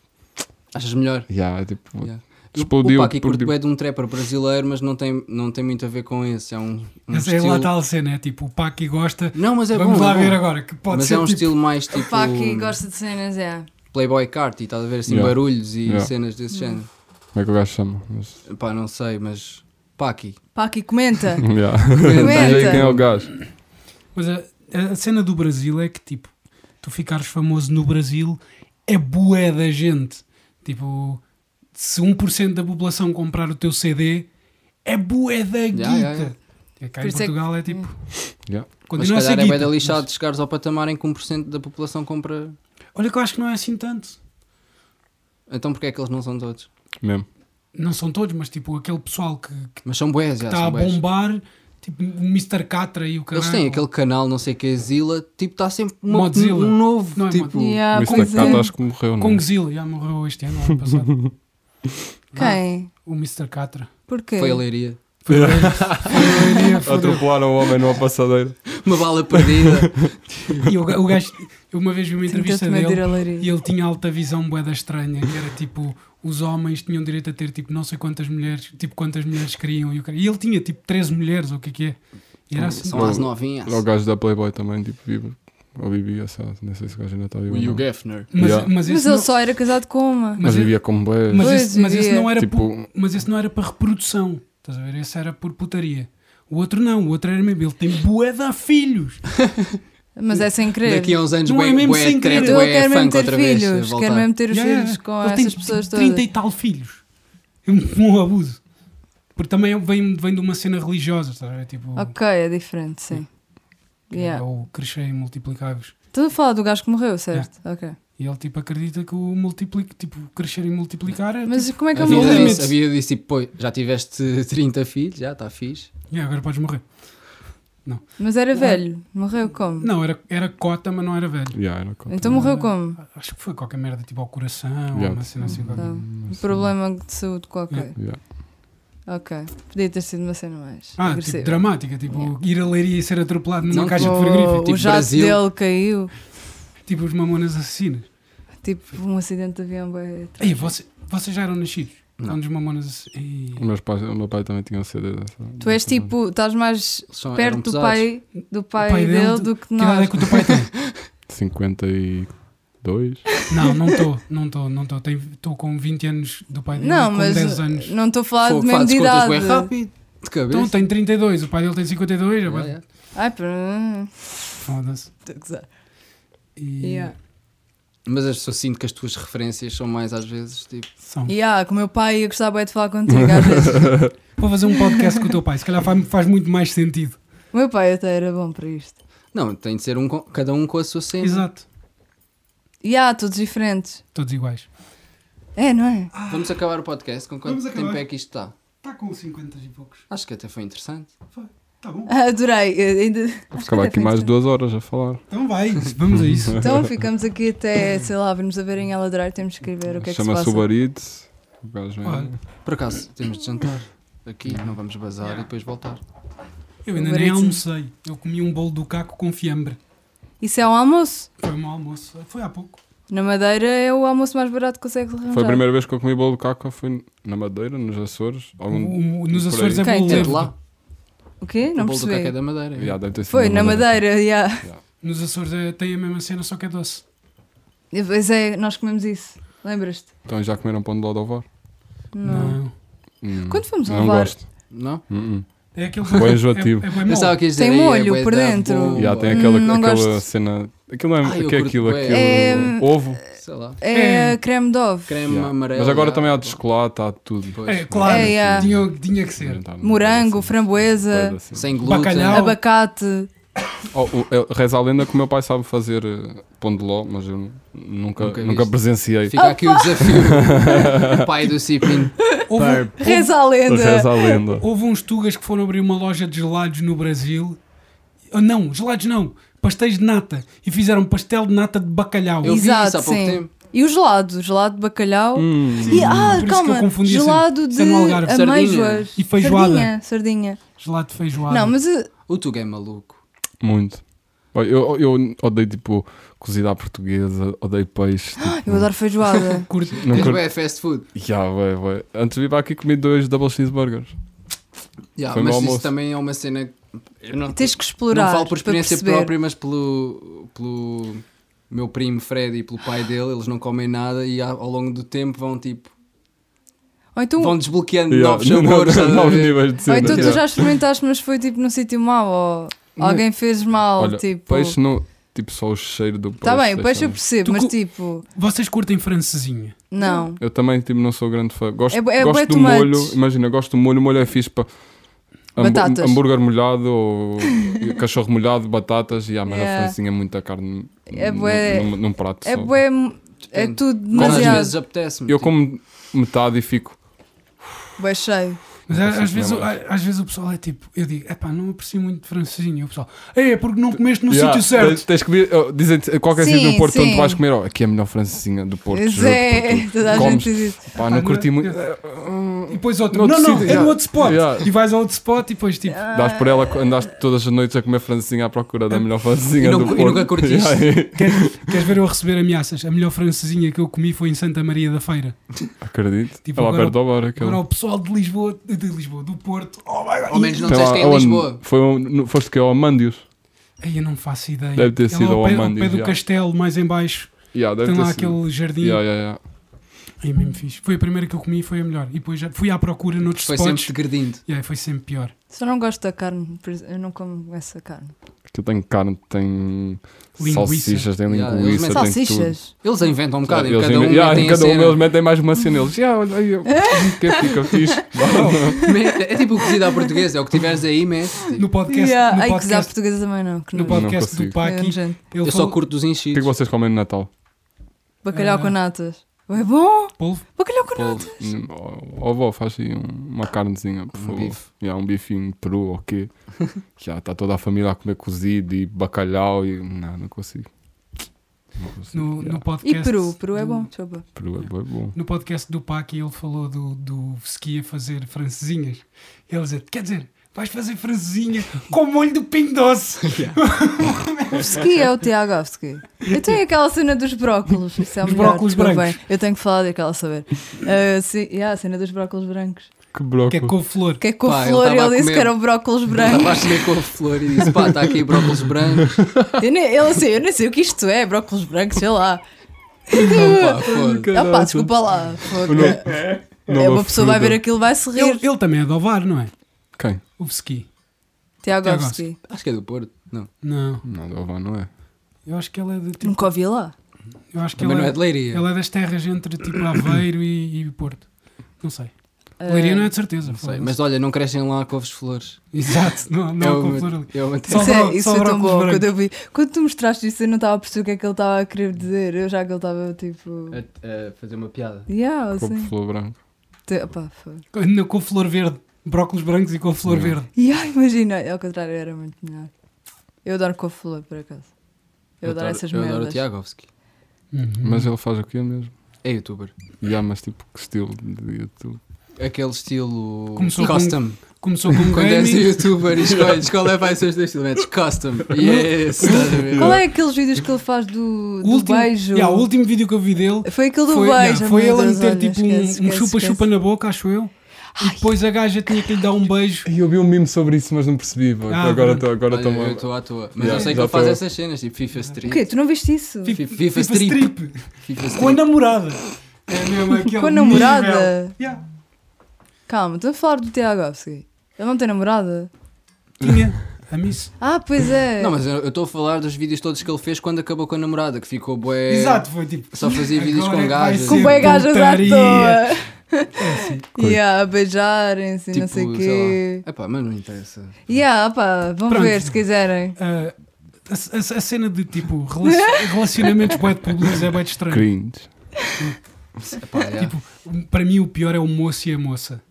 Speaker 1: Achas melhor?
Speaker 5: Yeah, é tipo
Speaker 1: Yeah.
Speaker 5: Explodiu,
Speaker 1: O Paki curte
Speaker 5: explodiu.
Speaker 1: bué de um trapper brasileiro, mas não tem, não tem muito a ver com esse. É um, um
Speaker 3: Mas é
Speaker 1: estilo...
Speaker 3: lá está a cena, é tipo, o Paqui gosta.
Speaker 1: Não, mas é
Speaker 3: Vamos
Speaker 1: bom.
Speaker 3: lá
Speaker 1: é bom.
Speaker 3: ver agora, que pode
Speaker 1: mas
Speaker 3: ser
Speaker 1: é um
Speaker 3: tipo,
Speaker 1: estilo mais tipo
Speaker 4: Pá, aqui gosta de cenas, é.
Speaker 1: Playboy Cart e estás a ver assim
Speaker 5: Yeah.
Speaker 1: barulhos e
Speaker 5: Yeah.
Speaker 1: cenas desse género.
Speaker 5: Como é que o gajo chama? Mas-
Speaker 1: Pá, não sei, mas Paki.
Speaker 4: Pá, aqui comenta.
Speaker 5: Yeah.
Speaker 1: Comenta.
Speaker 5: Mas aí quem é o gajo?
Speaker 3: Mas a, a cena do Brasil é que, tipo, tu ficares famoso no Brasil é bué da gente. Tipo, se 1% da população comprar o teu CD, é bué da guita.
Speaker 1: yeah, yeah.
Speaker 3: É cá
Speaker 4: Por
Speaker 3: em
Speaker 4: isso é que-
Speaker 3: Portugal é tipo...
Speaker 1: Mas
Speaker 5: Yeah.
Speaker 1: se
Speaker 3: Continua a ser
Speaker 1: calhar é bué
Speaker 3: guita.
Speaker 1: da lixado
Speaker 3: mas-
Speaker 1: de chegares ao patamar em que 1% da população compra.
Speaker 3: Olha que eu acho que não é assim tanto.
Speaker 1: Então porquê é que eles não são todos?
Speaker 5: Mesmo.
Speaker 3: Não são todos, mas tipo, aquele pessoal que
Speaker 1: Mas são bués, já
Speaker 3: está Tá a
Speaker 1: são bués.
Speaker 3: bombar, tipo, o Mr. Catra e o caralho.
Speaker 1: Eles têm aquele canal, não sei o que, Zila, tipo, está sempre uma-
Speaker 3: Modzilla.
Speaker 1: um novo,
Speaker 3: Não é
Speaker 1: tipo,
Speaker 4: Yeah,
Speaker 5: o Mr.
Speaker 4: pois é.
Speaker 5: Cat acho que morreu, não é?
Speaker 3: Kongzilla, já morreu este ano, ano passado.
Speaker 4: Quem?
Speaker 3: O Mr. Catra.
Speaker 4: Porquê?
Speaker 1: foi a leiria.
Speaker 5: Atropelaram o homem numa passadeira.
Speaker 1: Uma bala perdida.
Speaker 3: E o, ga- o gajo, eu uma vez vi uma entrevista
Speaker 4: Tentou-te meter
Speaker 3: dele
Speaker 4: a
Speaker 3: e
Speaker 4: leiria.
Speaker 3: ele tinha alta visão boeda estranha, que era tipo, os homens tinham direito a ter tipo não sei quantas mulheres, tipo quantas mulheres queriam e, o cara- e ele tinha tipo 13 mulheres ou o que é que é. E era assim.
Speaker 1: Hum, São as novinhas.
Speaker 5: O gajo da Playboy também, tipo, vive. Ou vivia, sabe? Nem sei se o gajo ainda está vivo.
Speaker 1: O
Speaker 5: ou não.
Speaker 1: Hugh Hefner.
Speaker 3: Mas,
Speaker 5: Yeah.
Speaker 3: mas
Speaker 4: Mas
Speaker 3: esse
Speaker 4: ele
Speaker 3: não,
Speaker 4: só era casado com uma.
Speaker 5: Mas
Speaker 3: mas
Speaker 5: vivia como bem.
Speaker 3: mas
Speaker 4: Pois,
Speaker 3: esse, mas esse
Speaker 4: vivia.
Speaker 3: não era
Speaker 5: Tipo-
Speaker 3: pu- mas esse não era para reprodução. Estás a ver? Esse era por putaria. O outro não, o outro era mesmo. Ele tem boeda a filhos.
Speaker 4: Mas é sem querer. Então
Speaker 1: Daqui a um uns anos,
Speaker 3: Não é
Speaker 1: bué,
Speaker 3: mesmo
Speaker 1: bué
Speaker 3: sem
Speaker 1: trap,
Speaker 3: querer.
Speaker 4: Eu
Speaker 1: bué
Speaker 4: quero mesmo
Speaker 1: funk
Speaker 4: ter
Speaker 1: outra vez. eh, a
Speaker 4: filhos,
Speaker 1: voltar.
Speaker 4: quero mesmo ter os
Speaker 3: Yeah,
Speaker 4: filhos
Speaker 3: yeah.
Speaker 4: com
Speaker 3: Ele
Speaker 4: essas
Speaker 3: tem
Speaker 4: pessoas
Speaker 3: 30
Speaker 4: todas.
Speaker 3: e tal filhos. É um bom abuso. Porque também vem, vem de uma cena religiosa, estás a ver? Tipo,
Speaker 4: Ok, é diferente, sim.
Speaker 3: que é
Speaker 4: Yeah.
Speaker 3: o crescer e multiplicar-vos.
Speaker 4: Estou a falar do gajo que morreu, certo? Ok.
Speaker 3: E ele tipo acredita que o multiplic, tipo, crescer e multiplicar é.
Speaker 4: Mas como é que
Speaker 1: A
Speaker 4: eu
Speaker 3: Havia-
Speaker 1: vida,
Speaker 4: morri?
Speaker 3: limite.
Speaker 1: disse, a vida disse, pô, já tiveste 30 filhos, já está fixe.
Speaker 3: tipo, "Yeah, agora podes morrer.
Speaker 1: é-
Speaker 4: Mas era velho. Morreu como?
Speaker 3: Não, era, era cota, mas não era velho.
Speaker 5: Yeah, era cota.
Speaker 4: Então morreu como?
Speaker 3: Acho que foi qualquer merda, tipo ao coração,
Speaker 5: Yeah.
Speaker 3: ou uma cena assim. qualquer-
Speaker 4: Tá. Um problema de saúde qualquer.
Speaker 5: Yeah.
Speaker 4: Ok. Podia ter sido uma cena mais
Speaker 3: Ah,
Speaker 4: agressiva.
Speaker 3: tipo dramática, tipo
Speaker 4: Yeah.
Speaker 3: ir a leiria e ser atropelado numa
Speaker 1: Não,
Speaker 3: caixa de
Speaker 4: Ou
Speaker 3: frigorífico.
Speaker 4: o
Speaker 1: tipo
Speaker 4: jato
Speaker 1: Brasil.
Speaker 4: dele caiu.
Speaker 3: Tipo os mamonas assassinas.
Speaker 4: Tipo um acidente de avião. bué.
Speaker 3: Ei, você, vocês já eram nascidos?
Speaker 1: Não.
Speaker 3: Quando os mamonas assassinas.
Speaker 5: Os meus pais, o meu pai também tinha um CD dessa.
Speaker 4: Tu és tipo, estás mais
Speaker 1: Eles são- eram
Speaker 4: perto do
Speaker 1: pesados.
Speaker 4: pai, do pai,
Speaker 3: pai dele,
Speaker 4: dele,
Speaker 3: tu-
Speaker 4: do que
Speaker 3: Que idade é
Speaker 4: nós.
Speaker 3: que o teu pai tem?
Speaker 5: 52?
Speaker 3: não, não estou, não estou, não estou. Estou com 20 anos do pai dele,
Speaker 4: Não,
Speaker 3: com
Speaker 4: mas
Speaker 3: 10 anos.
Speaker 4: não estou a falar
Speaker 1: Fogo,
Speaker 4: de mesmo de
Speaker 1: fazes contas
Speaker 4: idade.
Speaker 1: bué rápido, de
Speaker 3: Então
Speaker 1: cabeça. É,
Speaker 3: tem 32, o pai dele tem 52,
Speaker 1: Yeah,
Speaker 3: rapaz.
Speaker 1: yeah.
Speaker 4: Ai, pera.
Speaker 3: Foda-se.
Speaker 4: Estou a gozar.
Speaker 3: E
Speaker 4: Yeah.
Speaker 1: Mas eu só sinto que as tuas referências são mais às vezes, tipo...
Speaker 3: são.
Speaker 4: Yeah, que o meu pai ia gostar bem de falar contigo às vezes.
Speaker 3: Vou fazer um podcast com o teu pai, se calhar faz, faz muito mais sentido.
Speaker 4: O meu pai até era bom para isto.
Speaker 1: Não, tem de ser um, com- cada um com a sua cena.
Speaker 3: Exato,
Speaker 4: Yeah, todos diferentes.
Speaker 3: todos iguais.
Speaker 4: É, não é?
Speaker 1: Vamos acabar o podcast, com quanto
Speaker 3: Vamos acabar.
Speaker 1: tempo é que isto está?
Speaker 3: Está Tá com 50 e poucos,
Speaker 1: Acho que até foi interessante.
Speaker 3: está bom.
Speaker 4: Ah, Adorei. eh, Ainda... Acho que
Speaker 5: Ficava
Speaker 4: até
Speaker 5: aqui
Speaker 4: foi
Speaker 5: mais
Speaker 4: interessante.
Speaker 5: duas horas a falar.
Speaker 3: Então vai, vamos a isso.
Speaker 4: Então ficamos aqui até, sei lá, virmos a ver em ela adorar, temos que escrever o que é que se
Speaker 5: Chama-se
Speaker 4: passa.
Speaker 5: Uber Eats. O gajo vem.
Speaker 3: Olha.
Speaker 1: Por acaso, temos de jantar aqui, não vamos bazar e depois voltar.
Speaker 3: Eu Eu ainda
Speaker 4: Uber
Speaker 3: nem
Speaker 4: Eats.
Speaker 3: almocei. Eu comi um bolo do caco com fiambre.
Speaker 4: Isso é um almoço.
Speaker 3: Foi um almoço. Foi há pouco.
Speaker 4: Na Madeira é o almoço mais barato que consegue arranjar.
Speaker 5: Foi a primeira vez que eu comi bolo de caca, foi na Madeira, nos Açores. Algum...
Speaker 3: O- o- nos
Speaker 5: um por
Speaker 3: Açores
Speaker 5: aí.
Speaker 3: é
Speaker 4: Quem
Speaker 3: bolo
Speaker 4: teve
Speaker 1: É
Speaker 3: leve.
Speaker 1: de lá.
Speaker 4: O quê? Não
Speaker 1: o bolo do caca é
Speaker 4: percebi.
Speaker 1: da Madeira.
Speaker 5: Yeah, deve ter sido
Speaker 4: Uh, Foi, na Madeira, yeah.
Speaker 3: Nos Açores é- tem a mesma cena, só que é doce.
Speaker 4: Pois é, nós comemos isso. Lembras-te?
Speaker 5: Então já comeram pão de ló de ovar?
Speaker 4: Não.
Speaker 5: Hum,
Speaker 4: Quando fomos ao
Speaker 5: Não
Speaker 4: bar-
Speaker 5: gosto.
Speaker 1: Não?
Speaker 5: Hum, hum.
Speaker 3: É aquele
Speaker 5: Bué enjoativo.
Speaker 3: É, é bué
Speaker 1: Pensava
Speaker 3: mole.
Speaker 1: que ias
Speaker 4: Tem
Speaker 1: dizer, "Ei, é
Speaker 4: molho
Speaker 1: bué
Speaker 4: por
Speaker 1: da
Speaker 4: dentro."
Speaker 1: bomba."
Speaker 5: Yeah, tem
Speaker 4: Hum,
Speaker 5: aquela,
Speaker 4: não
Speaker 5: aquela
Speaker 4: gosto.
Speaker 5: cena. Aquilo é,
Speaker 1: Ah, eu
Speaker 5: que é
Speaker 1: curto
Speaker 5: aquilo,
Speaker 1: bué.
Speaker 5: aquilo.
Speaker 4: É-
Speaker 5: Ovo.
Speaker 1: Sei lá.
Speaker 4: É
Speaker 3: É.
Speaker 4: creme de ovo.
Speaker 1: Creme
Speaker 5: Yeah.
Speaker 1: amarelo.
Speaker 5: Mas agora
Speaker 1: já.
Speaker 5: também há de chocolate, há de tudo.
Speaker 1: Pois.
Speaker 3: É, claro.
Speaker 4: É, yeah.
Speaker 3: tinha, tinha que ser.
Speaker 5: Inventar, não
Speaker 4: Morango,
Speaker 5: sei.
Speaker 4: framboesa.
Speaker 5: Bué assim.
Speaker 1: Sem glúten.
Speaker 3: Bacalhau.
Speaker 4: Abacate.
Speaker 5: Oh, o- eu- reza a lenda que o meu pai sabe fazer eh, pão de ló, mas eu nu- nunca,
Speaker 1: Nunca
Speaker 5: nunca,
Speaker 1: viste.
Speaker 5: presenciei.
Speaker 1: Fica aqui o desafio. o pai do Cipin.
Speaker 3: Houve,
Speaker 4: Reza a lenda.
Speaker 5: Reza a lenda.
Speaker 3: houve uns tugas que foram abrir uma loja de gelados no Brasil. Oh, não, gelados não. Pastéis de nata. E fizeram pastel de nata de bacalhau.
Speaker 1: Eu vi isso há
Speaker 4: Exato,
Speaker 1: pouco
Speaker 4: sim.
Speaker 1: tempo.
Speaker 4: E o gelado, gelado de bacalhau.
Speaker 5: Hum,
Speaker 4: E, ah,
Speaker 3: Por isso que eu
Speaker 4: calma,
Speaker 3: confundia sempre.
Speaker 4: gelado
Speaker 3: Isso é no Algarve.
Speaker 4: de amêijoas.
Speaker 3: E feijoada.
Speaker 4: Sardinha, sardinha.
Speaker 3: Gelado de feijoada.
Speaker 4: Não, mas uh,
Speaker 1: O Tuga é maluco.
Speaker 5: Muito. Olha, Eu, eu odeio tipo cozida à portuguesa, odeio peixe. Tipo,
Speaker 4: eu adoro feijoada.
Speaker 3: Curto.
Speaker 5: Não
Speaker 1: Mas
Speaker 5: curto-
Speaker 1: é fast food.
Speaker 5: Yeah, vai, vai. Antes de vir para aqui comi dois double cheeseburgers.
Speaker 1: Yeah,
Speaker 5: Foi um
Speaker 1: mas
Speaker 5: bom
Speaker 1: isso
Speaker 5: almoço.
Speaker 1: também é uma cena. que Eu não,
Speaker 4: Tens que explorar.
Speaker 1: não falo por
Speaker 4: para
Speaker 1: experiência
Speaker 4: perceber.
Speaker 1: própria, mas pelo, pelo meu primo Fred e pelo pai dele, eles não comem nada e a- ao longo do tempo vão tipo.
Speaker 4: Ou então,
Speaker 1: vão desbloqueando
Speaker 5: Yeah,
Speaker 1: novos sabores.
Speaker 4: tá
Speaker 1: estás a
Speaker 5: novos
Speaker 1: ver?
Speaker 5: níveis de
Speaker 4: ou
Speaker 5: cena.
Speaker 4: então tu
Speaker 5: yeah.
Speaker 4: já experimentaste, mas foi tipo num sítio mau. Ou
Speaker 5: Não.
Speaker 4: alguém fez mal.
Speaker 5: Olha,
Speaker 4: tipo.
Speaker 5: Peixe não. Tipo, só o cheiro do peixe.
Speaker 4: Tá bem, o peixe eu
Speaker 5: deixa-me-
Speaker 4: percebo,
Speaker 3: Tu
Speaker 4: mas
Speaker 3: co-
Speaker 4: tipo,
Speaker 3: Vocês curtem francesinha?
Speaker 4: não.
Speaker 5: Eu também tipo, não sou grande fã. Gosto,
Speaker 4: É bu- é bué
Speaker 5: gosto do
Speaker 4: tomates.
Speaker 5: molho, imagina, gosto do molho, o molho é fixe para hambu-
Speaker 4: Batatas.
Speaker 5: hambúrguer molhado ou cachorro molhado, batatas e ah, mas
Speaker 4: Yeah.
Speaker 5: a francinha é muita carne
Speaker 4: É
Speaker 5: num-
Speaker 4: bué-
Speaker 5: num, num prato.
Speaker 4: É
Speaker 5: só.
Speaker 4: bué, é
Speaker 1: Depende.
Speaker 4: tudo
Speaker 1: Mas às vezes
Speaker 4: demasiado.
Speaker 1: apetece-me.
Speaker 5: Eu
Speaker 1: tipo,
Speaker 5: como metade e fico.
Speaker 4: Bué cheio.
Speaker 3: Mas
Speaker 5: Não
Speaker 3: a-
Speaker 5: sei
Speaker 3: às
Speaker 5: se
Speaker 3: vezes,
Speaker 5: não
Speaker 3: o- a- às vezes o pessoal é tipo, eu digo, epá, não aprecio muito francesinha. E o pessoal, é, é porque não comeste no
Speaker 5: Yeah,
Speaker 3: sítio certo.
Speaker 5: Tens, tens que vir, oh, dizem-te, qualquer
Speaker 4: Sim,
Speaker 5: sítio do Porto onde
Speaker 4: sim.
Speaker 5: tu vais comer, oh, aqui é a melhor francesinha do Porto.
Speaker 4: Mas
Speaker 5: juro,
Speaker 4: é, toda a gente
Speaker 5: comes.
Speaker 4: diz isso.
Speaker 5: porque, pá, não
Speaker 3: Pá,
Speaker 5: curti
Speaker 3: não-
Speaker 5: muito. eh,
Speaker 3: E depois outro,
Speaker 5: No
Speaker 3: não,
Speaker 5: outro
Speaker 3: não,
Speaker 5: sítio,
Speaker 3: é no
Speaker 5: yeah.
Speaker 3: outro spot.
Speaker 5: Yeah.
Speaker 3: E vais a outro spot e depois tipo,
Speaker 5: Dás por ela, andaste todas as noites a comer francesinha à procura da melhor francesinha
Speaker 1: E não-
Speaker 5: do
Speaker 1: e
Speaker 5: Porto.
Speaker 1: nunca curtiste.
Speaker 5: Yeah,
Speaker 3: queres ver eu receber ameaças? A melhor francesinha que eu comi foi em Santa Maria da Feira.
Speaker 5: Acredito.
Speaker 3: Tipo,
Speaker 5: Tipo, lá
Speaker 3: agora-
Speaker 5: perto da hora. aquela.
Speaker 3: Agora o pessoal de Lisboa, de Lisboa, do Porto, oh my god.
Speaker 1: Ao menos não
Speaker 5: Sei lá,
Speaker 1: disseste em
Speaker 5: aonde?
Speaker 1: Lisboa.
Speaker 5: Foi um- no- foste que ao Amândios?
Speaker 3: Aí eu não faço ideia.
Speaker 5: Deve ter
Speaker 3: É lá
Speaker 5: sido ao
Speaker 3: pé,
Speaker 5: Amandio,
Speaker 3: pé do
Speaker 5: já.
Speaker 3: castelo, mais em baixo,
Speaker 5: Yeah, deve
Speaker 3: tem
Speaker 5: ter
Speaker 3: lá
Speaker 5: sido.
Speaker 3: aquele jardim.
Speaker 5: Yeah, yeah, yeah.
Speaker 3: Aí mesmo fiz. Foi a primeira que eu comi e foi a melhor. E depois já fui à procura noutros
Speaker 1: Foi sempre
Speaker 3: spots.
Speaker 1: degredindo.
Speaker 3: Yeah, foi sempre pior.
Speaker 4: Só não gosto da carne, por isso- eu não como essa carne.
Speaker 5: Aquilo tem carne, tem
Speaker 3: Linguiça.
Speaker 5: salsichas, tem
Speaker 1: Yeah, eles
Speaker 5: linguiça,
Speaker 1: metem
Speaker 5: tem tudo.
Speaker 4: Salsichas.
Speaker 1: Eles inventam um bocado, em
Speaker 5: Eles
Speaker 1: cada um
Speaker 5: inve- yeah,
Speaker 1: metem
Speaker 5: em
Speaker 1: a
Speaker 5: cada um
Speaker 1: cena.
Speaker 5: eles metem mais uma cena. Eles, yeah, olha aí, eu- que é que fica fixe.
Speaker 1: Mete- É tipo o cozido à portuguesa, é o que tiveres aí, mete. Tipo,
Speaker 3: No podcast,
Speaker 4: Yeah.
Speaker 3: no
Speaker 4: Ai, que usar
Speaker 3: podcast,
Speaker 4: portuguesa também não. Que
Speaker 3: no
Speaker 4: nojo.
Speaker 3: podcast
Speaker 5: Não
Speaker 3: do
Speaker 5: consigo.
Speaker 4: É
Speaker 3: Paqui,
Speaker 4: nojento.
Speaker 3: ele
Speaker 1: Eu só
Speaker 3: falou-
Speaker 1: curto dos
Speaker 5: O que é que
Speaker 1: enchidos.
Speaker 5: vocês comem no Natal?
Speaker 4: Bacalhau
Speaker 3: Ah.
Speaker 4: com natas. É bom?
Speaker 3: polvo.
Speaker 4: Bacalhau com natas.
Speaker 1: Polvo.
Speaker 5: Hum, Ó ó, vó, faz aí um- uma carnezinha, por
Speaker 1: Um
Speaker 5: favor.
Speaker 1: bife.
Speaker 5: Yeah, um bifinho de peru ou quê? Já está toda a família a comer cozido e bacalhau e. Não, não consigo. Não consigo.
Speaker 3: No,
Speaker 5: yeah.
Speaker 3: no podcast,
Speaker 4: E peru, peru é
Speaker 3: do-
Speaker 4: bom, desculpa.
Speaker 5: Peru é bué bom.
Speaker 3: No podcast do Paqui, ele falou do, do Ski a fazer francesinhas. Ele dizia, quer dizer, vais fazer francesinha com molho do pingo doce.
Speaker 4: O ski é o Tiagovski. Eu tenho aquela cena dos brócolos. Isso é o
Speaker 3: Dos
Speaker 4: melhor,
Speaker 3: brócolos
Speaker 4: desculpem.
Speaker 3: brancos.
Speaker 4: Eu tenho que falar daquela saber. Ah, sim, yeah, a cena dos brócolos brancos.
Speaker 5: Que
Speaker 3: que é
Speaker 5: brócolis.
Speaker 3: couve-flor.
Speaker 4: Que é com
Speaker 1: Pá, ele
Speaker 4: flor e
Speaker 1: tava a
Speaker 4: ele disse
Speaker 1: comer.
Speaker 4: que eram brócolos brancos.
Speaker 1: Estava a comer com a flor e disse: pá, está aqui brócolis brancos.
Speaker 4: Eu nem, eu, assim, eu nem sei o que isto é, brócolis brancos, sei lá.
Speaker 1: Opa, foda.
Speaker 4: Ah, pá, desculpa lá. fogo.
Speaker 5: Não,
Speaker 4: É,
Speaker 5: não
Speaker 4: uma pessoa vai ver
Speaker 5: fruta.
Speaker 4: aquilo e vai se
Speaker 3: Ele,
Speaker 4: rir.
Speaker 3: ele também é de Ovar, não é?
Speaker 5: Quem?
Speaker 3: O Ski.
Speaker 4: Tiagovski.
Speaker 1: Acho que é do Porto. Não,
Speaker 3: Não,
Speaker 5: Não, de Ovar não é.
Speaker 3: eu acho que ele é de tipo,
Speaker 4: Nunca ouvi lá.
Speaker 3: eu acho que
Speaker 1: também
Speaker 3: ele
Speaker 1: não é
Speaker 3: é,
Speaker 1: de Leiria.
Speaker 3: ele é das terras entre tipo Aveiro e, e Porto. Não sei.
Speaker 4: Ah,
Speaker 3: Leiria não é de certeza.
Speaker 1: Não sei,
Speaker 3: foda-se.
Speaker 1: mas olha, não crescem lá couves-flores.
Speaker 3: Exato, não, não
Speaker 1: é
Speaker 3: há
Speaker 1: uma-
Speaker 3: couve-flor ali.
Speaker 1: é uma-
Speaker 3: Só
Speaker 4: Isso, é,
Speaker 3: bró-
Speaker 4: isso
Speaker 3: só
Speaker 4: foi tão
Speaker 3: brócolos
Speaker 4: bom
Speaker 3: brancos.
Speaker 4: quando eu vi. Quando tu mostraste isso, eu não estava a perceber o que é que ele estava a querer dizer. Eu já que ele estava tipo.
Speaker 1: A, a fazer uma piada.
Speaker 3: Ah,
Speaker 4: Yeah,
Speaker 5: Couve
Speaker 4: assim.
Speaker 5: flor branco.
Speaker 4: Te- opá, foi.
Speaker 3: Não, Com flor verde. Brócolos brancos e com flor
Speaker 5: Não.
Speaker 3: verde.
Speaker 4: Yeah, imagina, ao contrário, era muito melhor. Eu adoro couve-flor, por acaso. Eu, adoro, essas
Speaker 1: eu
Speaker 4: merdas.
Speaker 1: adoro o Tiagovski.
Speaker 3: Hum.
Speaker 1: Uhum.
Speaker 3: Uhum.
Speaker 5: Mas ele faz o quê mesmo?
Speaker 1: É youtuber.
Speaker 5: Yeah, mas tipo, que estilo de YouTube?
Speaker 1: Aquele estilo
Speaker 3: Começou com-
Speaker 1: custom.
Speaker 3: Começou com
Speaker 1: Quando és
Speaker 3: gaming.
Speaker 1: youtuber e escolhes qual é que vai ser os teus elementos. Custom. Yes, estás a ver?
Speaker 4: Qual é aqueles vídeos que ele faz do,
Speaker 3: O
Speaker 4: do
Speaker 3: último,
Speaker 4: beijo?
Speaker 3: Yeah, o último vídeo que eu vi dele
Speaker 4: Foi aquele do
Speaker 3: foi,
Speaker 4: beijo.
Speaker 3: yeah, foi
Speaker 4: meu
Speaker 3: ele a
Speaker 4: Deus,
Speaker 3: meter
Speaker 4: olha,
Speaker 3: tipo
Speaker 4: esquece,
Speaker 3: um- um
Speaker 4: esquece,
Speaker 3: chupa-chupa
Speaker 4: esquece.
Speaker 3: na boca, acho eu. E depois a gaja tinha que lhe dar um beijo.
Speaker 5: E eu vi um meme sobre isso, mas não percebi. pô.
Speaker 3: Ah,
Speaker 5: agora
Speaker 3: pronto.
Speaker 5: estou agora
Speaker 1: Olha,
Speaker 5: tô
Speaker 1: eu
Speaker 5: mal.
Speaker 1: estou à toa. Mas
Speaker 5: Yeah,
Speaker 1: eu sei que
Speaker 5: já
Speaker 1: ele faz
Speaker 5: tô-
Speaker 1: essas cenas, tipo FIFA Street.
Speaker 4: O quê? Tu não viste isso?
Speaker 3: Fi-
Speaker 1: FIFA Strip. FIFA
Speaker 3: Com a
Speaker 1: Street.
Speaker 3: namorada. É mesmo aquele
Speaker 4: Com a namorada?
Speaker 3: nível. Yeah.
Speaker 4: Calma, estou a falar do Tiago Ele não tem namorada?
Speaker 3: Tinha. A miss.
Speaker 4: Ah, pois é.
Speaker 1: Não, mas eu eu estou a falar dos vídeos todos que ele fez quando acabou com a namorada, que ficou bué...
Speaker 3: Exato, foi tipo.
Speaker 1: Só fazia vídeos com
Speaker 3: Agora
Speaker 1: tipo,
Speaker 3: é que vai
Speaker 1: gajas.
Speaker 4: Com bem
Speaker 3: ser
Speaker 4: gajas à
Speaker 3: putaria.
Speaker 4: toa.
Speaker 3: É assim,
Speaker 5: Coisa.
Speaker 4: Yeah, a beijarem-se, não
Speaker 3: Tipo,
Speaker 4: sei o quê.
Speaker 1: tipo, Epá, mas não interessa.
Speaker 4: Yeah, pá, vão
Speaker 3: Pronto.
Speaker 4: ver se quiserem.
Speaker 3: ah, a, a- a cena de tipo relac- relacionamentos bué de públicos é bem estranho.
Speaker 5: Cringe.
Speaker 1: Epá, yeah.
Speaker 3: Tipo, Para mim o pior é o moço e a moça.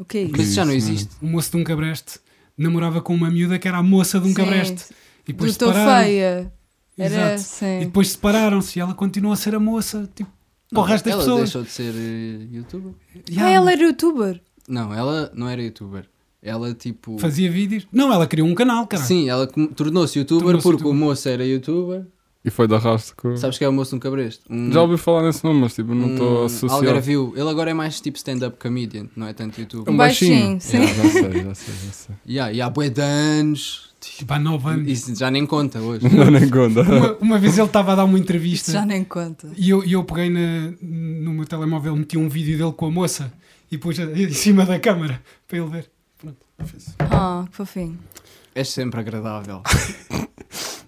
Speaker 4: O que é isso?
Speaker 1: mas isso já não
Speaker 5: Isso,
Speaker 1: existe.
Speaker 3: O moço de um cabreste namorava com uma miúda que era a moça de um
Speaker 4: Sim,
Speaker 3: cabreste. E
Speaker 4: Do
Speaker 3: depois
Speaker 4: estou
Speaker 3: separaram.
Speaker 4: feia. Era
Speaker 3: Exato. E
Speaker 4: assim.
Speaker 3: depois separaram-se e ela continua a ser a moça, tipo, para o resto das
Speaker 1: ela
Speaker 3: pessoas.
Speaker 1: deixou de ser eh, youtuber?
Speaker 4: Ah,
Speaker 3: Yeah,
Speaker 4: ela era youtuber.
Speaker 1: Não, ela não era youtuber. Ela
Speaker 4: é
Speaker 1: tipo.
Speaker 3: Fazia vídeos. Não, ela criou um canal, cara.
Speaker 1: Sim, ela com- tornou-se youtuber
Speaker 3: Tornou-se
Speaker 1: porque
Speaker 3: youtuber.
Speaker 1: o moço era youtuber.
Speaker 5: E foi de arrasto. com-
Speaker 1: Sabes Hum, que é o moço no cabresto? Um,
Speaker 5: Uhum. Já ouvi falar nesse nome, mas tipo, não estou a associar.
Speaker 1: Algarvio. Ele agora é mais tipo stand-up comedian, não é tanto youtuber.
Speaker 4: Um baixinho, sim.
Speaker 5: Yeah, Ah, já sei, já sei, já sei.
Speaker 1: Yeah, e há bué de anos.
Speaker 3: Tipo, há 9 anos.
Speaker 1: Isso já nem conta hoje.
Speaker 5: Não nem conta.
Speaker 3: Uma, uma vez ele estava a dar uma
Speaker 4: Isto já
Speaker 3: entrevista
Speaker 4: nem conta.
Speaker 3: e eu, e eu peguei na, no meu telemóvel, meti um vídeo dele com a moça e pus em cima da câmara para ele ver.
Speaker 4: Ah, que fofinho.
Speaker 1: És É sempre agradável.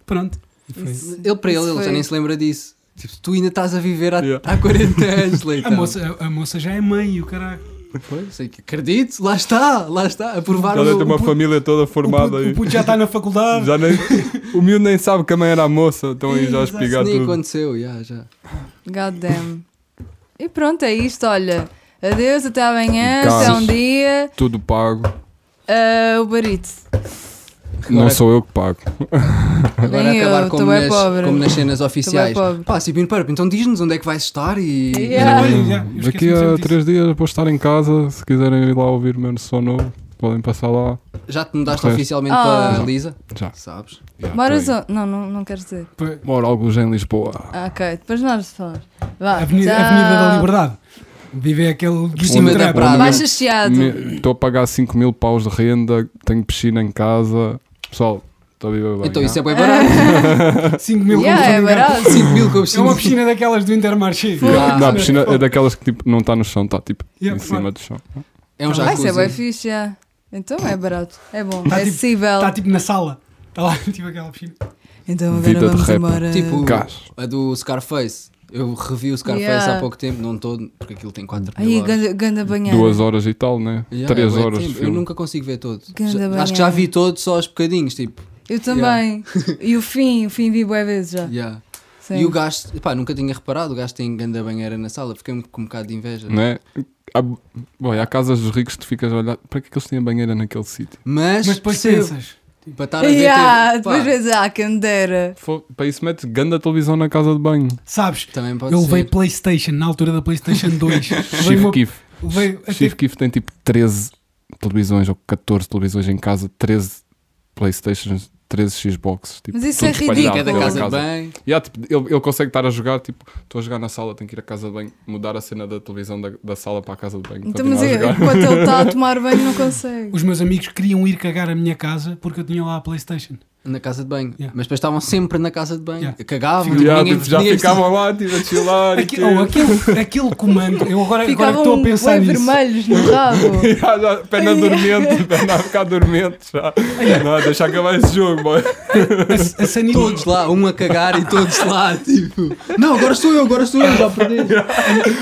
Speaker 3: Pronto. E foi.
Speaker 4: Isso-
Speaker 1: Ele para ele,
Speaker 4: isso
Speaker 1: ele já
Speaker 4: foi-
Speaker 1: nem se lembra disso. Tipo, tu ainda estás a viver há,
Speaker 5: Yeah.
Speaker 1: há 40 anos, Leitão.
Speaker 3: A, moça, a, a moça já é mãe e o caralho.
Speaker 1: Pois, sei que acredito, lá está, lá está, a provar
Speaker 5: Já deve ter
Speaker 1: o.
Speaker 5: uma
Speaker 3: puto-
Speaker 5: família toda
Speaker 3: O
Speaker 5: formada
Speaker 3: puto,
Speaker 5: aí.
Speaker 3: o um puto já tá está na faculdade.
Speaker 5: Já nem, o miúdo nem sabe que a mãe era a moça, estão aí já a
Speaker 3: Exato.
Speaker 5: explicar
Speaker 1: Isso nem
Speaker 5: tudo.
Speaker 1: aconteceu, já, já.
Speaker 4: God damn. E pronto, é isto, olha. Adeus, até amanhã,
Speaker 5: Casos.
Speaker 4: até um dia.
Speaker 5: Tudo pago.
Speaker 4: Ah, o barito.
Speaker 5: tá Não sou eu que pago.
Speaker 1: Agora é
Speaker 4: Nem
Speaker 1: acabar
Speaker 4: eu,
Speaker 1: como
Speaker 4: tô bem
Speaker 1: nas,
Speaker 4: pobre. é
Speaker 1: como nas cenas oficiais.
Speaker 4: pobre.
Speaker 1: Pá, Cipino Purp, então diz-nos onde é que vais estar e.
Speaker 4: Yeah.
Speaker 3: Olha, já, eu
Speaker 5: Hum, Daqui
Speaker 3: esqueci-me
Speaker 5: a
Speaker 3: sempre
Speaker 5: três dias vou estar em casa. Se quiserem ir lá ouvir o meu som novo, podem passar lá.
Speaker 1: Já te mudaste
Speaker 5: Ok.
Speaker 1: oficialmente
Speaker 4: Ah.
Speaker 1: para Lisa?
Speaker 5: Já.
Speaker 1: Sabes?
Speaker 5: já
Speaker 4: Moras
Speaker 5: tô aí.
Speaker 4: onde? Não, não, não quero dizer.
Speaker 3: disso.
Speaker 5: Moro alguns em Lisboa.
Speaker 4: Ah, ok, depois nós falamos. Vá,
Speaker 3: Avenida,
Speaker 4: tchau.
Speaker 3: Avenida da Liberdade. Vive aquele
Speaker 1: Cima da
Speaker 3: trap.
Speaker 1: praia.
Speaker 4: Baixa Chiado.
Speaker 5: Estou a pagar 5 mil paus de renda, tenho piscina em casa. Pessoal, estou a viver bem. ah?
Speaker 1: então
Speaker 5: já.
Speaker 1: isso é bem barato.
Speaker 3: 5 mil
Speaker 4: Yeah, é barato.
Speaker 1: 5 mil com a
Speaker 3: É
Speaker 1: piscina.
Speaker 3: uma piscina daquelas do Intermarché.
Speaker 1: Fogo. Ah,
Speaker 5: Não, a piscina é daquelas que tipo, não está no chão, está tipo
Speaker 3: Yeah,
Speaker 5: em cima do chão.
Speaker 1: É um
Speaker 4: Ah,
Speaker 1: jacuzzi.
Speaker 4: isso é bem fixe, já. Então é barato, é bom,
Speaker 3: Tá
Speaker 4: é
Speaker 3: tipo-
Speaker 4: acessível.
Speaker 3: Está tipo na sala. Está lá, tipo aquela piscina.
Speaker 4: Então
Speaker 5: Vida de
Speaker 4: agora vamos
Speaker 5: rapper.
Speaker 4: embora.
Speaker 1: Tipo-
Speaker 5: Gás.
Speaker 1: A do Scarface. Eu revi o Scarface
Speaker 4: Yeah.
Speaker 1: há pouco tempo, não todo, porque aquilo tem 4 mil
Speaker 4: Aí,
Speaker 1: horas.
Speaker 4: ganda, ganda banheira.
Speaker 5: Duas horas e tal, né?
Speaker 1: Yeah,
Speaker 5: Três
Speaker 1: é bué
Speaker 5: horas de
Speaker 1: tempo. Eu
Speaker 5: filme.
Speaker 1: nunca consigo ver todo. Já-
Speaker 4: Ganda
Speaker 1: acho
Speaker 4: banhada.
Speaker 1: que já vi todo só aos bocadinhos, tipo.
Speaker 4: Eu também. E o fim, o fim vi boas vezes já.
Speaker 1: yeah.
Speaker 4: Tá. Sim.
Speaker 1: E o gajo, pá, nunca tinha reparado, o gajo tem grande banheira na sala, fiquei com um bocado de inveja.
Speaker 5: né? Há, bom, há casas dos ricos que tu ficas a olhar para que é que eles têm a banheira naquele sítio?
Speaker 1: Mas,
Speaker 3: Mas depois tipo,
Speaker 1: percebo,
Speaker 3: pensas.
Speaker 1: para estar a ver
Speaker 4: Yeah,
Speaker 1: TV, pá,
Speaker 4: depois vezes, ah, quem dera.
Speaker 5: Fo- Para isso metes ganda televisão na casa de banho.
Speaker 3: Sabes,
Speaker 1: também pode
Speaker 3: eu levei
Speaker 1: ser.
Speaker 3: Playstation na altura da Playstation 2. levei
Speaker 5: Chief
Speaker 3: uma,
Speaker 5: Keef.
Speaker 3: levei a
Speaker 5: Chief Keef tem tipo 13 televisões ou 14 televisões em casa, 13 Playstations, 13 Xboxes. Tipo,
Speaker 4: Mas isso é
Speaker 5: tudo espalhado
Speaker 4: ridículo.
Speaker 1: Cada
Speaker 5: pela
Speaker 1: casa de bem.
Speaker 5: E há, tipo, ele, ele consegue estar a jogar, tipo, estou a jogar na sala, tenho que ir à casa de banho, mudar a cena da televisão da, da sala para a casa de banho.
Speaker 4: Então,
Speaker 5: continuar
Speaker 4: mas
Speaker 5: a
Speaker 4: eu-
Speaker 5: jogar.
Speaker 4: enquanto ele está a tomar banho, não consegue.
Speaker 3: Os meus amigos queriam ir cagar à minha casa porque eu tinha lá a Playstation.
Speaker 1: Na casa de banho.
Speaker 3: Yeah.
Speaker 1: Mas depois estavam sempre na casa de banho.
Speaker 3: Yeah.
Speaker 1: Cagavam.
Speaker 5: E há,
Speaker 1: ninguém-
Speaker 5: tipo, já
Speaker 1: ninguém
Speaker 5: ficavam lá, tipo, a chilar. e
Speaker 3: Aqui,
Speaker 5: quê.
Speaker 3: oh, aquele, aquele comando, eu agora, agora que
Speaker 4: Ficavam
Speaker 3: estou a pensar
Speaker 4: um bué
Speaker 3: nisso.
Speaker 4: vermelhos no rabo.
Speaker 5: Já, já, perna dormente, perna a ficar dormente já. Não, deixa acabar esse jogo, boy.
Speaker 3: A, a Sanita-
Speaker 1: Todos lá, um a cagar e todos lá, tipo. Não, agora sou eu, agora sou eu, já perdi.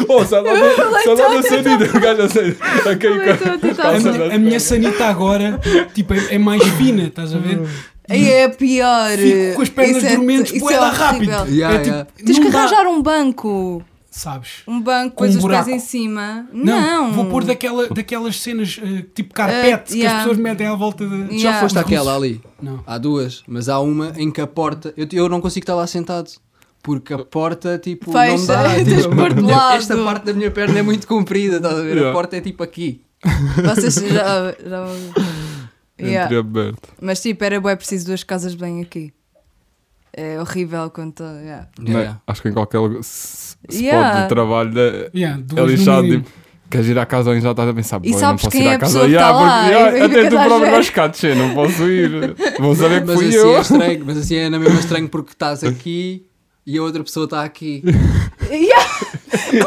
Speaker 5: Oh, sai lá da- sai lá da sanita, o gajo a sair. A
Speaker 4: Eu
Speaker 5: cair
Speaker 4: estou a tentar-
Speaker 3: a,
Speaker 5: Calça.
Speaker 3: minha, a minha sanita agora tipo, é, é mais fina, estás a ver?
Speaker 4: Aí é pior.
Speaker 3: Fico com as pernas
Speaker 4: Isso é-
Speaker 3: dormentes,
Speaker 4: isso
Speaker 3: bué
Speaker 4: é
Speaker 3: da rápido.
Speaker 4: horrível.
Speaker 1: Yeah,
Speaker 3: é tipo,
Speaker 1: yeah.
Speaker 4: Tens
Speaker 3: não
Speaker 4: que
Speaker 3: dá,
Speaker 4: arranjar um banco.
Speaker 3: sabes?
Speaker 4: Um banco,
Speaker 3: Com
Speaker 4: pôs
Speaker 3: um
Speaker 4: os
Speaker 3: buraco.
Speaker 4: pés em cima.
Speaker 3: Não,
Speaker 4: Não.
Speaker 3: vou pôr daquela, daquelas cenas eh, tipo carpete
Speaker 4: Eh,
Speaker 3: que as
Speaker 4: yeah.
Speaker 3: pessoas metem à volta de.
Speaker 1: Já
Speaker 4: Yeah.
Speaker 1: foste
Speaker 3: Os
Speaker 1: àquela
Speaker 3: russos.
Speaker 1: ali?
Speaker 3: Não.
Speaker 1: Há duas, mas há uma em que a porta. Eu, eu não consigo estar lá sentado. Porque a porta, tipo, não
Speaker 4: Fecha,
Speaker 1: dá.
Speaker 4: tens de
Speaker 1: tipo,
Speaker 4: pôr de lado.
Speaker 1: Esta parte da minha perna é muito comprida, estás a ver?
Speaker 5: Yeah.
Speaker 1: A porta é tipo aqui.
Speaker 4: Vocês já. já... Yeah.
Speaker 5: Entreaberto.
Speaker 4: Mas tipo, era bué preciso duas casas bem aqui. É horrível quando. tá- yeah.
Speaker 5: Não é?
Speaker 1: Yeah.
Speaker 5: Acho que em qualquer lugar- s- spot
Speaker 4: Yeah.
Speaker 5: de trabalho é,
Speaker 3: Yeah,
Speaker 5: é
Speaker 3: duas no
Speaker 5: lixado.
Speaker 3: mínimo.
Speaker 5: Tipo, queres ir à casa ou já estás a pensar,
Speaker 4: E
Speaker 5: "Pô, eu não
Speaker 4: sabes
Speaker 5: posso
Speaker 4: quem
Speaker 5: ir
Speaker 4: é
Speaker 5: à
Speaker 4: a
Speaker 5: casa.
Speaker 4: pessoa que
Speaker 5: Yeah,
Speaker 4: tá lá,
Speaker 5: porque,
Speaker 4: e
Speaker 5: yeah, até
Speaker 4: fica
Speaker 5: tu
Speaker 4: toda
Speaker 5: próprio
Speaker 4: a
Speaker 5: vais cá, "Tchê, não posso ir. Vão saber que
Speaker 1: Mas
Speaker 5: fui
Speaker 1: assim
Speaker 5: eu.
Speaker 1: é estranho, mas assim é na mesma estranho porque estás aqui e a outra pessoa está aqui.
Speaker 4: Yeah.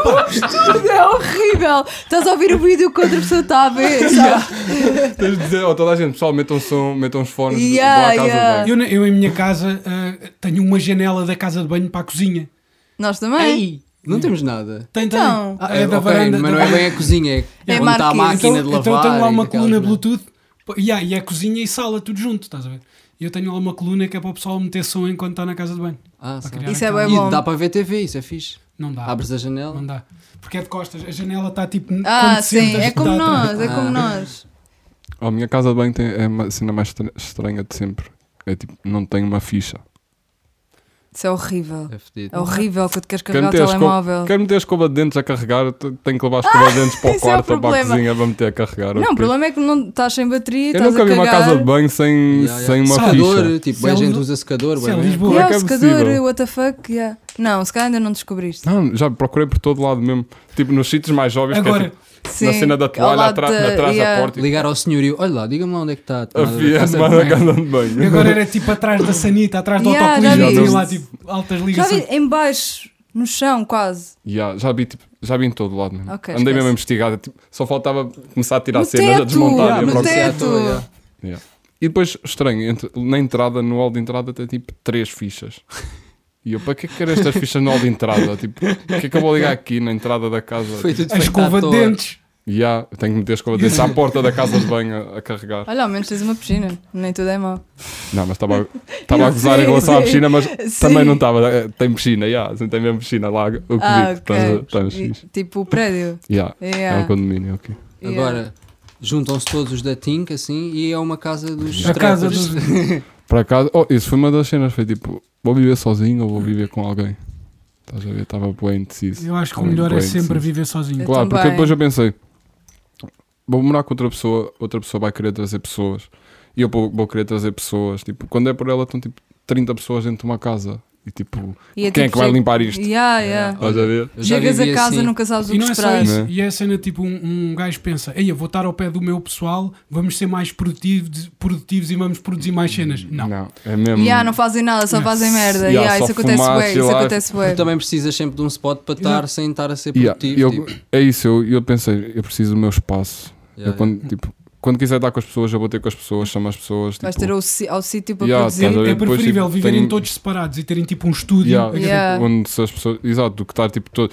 Speaker 4: Corres tudo, é horrível. Estás a ouvir o vídeo que outra pessoa está a ver. sabe?
Speaker 5: Tens de dizer, ó, toda a gente, pessoal, metam som, metam os fones,
Speaker 4: Yeah,
Speaker 5: vão à casa
Speaker 4: yeah.
Speaker 5: bem.
Speaker 3: Eu, na- eu em minha casa ah, tenho uma janela da casa de banho para a cozinha.
Speaker 4: Nós também.
Speaker 1: Não temos nada.
Speaker 3: Tem, tem.
Speaker 4: é? Então.
Speaker 1: Ah,
Speaker 3: é da
Speaker 1: ok,
Speaker 3: varanda.
Speaker 1: mas
Speaker 3: da
Speaker 1: não é
Speaker 3: varanda.
Speaker 1: bem a cozinha, é,
Speaker 4: É
Speaker 1: onde está a
Speaker 4: marquise.
Speaker 1: máquina
Speaker 3: então,
Speaker 1: de
Speaker 3: então
Speaker 1: lavar.
Speaker 3: tenho lá
Speaker 1: e
Speaker 3: uma
Speaker 1: aquelas
Speaker 3: coluna
Speaker 1: merdas.
Speaker 3: Bluetooth pô, yeah, e é cozinha e sala, tudo junto, estás a ver? E eu tenho lá uma coluna que é para o pessoal meter som enquanto está na casa de banho.
Speaker 1: Ah,
Speaker 3: Para
Speaker 1: sabe.
Speaker 3: criar
Speaker 4: Isso é
Speaker 3: aquela-
Speaker 4: bem bom.
Speaker 1: E dá para ver TV, isso é fixe.
Speaker 3: Não dá.
Speaker 1: Abres a janela.
Speaker 3: Não dá. Porque é de costas, a janela está tipo.
Speaker 4: Ah,
Speaker 3: quando
Speaker 4: sim,
Speaker 3: sentas,
Speaker 4: é como
Speaker 3: dá tá atrás.
Speaker 4: nós, é como
Speaker 1: Ah.
Speaker 4: nós.
Speaker 5: Oh, A minha casa de banho tem, é uma cena mais estra- estranha de sempre. É tipo, não tem uma ficha.
Speaker 4: Isso é horrível.
Speaker 1: É fedido.
Speaker 4: É horrível quando queres
Speaker 5: Quero
Speaker 4: carregar o
Speaker 5: meter, a escova,
Speaker 4: telemóvel.
Speaker 5: quero meter a escova de dentes a carregar, t- tenho que levar a escova de dentes para o
Speaker 4: isso é o
Speaker 5: quarto ou para a
Speaker 4: problema.
Speaker 5: cozinha para meter a carregar.
Speaker 4: Não,
Speaker 5: ok?
Speaker 4: o problema é que não estás sem bateria,
Speaker 5: Eu
Speaker 4: estás
Speaker 5: nunca
Speaker 4: a
Speaker 5: vi uma
Speaker 4: cagar.
Speaker 5: casa de banho sem,
Speaker 1: Yeah, yeah.
Speaker 5: sem uma
Speaker 1: secador,
Speaker 5: ficha.
Speaker 1: tipo,
Speaker 3: Se
Speaker 1: bem
Speaker 3: é
Speaker 1: gente
Speaker 3: Lisboa-
Speaker 1: usa secador,
Speaker 3: se
Speaker 1: bué
Speaker 3: é
Speaker 1: merda.
Speaker 3: Lisboa-
Speaker 5: Como é
Speaker 4: Yeah, o
Speaker 5: que é
Speaker 4: secador,
Speaker 5: possível?
Speaker 4: what the fuck, yeah. Não, se calhar ainda não descobriste.
Speaker 5: Não, já procurei por todo lado mesmo. Tipo, nos sítios mais óbvios que é,
Speaker 3: Agora,
Speaker 5: tipo,
Speaker 4: Sim.
Speaker 5: na cena da
Speaker 4: ao
Speaker 5: toalha,
Speaker 4: lado
Speaker 5: atrás
Speaker 4: da-
Speaker 5: atrás da
Speaker 4: yeah.
Speaker 3: tipo-
Speaker 5: porta.
Speaker 1: Ligar ao senhorio, olha lá, diga-me lá onde é que está. a
Speaker 5: A
Speaker 1: tomada da
Speaker 5: fia
Speaker 1: casa de
Speaker 5: tomada a
Speaker 4: é?
Speaker 1: banho."
Speaker 5: casa de banho.
Speaker 3: agora era tipo atrás da sanita, atrás do
Speaker 4: Yeah, já
Speaker 3: autocolismo,
Speaker 5: vi
Speaker 3: tinha
Speaker 5: isso.
Speaker 3: lá tipo altas
Speaker 4: Já vi
Speaker 3: ligações.
Speaker 5: assim.
Speaker 4: em baixo, no chão quase.
Speaker 5: Yeah, já vi, tipo, já vi em todo lado mesmo.
Speaker 4: Ok,
Speaker 5: Andei
Speaker 4: esquece.
Speaker 5: mesmo a investigar, tipo, só faltava começar a tirar
Speaker 4: No
Speaker 5: cenas, a
Speaker 4: teto,
Speaker 5: desmontar e a
Speaker 1: Yeah,
Speaker 4: no
Speaker 1: pronto,
Speaker 5: procurar.
Speaker 1: isso é à
Speaker 4: teto.
Speaker 1: toa, yeah.
Speaker 5: Yeah. E depois, estranho, entre- na entrada, no hall de entrada, tem tipo três fichas. E eu, para que é que quero estas fichas no hall de entrada? Tipo, o que é que eu vou ligar aqui na entrada da casa?
Speaker 1: Foi tudo
Speaker 3: A
Speaker 1: feito à
Speaker 3: escova de
Speaker 1: toa.
Speaker 3: dentes.
Speaker 5: Yeah, eu tenho que meter a escova de dentes à porta da casa de banho a, a carregar.
Speaker 4: Olha, ao menos tens uma piscina, nem tudo é mau.
Speaker 5: Não, mas estava a- estava a
Speaker 4: Eu
Speaker 5: gozar em
Speaker 4: sei,
Speaker 5: relação à
Speaker 4: sei.
Speaker 5: piscina, mas
Speaker 4: Sim.
Speaker 5: também não estava. eh, Tem piscina, yeah, assim, tem mesmo piscina lá, o que
Speaker 4: Ah,
Speaker 5: vi, estás a- estás
Speaker 4: ok.
Speaker 5: fixe.
Speaker 4: E- Tipo o prédio.
Speaker 5: Yeah,
Speaker 4: Yeah.
Speaker 5: É um condomínio, ok.
Speaker 4: Yeah.
Speaker 1: Agora juntam-se todos os da Tink assim e é uma casa dos
Speaker 3: A casa
Speaker 1: trappers.
Speaker 3: dos-
Speaker 5: Para casa, oh, isso foi uma das cenas, foi tipo, vou viver sozinho ou vou viver com alguém? Estás a ver? Estava bem indeciso.
Speaker 3: Eu acho que o melhor é
Speaker 5: Bem,
Speaker 3: sempre
Speaker 5: sim.
Speaker 3: viver sozinho.
Speaker 4: Eu
Speaker 5: Claro, porque
Speaker 4: também.
Speaker 5: depois eu pensei, vou morar com outra pessoa, outra pessoa vai querer trazer pessoas, e eu vou, vou querer trazer pessoas, tipo, quando é por ela estão tipo 30 pessoas dentro de uma casa, e tipo,
Speaker 4: E é
Speaker 5: quem é
Speaker 4: tipo
Speaker 5: que vai
Speaker 4: che-
Speaker 5: limpar isto?
Speaker 4: Yeah, yeah.
Speaker 5: Estás a ver?
Speaker 1: Eu já
Speaker 4: Chegas
Speaker 1: vivi
Speaker 4: a casa,
Speaker 1: assim.
Speaker 4: nunca sabes o
Speaker 3: E
Speaker 4: que
Speaker 3: não é só
Speaker 4: esperar.
Speaker 3: isso.
Speaker 5: Né?
Speaker 3: E é a cena tipo um, um gajo pensa: Ei, eu vou estar ao pé do meu pessoal, vamos ser mais produtivos, produtivos e vamos produzir mais cenas. Não.
Speaker 5: é mesmo.
Speaker 4: Yeah, não fazem nada, só
Speaker 3: Yeah.
Speaker 4: fazem merda.
Speaker 5: Yeah,
Speaker 4: Yeah,
Speaker 5: só
Speaker 4: isso acontece
Speaker 5: fumar,
Speaker 4: bué, isso
Speaker 5: chilar.
Speaker 4: acontece bué.
Speaker 1: Tu também precisas sempre de um spot para estar sem estar a ser
Speaker 5: Yeah,
Speaker 1: produtivo.
Speaker 5: eu-
Speaker 1: tipo.
Speaker 5: É isso, eu, eu pensei, eu preciso do meu espaço.
Speaker 1: Yeah,
Speaker 5: eu quando, tipo, quando quiser estar com as pessoas, eu vou ter com as pessoas, chamo as pessoas.
Speaker 4: Vais
Speaker 5: tipo,
Speaker 4: ter ao, si- ao sítio para
Speaker 5: Yeah,
Speaker 3: É,
Speaker 5: Estás a
Speaker 4: produzir.
Speaker 5: ver?
Speaker 3: é
Speaker 5: Depois,
Speaker 3: preferível
Speaker 5: tipo,
Speaker 3: viverem
Speaker 5: tem-
Speaker 3: todos separados e terem tipo um estúdio.
Speaker 5: Yeah,
Speaker 3: Aquele-
Speaker 4: Yeah.
Speaker 5: Onde se as pessoas. Exato, do que estar tipo todo.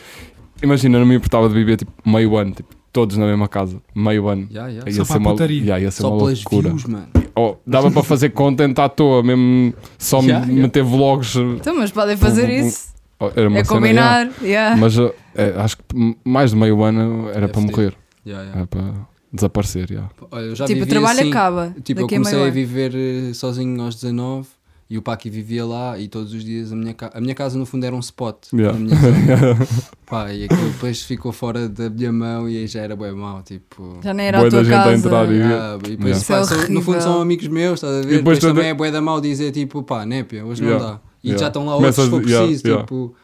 Speaker 5: Imagina, não me importava de viver tipo meio ano, tipo, todos na mesma casa, meio ano.
Speaker 1: Yeah, yeah.
Speaker 5: Ia
Speaker 3: Só
Speaker 5: ser
Speaker 3: para a
Speaker 5: uma-
Speaker 3: putaria.
Speaker 5: yeah, ia ser
Speaker 1: Só
Speaker 5: É uma
Speaker 1: pelas
Speaker 5: loucura.
Speaker 1: views, mano.
Speaker 5: Oh, dava para fazer content à toa, mesmo só me-
Speaker 1: Yeah, yeah.
Speaker 5: meter vlogs.
Speaker 4: Então, mas podem fazer isso.
Speaker 5: Oh, Era uma
Speaker 4: É
Speaker 5: cena,
Speaker 4: combinar.
Speaker 5: yeah.
Speaker 4: Yeah.
Speaker 5: Mas uh, é, acho que m- mais de meio ano era
Speaker 1: É
Speaker 5: para
Speaker 1: fedido.
Speaker 5: morrer,
Speaker 1: Yeah, yeah.
Speaker 5: era para desaparecer. Yeah.
Speaker 1: Olha, eu já
Speaker 4: Tipo, o
Speaker 1: vivi
Speaker 4: trabalho
Speaker 1: assim,
Speaker 4: acaba.
Speaker 1: Tipo, eu
Speaker 4: Daqui a meio
Speaker 1: comecei a
Speaker 4: ano.
Speaker 1: viver eh, sozinho aos 19 e o Paki vivia lá e todos os dias a minha, ca- a minha casa no fundo era um spot na
Speaker 5: Yeah.
Speaker 1: minha zona. Pá, e aquilo depois ficou fora da minha mão e aí já era bem mau, tipo...
Speaker 4: Já nem era
Speaker 5: Bué
Speaker 4: a
Speaker 5: da
Speaker 4: tua
Speaker 5: gente a
Speaker 4: casa.
Speaker 5: entrar e-
Speaker 1: Ah, e depois,
Speaker 4: Isso é
Speaker 1: pá, são- no fundo
Speaker 4: horrível.
Speaker 1: são amigos meus, estás a ver?
Speaker 5: Tá E depois
Speaker 1: depois
Speaker 5: toda-
Speaker 1: também é bué da mal dizer tipo, pá, népia, hoje
Speaker 5: Yeah,
Speaker 1: não dá. E
Speaker 5: yeah.
Speaker 1: já estão lá outros
Speaker 5: Começas-
Speaker 1: se for
Speaker 5: yeah,
Speaker 1: preciso,
Speaker 5: yeah.
Speaker 1: tipo...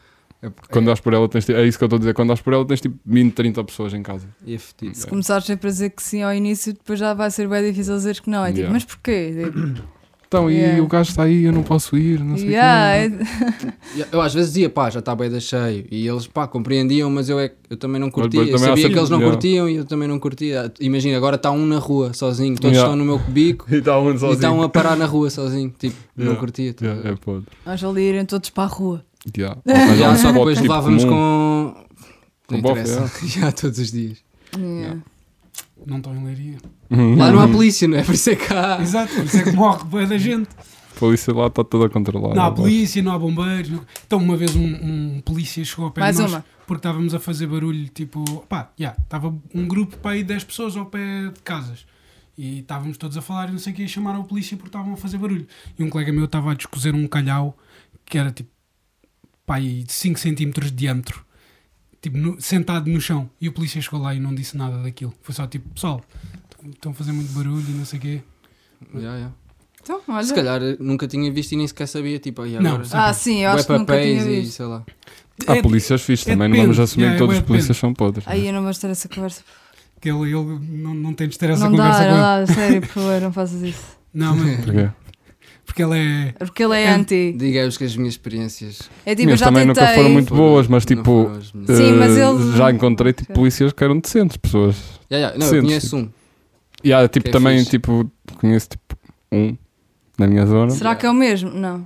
Speaker 1: É,
Speaker 5: Quando dás por ela, tens, ti- é isso que eu estou a dizer. Quando dás por ela, tens tipo 20, 30 pessoas em casa.
Speaker 1: é, é fedido.
Speaker 4: Se começares sempre a dizer que sim ao início, depois já vai ser bem difícil dizer que não. É tipo,
Speaker 5: Yeah.
Speaker 4: mas porquê? Tipo,
Speaker 5: Então, e
Speaker 4: Yeah.
Speaker 5: o gajo está aí, eu não posso ir, não sei o quê.
Speaker 4: yeah, é-
Speaker 1: E Eu às vezes dizia, pá, já está bem da cheio. E eles, pá, compreendiam, mas eu, é, que- eu também não curtia.
Speaker 5: depois
Speaker 1: eu
Speaker 5: também há
Speaker 1: sabia
Speaker 5: sempre-
Speaker 1: que eles não
Speaker 5: yeah.
Speaker 1: curtiam e eu também não curtia. Imagina, agora está um na rua sozinho, todos
Speaker 5: Yeah.
Speaker 1: estão no meu bico
Speaker 5: E está um
Speaker 1: e estão a parar na rua sozinho. Tipo, não
Speaker 5: Yeah.
Speaker 1: curtia. tá
Speaker 5: Yeah,
Speaker 1: a
Speaker 5: é
Speaker 1: ver?
Speaker 5: podre.
Speaker 4: Nós ali irem todos para a rua.
Speaker 5: Yeah. Ou seja,
Speaker 1: Já,
Speaker 5: um
Speaker 1: só
Speaker 5: spot,
Speaker 1: depois
Speaker 5: tipo,
Speaker 1: levávamos
Speaker 5: comum.
Speaker 1: com. Não
Speaker 5: Com bofe,
Speaker 1: interessa. Já todos os dias.
Speaker 4: Yeah.
Speaker 3: Não estão em leiria.
Speaker 5: Uhum.
Speaker 1: Lá não há polícia, não é? Por isso é que há.
Speaker 3: Exato, por isso é que morre bué da gente.
Speaker 5: A polícia lá está toda controlada.
Speaker 3: Não há polícia, não há bombeiros. não- Então, uma vez um, um polícia chegou ao pé
Speaker 4: Mais
Speaker 3: de nós
Speaker 4: uma.
Speaker 3: porque estávamos a fazer barulho, tipo, pá, já, estava um grupo para aí 10 pessoas ao pé de casas. E estávamos todos a falar e não sei o que, e chamaram a polícia porque estavam a fazer barulho. E um colega meu estava a descozer um calhau que era tipo, pá, aí 5 centímetros de diâmetro. tipo, no- sentado no chão. E o polícia chegou lá e não disse nada daquilo. Foi só tipo, pessoal, estão a fazer muito barulho e não sei o quê.
Speaker 1: Ya, ya.
Speaker 4: Então, olha.
Speaker 1: Se calhar eh, nunca tinha visto e nem sequer sabia. Tipo, ai,
Speaker 3: Não,
Speaker 1: agora.
Speaker 3: sim.
Speaker 4: ah, sim, eu acho que
Speaker 1: Ué,
Speaker 4: nunca
Speaker 1: papéis
Speaker 4: tinha
Speaker 1: e
Speaker 4: visto.
Speaker 1: sei lá.
Speaker 5: Há
Speaker 3: É-
Speaker 5: polícias fixes
Speaker 3: é
Speaker 5: também, não vamos
Speaker 3: depende.
Speaker 5: assumir
Speaker 3: Yeah,
Speaker 5: que todos
Speaker 3: é
Speaker 5: os polícias
Speaker 3: depende.
Speaker 5: são podres.
Speaker 1: é.
Speaker 4: Aí eu não vou ter essa conversa.
Speaker 3: que ele, ele não, não tens de ter essa
Speaker 4: Não dá, é
Speaker 3: conversa com
Speaker 4: não
Speaker 3: ele.
Speaker 4: dá, sério, por favor, não faças isso.
Speaker 3: Não, mas
Speaker 5: Porquê?
Speaker 3: porque ele é.
Speaker 4: Porque ele é
Speaker 3: É-
Speaker 4: anti.
Speaker 1: Diga-vos que as minhas experiências
Speaker 4: É tipo, eu
Speaker 5: Mas
Speaker 4: já
Speaker 5: também nunca foram
Speaker 4: tentei.
Speaker 5: muito- boas, mas,
Speaker 1: não
Speaker 5: tipo,
Speaker 1: foram as melhores.
Speaker 4: Sim, mas
Speaker 5: Eh,
Speaker 4: ele-
Speaker 5: Já encontrei tipo,
Speaker 4: Ok.
Speaker 5: polícias que eram decentes, pessoas.
Speaker 1: Ya, ya, Não, eu
Speaker 5: Sentes,
Speaker 1: conheço um.
Speaker 5: E há, tipo,
Speaker 1: Que é
Speaker 5: também,
Speaker 1: fixe.
Speaker 5: tipo, conheço tipo, um na minha zona.
Speaker 4: Será que é o mesmo? Não.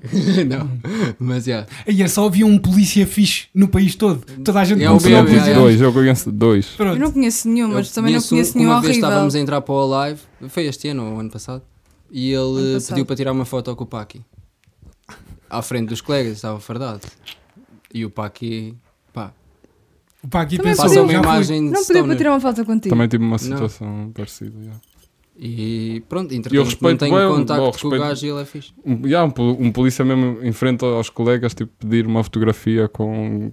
Speaker 1: não, mas já.
Speaker 3: Aí é só havia um polícia fixe no país todo. Toda a gente
Speaker 1: É o
Speaker 5: Não, tipo,
Speaker 3: conhecia
Speaker 1: meu,
Speaker 3: o polícia.
Speaker 1: é, é.
Speaker 5: dois, eu conheço dois.
Speaker 4: Eu
Speaker 3: Pronto.
Speaker 4: não conheço nenhum, mas
Speaker 1: Eu
Speaker 4: também não
Speaker 1: um
Speaker 4: conheço
Speaker 1: que
Speaker 4: nenhum
Speaker 1: uma vez
Speaker 4: horrível.
Speaker 1: estávamos a entrar para o live, foi este ano ou ano passado, e
Speaker 4: Ano
Speaker 1: ele
Speaker 4: passado.
Speaker 1: pediu para tirar uma foto com o Paki. À frente dos colegas, estava fardado. E o Paki, pá,
Speaker 3: O pá aqui
Speaker 4: Também
Speaker 3: pensou,
Speaker 1: passa
Speaker 4: pediu-
Speaker 1: uma
Speaker 3: já fui.
Speaker 1: imagem de
Speaker 4: Não podia para
Speaker 1: stoner.
Speaker 4: tirar uma foto contigo.
Speaker 5: Também tive uma
Speaker 1: Não.
Speaker 5: situação parecida. yeah.
Speaker 1: E pronto,
Speaker 5: Eu
Speaker 1: entretanto,
Speaker 5: respeito
Speaker 1: não tenho
Speaker 5: bué,
Speaker 1: contacto
Speaker 5: bom,
Speaker 1: com o
Speaker 5: respeito-
Speaker 1: gajo e ele é fixe.
Speaker 5: Um, yeah, um, pol- um polícia mesmo em frente aos colegas, tipo, pedir uma fotografia com,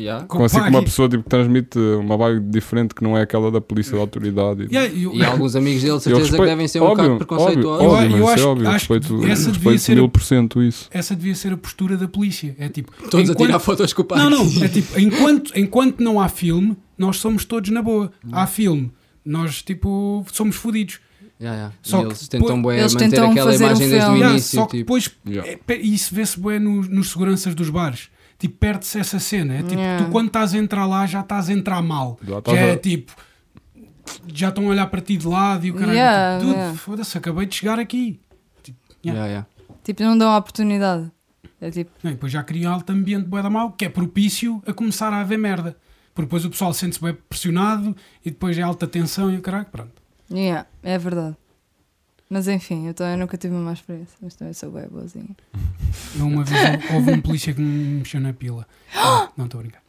Speaker 1: Yeah.
Speaker 3: Com
Speaker 5: com assim
Speaker 3: pá
Speaker 5: que uma
Speaker 3: aqui.
Speaker 5: pessoa tipo, que transmite uma vibe diferente que não é aquela da polícia da autoridade.
Speaker 3: Yeah, eu-
Speaker 1: E alguns amigos dele, de certeza,
Speaker 5: respeito-
Speaker 1: que devem ser um bocado
Speaker 5: óbvio, Óbvio,
Speaker 1: preconceituosos.
Speaker 5: óbvio,
Speaker 3: Eu- eu
Speaker 5: mas é
Speaker 3: acho-
Speaker 5: óbvio,
Speaker 3: acho que
Speaker 5: respeito,
Speaker 3: essa devia
Speaker 5: respeito
Speaker 3: ser-
Speaker 5: mil por cento isso.
Speaker 3: Essa devia ser a postura da polícia. É tipo.
Speaker 1: Todos a
Speaker 3: enquanto-
Speaker 1: tirar fotos com o Paki.
Speaker 3: Não, não. É tipo, enquanto, enquanto não há filme, nós somos todos na boa. Há filme, nós tipo somos fodidos.
Speaker 1: Ya, ya. E
Speaker 3: Só que
Speaker 1: eles tentam
Speaker 3: depois-
Speaker 1: bué
Speaker 4: Eles
Speaker 1: manter
Speaker 4: tentam
Speaker 1: aquela
Speaker 4: fazer um
Speaker 1: imagem desde o
Speaker 4: filme.
Speaker 3: Yeah,
Speaker 1: início.
Speaker 3: Ah, só que
Speaker 1: tipo,
Speaker 3: depois
Speaker 5: Yeah.
Speaker 3: É, pe- Isso vê-se bem nos, nos seguranças dos bares. Tipo, perde-se essa cena. É tipo,
Speaker 4: Yeah.
Speaker 3: tu quando estás a entrar lá já estás a entrar mal.
Speaker 5: Já
Speaker 3: Já,
Speaker 5: estás
Speaker 3: é
Speaker 5: a-
Speaker 3: tipo, já estão a olhar para ti de lado e o caralho.
Speaker 4: Yeah,
Speaker 3: tipo, dude,
Speaker 4: yeah.
Speaker 3: foda-se, acabei de chegar aqui. Yeah.
Speaker 1: ya, ya.
Speaker 4: Tipo, não dão a oportunidade. É tipo,
Speaker 3: Não, e depois já cria um alto ambiente bué da mal que é propício a começar a haver merda. Porque depois o pessoal sente-se bem pressionado e depois é alta tensão e o caralho, pronto.
Speaker 4: yeah, é verdade. Mas enfim, eu também nunca tive uma má experiência, mas também sou bem boazinha.
Speaker 3: Eu uma vez houve um polícia que me mexeu na pila. Ah, não estou a brincar.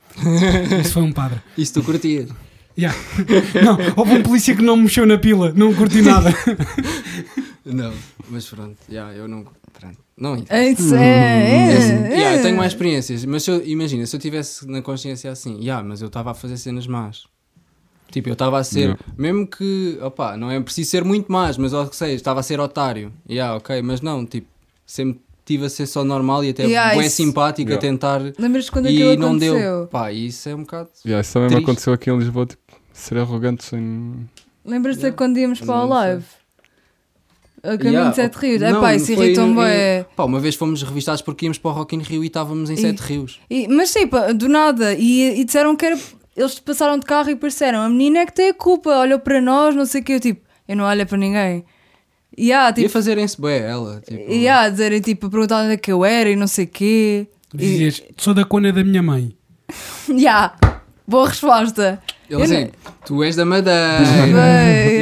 Speaker 3: Isso foi um padre.
Speaker 1: Isso tu curtias.
Speaker 3: Yeah. Não, houve um polícia que não me mexeu na pila, não curti nada.
Speaker 1: Não, mas pronto, já, eu não. Pronto. Não, é,
Speaker 4: É
Speaker 5: Hum,
Speaker 4: isso, é, é,
Speaker 1: yeah, eu
Speaker 4: é.
Speaker 1: tenho mais experiências, mas se eu- imagina, se eu tivesse na consciência assim, yeah, mas eu estava a fazer cenas más. Tipo, eu estava a ser,
Speaker 5: Yeah.
Speaker 1: mesmo que, opá, não é preciso ser muito mais, mas ou que seja, estava a ser otário. Yeah, ok, mas não, tipo, sempre tive a ser só normal e até
Speaker 4: Yeah,
Speaker 1: bem
Speaker 4: isso-
Speaker 1: simpático
Speaker 5: Yeah.
Speaker 1: a tentar
Speaker 4: Lembras-te quando
Speaker 1: e
Speaker 4: aquilo
Speaker 1: não deu.
Speaker 4: aconteceu?
Speaker 1: Pá, isso é um bocado.
Speaker 5: Yeah, isso também me
Speaker 1: Triste.
Speaker 5: aconteceu aqui em Lisboa, tipo, ser arrogante sem.
Speaker 4: Lembras-te
Speaker 1: Yeah.
Speaker 4: quando íamos
Speaker 1: Mas
Speaker 4: para
Speaker 1: não
Speaker 4: o
Speaker 1: sei.
Speaker 4: live? A caminho de Sete Rios. É
Speaker 1: Não,
Speaker 4: pá, isso
Speaker 1: foi-
Speaker 4: irritou-me
Speaker 1: é-
Speaker 4: bem.
Speaker 1: Pá, uma vez fomos revistados porque íamos para o Rock in Rio e estávamos em Sete Rios.
Speaker 4: E- Mas tipo, do nada. E, e disseram que era. Eles passaram de carro e pareceram: a menina é que tem a culpa, olhou para nós, não sei o que. Eu tipo, eu não olho para ninguém. E
Speaker 1: E
Speaker 4: há,
Speaker 1: a
Speaker 4: tipo,
Speaker 1: fazerem-se bem ela, tipo.
Speaker 4: e há a dizerem tipo, perguntar onde é que eu era e não sei o quê.
Speaker 3: Tu dizias, sou da cona da minha mãe.
Speaker 4: E há, boa resposta.
Speaker 1: Ele
Speaker 4: Eu não-
Speaker 1: assim, tu és da Madeira.
Speaker 4: Bem,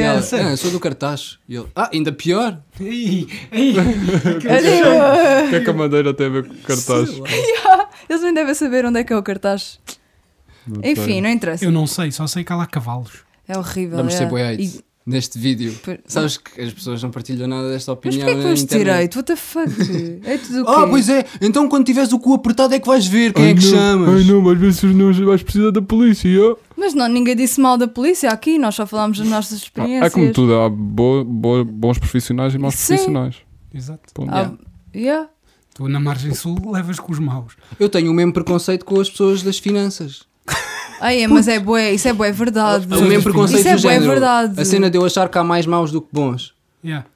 Speaker 1: E ela,
Speaker 4: é.
Speaker 1: ah, eu sou do cartaz. E ele, ah, ainda pior.
Speaker 3: Ei, ei.
Speaker 4: Olha,
Speaker 5: O que é que a madeira tem a ver com cartaz?
Speaker 1: Sei lá.
Speaker 4: Eles nem devem saber onde é que é o cartaz.
Speaker 5: Não tem.
Speaker 4: Enfim, né? não interessa.
Speaker 3: Eu não sei, só sei que há lá cavalos.
Speaker 4: É horrível.
Speaker 1: Vamos
Speaker 4: é.
Speaker 1: ser boiados
Speaker 4: E-
Speaker 1: neste vídeo.
Speaker 4: Por-
Speaker 1: Sabes que as pessoas não partilham nada desta
Speaker 4: Mas
Speaker 1: opinião.
Speaker 4: porquê é que
Speaker 1: na
Speaker 4: vamos
Speaker 1: internet.
Speaker 4: direito? What the fuck? É tudo o quê?
Speaker 1: Ah, pois é, então quando tiveres o cu apertado é que vais ver quem é que
Speaker 5: Ai, não,
Speaker 1: chamas.
Speaker 5: Ai não, às vezes não vais precisar da polícia. ó.
Speaker 4: Mas não, ninguém disse mal da polícia aqui, nós só falámos das nossas
Speaker 5: Ah,
Speaker 4: experiências.
Speaker 5: é como tudo, há bo- bo- bons profissionais e maus
Speaker 4: Sim.
Speaker 5: profissionais.
Speaker 3: Exato.
Speaker 5: Ponto.
Speaker 4: Ah, yeah.
Speaker 3: Tu na margem sul levas com os maus.
Speaker 1: Eu tenho o mesmo preconceito com as pessoas das finanças.
Speaker 4: Ai, é, mas é bué, isso é bué verdade.
Speaker 1: o mesmo preconceito
Speaker 4: Isso é
Speaker 1: do
Speaker 4: bué
Speaker 1: género.
Speaker 4: verdade.
Speaker 1: A cena de eu achar que há mais maus do que bons.
Speaker 3: Yeah.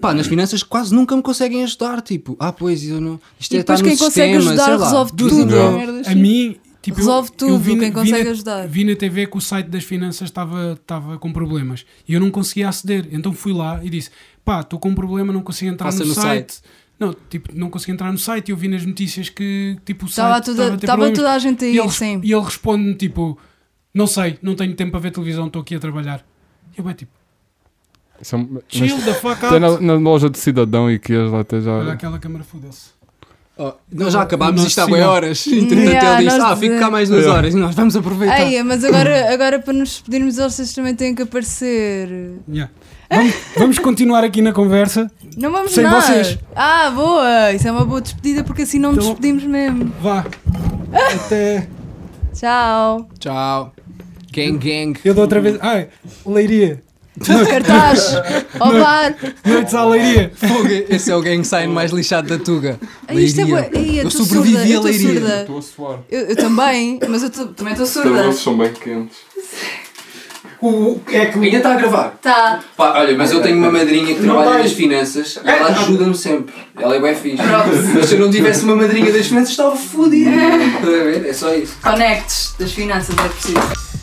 Speaker 1: Pá, nas finanças quase nunca me conseguem ajudar. Tipo, ah, pois, eu não. Isto
Speaker 4: E
Speaker 1: é estar
Speaker 4: depois
Speaker 1: no
Speaker 4: quem consegue
Speaker 1: sistema,
Speaker 4: ajudar
Speaker 1: sei lá. é?
Speaker 4: resolve
Speaker 3: Dude,
Speaker 4: tudo.
Speaker 5: não.
Speaker 4: Merda,
Speaker 3: A
Speaker 4: sim.
Speaker 3: mim, tipo, eu-
Speaker 4: Resolve
Speaker 3: eu
Speaker 4: tudo,
Speaker 3: vi na-
Speaker 4: quem consegue
Speaker 3: vi na-
Speaker 4: ajudar.
Speaker 3: Vi na TV que o site das finanças estava estava com problemas e eu não conseguia aceder. Então fui lá e disse: pá, estou com um problema, não consigo entrar
Speaker 1: Passa
Speaker 3: no,
Speaker 1: no
Speaker 3: site. Não, tipo, não consegui entrar no site e eu vi nas notícias que tipo, o
Speaker 4: Estava
Speaker 3: site
Speaker 4: Tá toda,
Speaker 3: a ter
Speaker 4: estava
Speaker 3: problemas.
Speaker 4: toda a gente aí,
Speaker 3: E ele,
Speaker 4: sim.
Speaker 3: e ele responde-me tipo: Não sei, não tenho tempo para ver televisão, estou aqui a trabalhar. E eu bem tipo:
Speaker 5: Isso é um- mas
Speaker 3: Chill the fuck
Speaker 5: Até na,
Speaker 3: out.
Speaker 5: na loja de cidadão e que eles lá até
Speaker 3: Olha
Speaker 5: já.
Speaker 3: aquela câmara fudeu-se.
Speaker 1: Oh, nós já acabámos
Speaker 3: Nossa
Speaker 1: isto há bem
Speaker 3: Senhora.
Speaker 1: horas. Entretanto,
Speaker 4: Yeah,
Speaker 1: ele diz:
Speaker 4: nós
Speaker 1: Ah, fico cá
Speaker 4: de-
Speaker 1: mais duas
Speaker 5: Yeah.
Speaker 1: horas e nós vamos aproveitar.
Speaker 4: Ai, é, mas agora,
Speaker 3: Hum.
Speaker 4: agora para nos despedirmos, eles vocês também têm que aparecer.
Speaker 3: Yeah. Vamos, vamos continuar aqui na conversa.
Speaker 4: Não vamos
Speaker 3: Sem
Speaker 4: nada.
Speaker 3: vocês.
Speaker 4: Ah, boa! Isso é uma boa despedida porque assim não nos
Speaker 3: Então-
Speaker 4: despedimos mesmo.
Speaker 3: Vá. Até.
Speaker 4: Tchau.
Speaker 1: Tchau. Gang, gang.
Speaker 3: Eu dou outra vez. Ai, Leiria.
Speaker 4: Cartaz. Opa.
Speaker 3: Noites à Leiria.
Speaker 1: Fogo, esse é o gang sign mais lixado da Tuga.
Speaker 4: Isto
Speaker 1: Leiria.
Speaker 4: é bué- Ei,
Speaker 1: Eu
Speaker 4: Eu estou
Speaker 1: sobrevivi
Speaker 4: surda. Eu
Speaker 1: a
Speaker 4: estou
Speaker 1: Leiria.
Speaker 4: surda.
Speaker 5: Estou a suar.
Speaker 4: Eu, eu também, mas eu tô- também estou surda.
Speaker 5: são bem quentes.
Speaker 1: O que é que ainda está a gravar?
Speaker 4: Tá.
Speaker 1: Pá, olha, mas eu tenho uma madrinha que trabalha nas finanças, ela ajuda-me sempre. Ela é bem fixe. Mas se eu não tivesse uma madrinha das finanças, estava fodido. Estás a ver? É só isso.
Speaker 4: Conectes das finanças é preciso.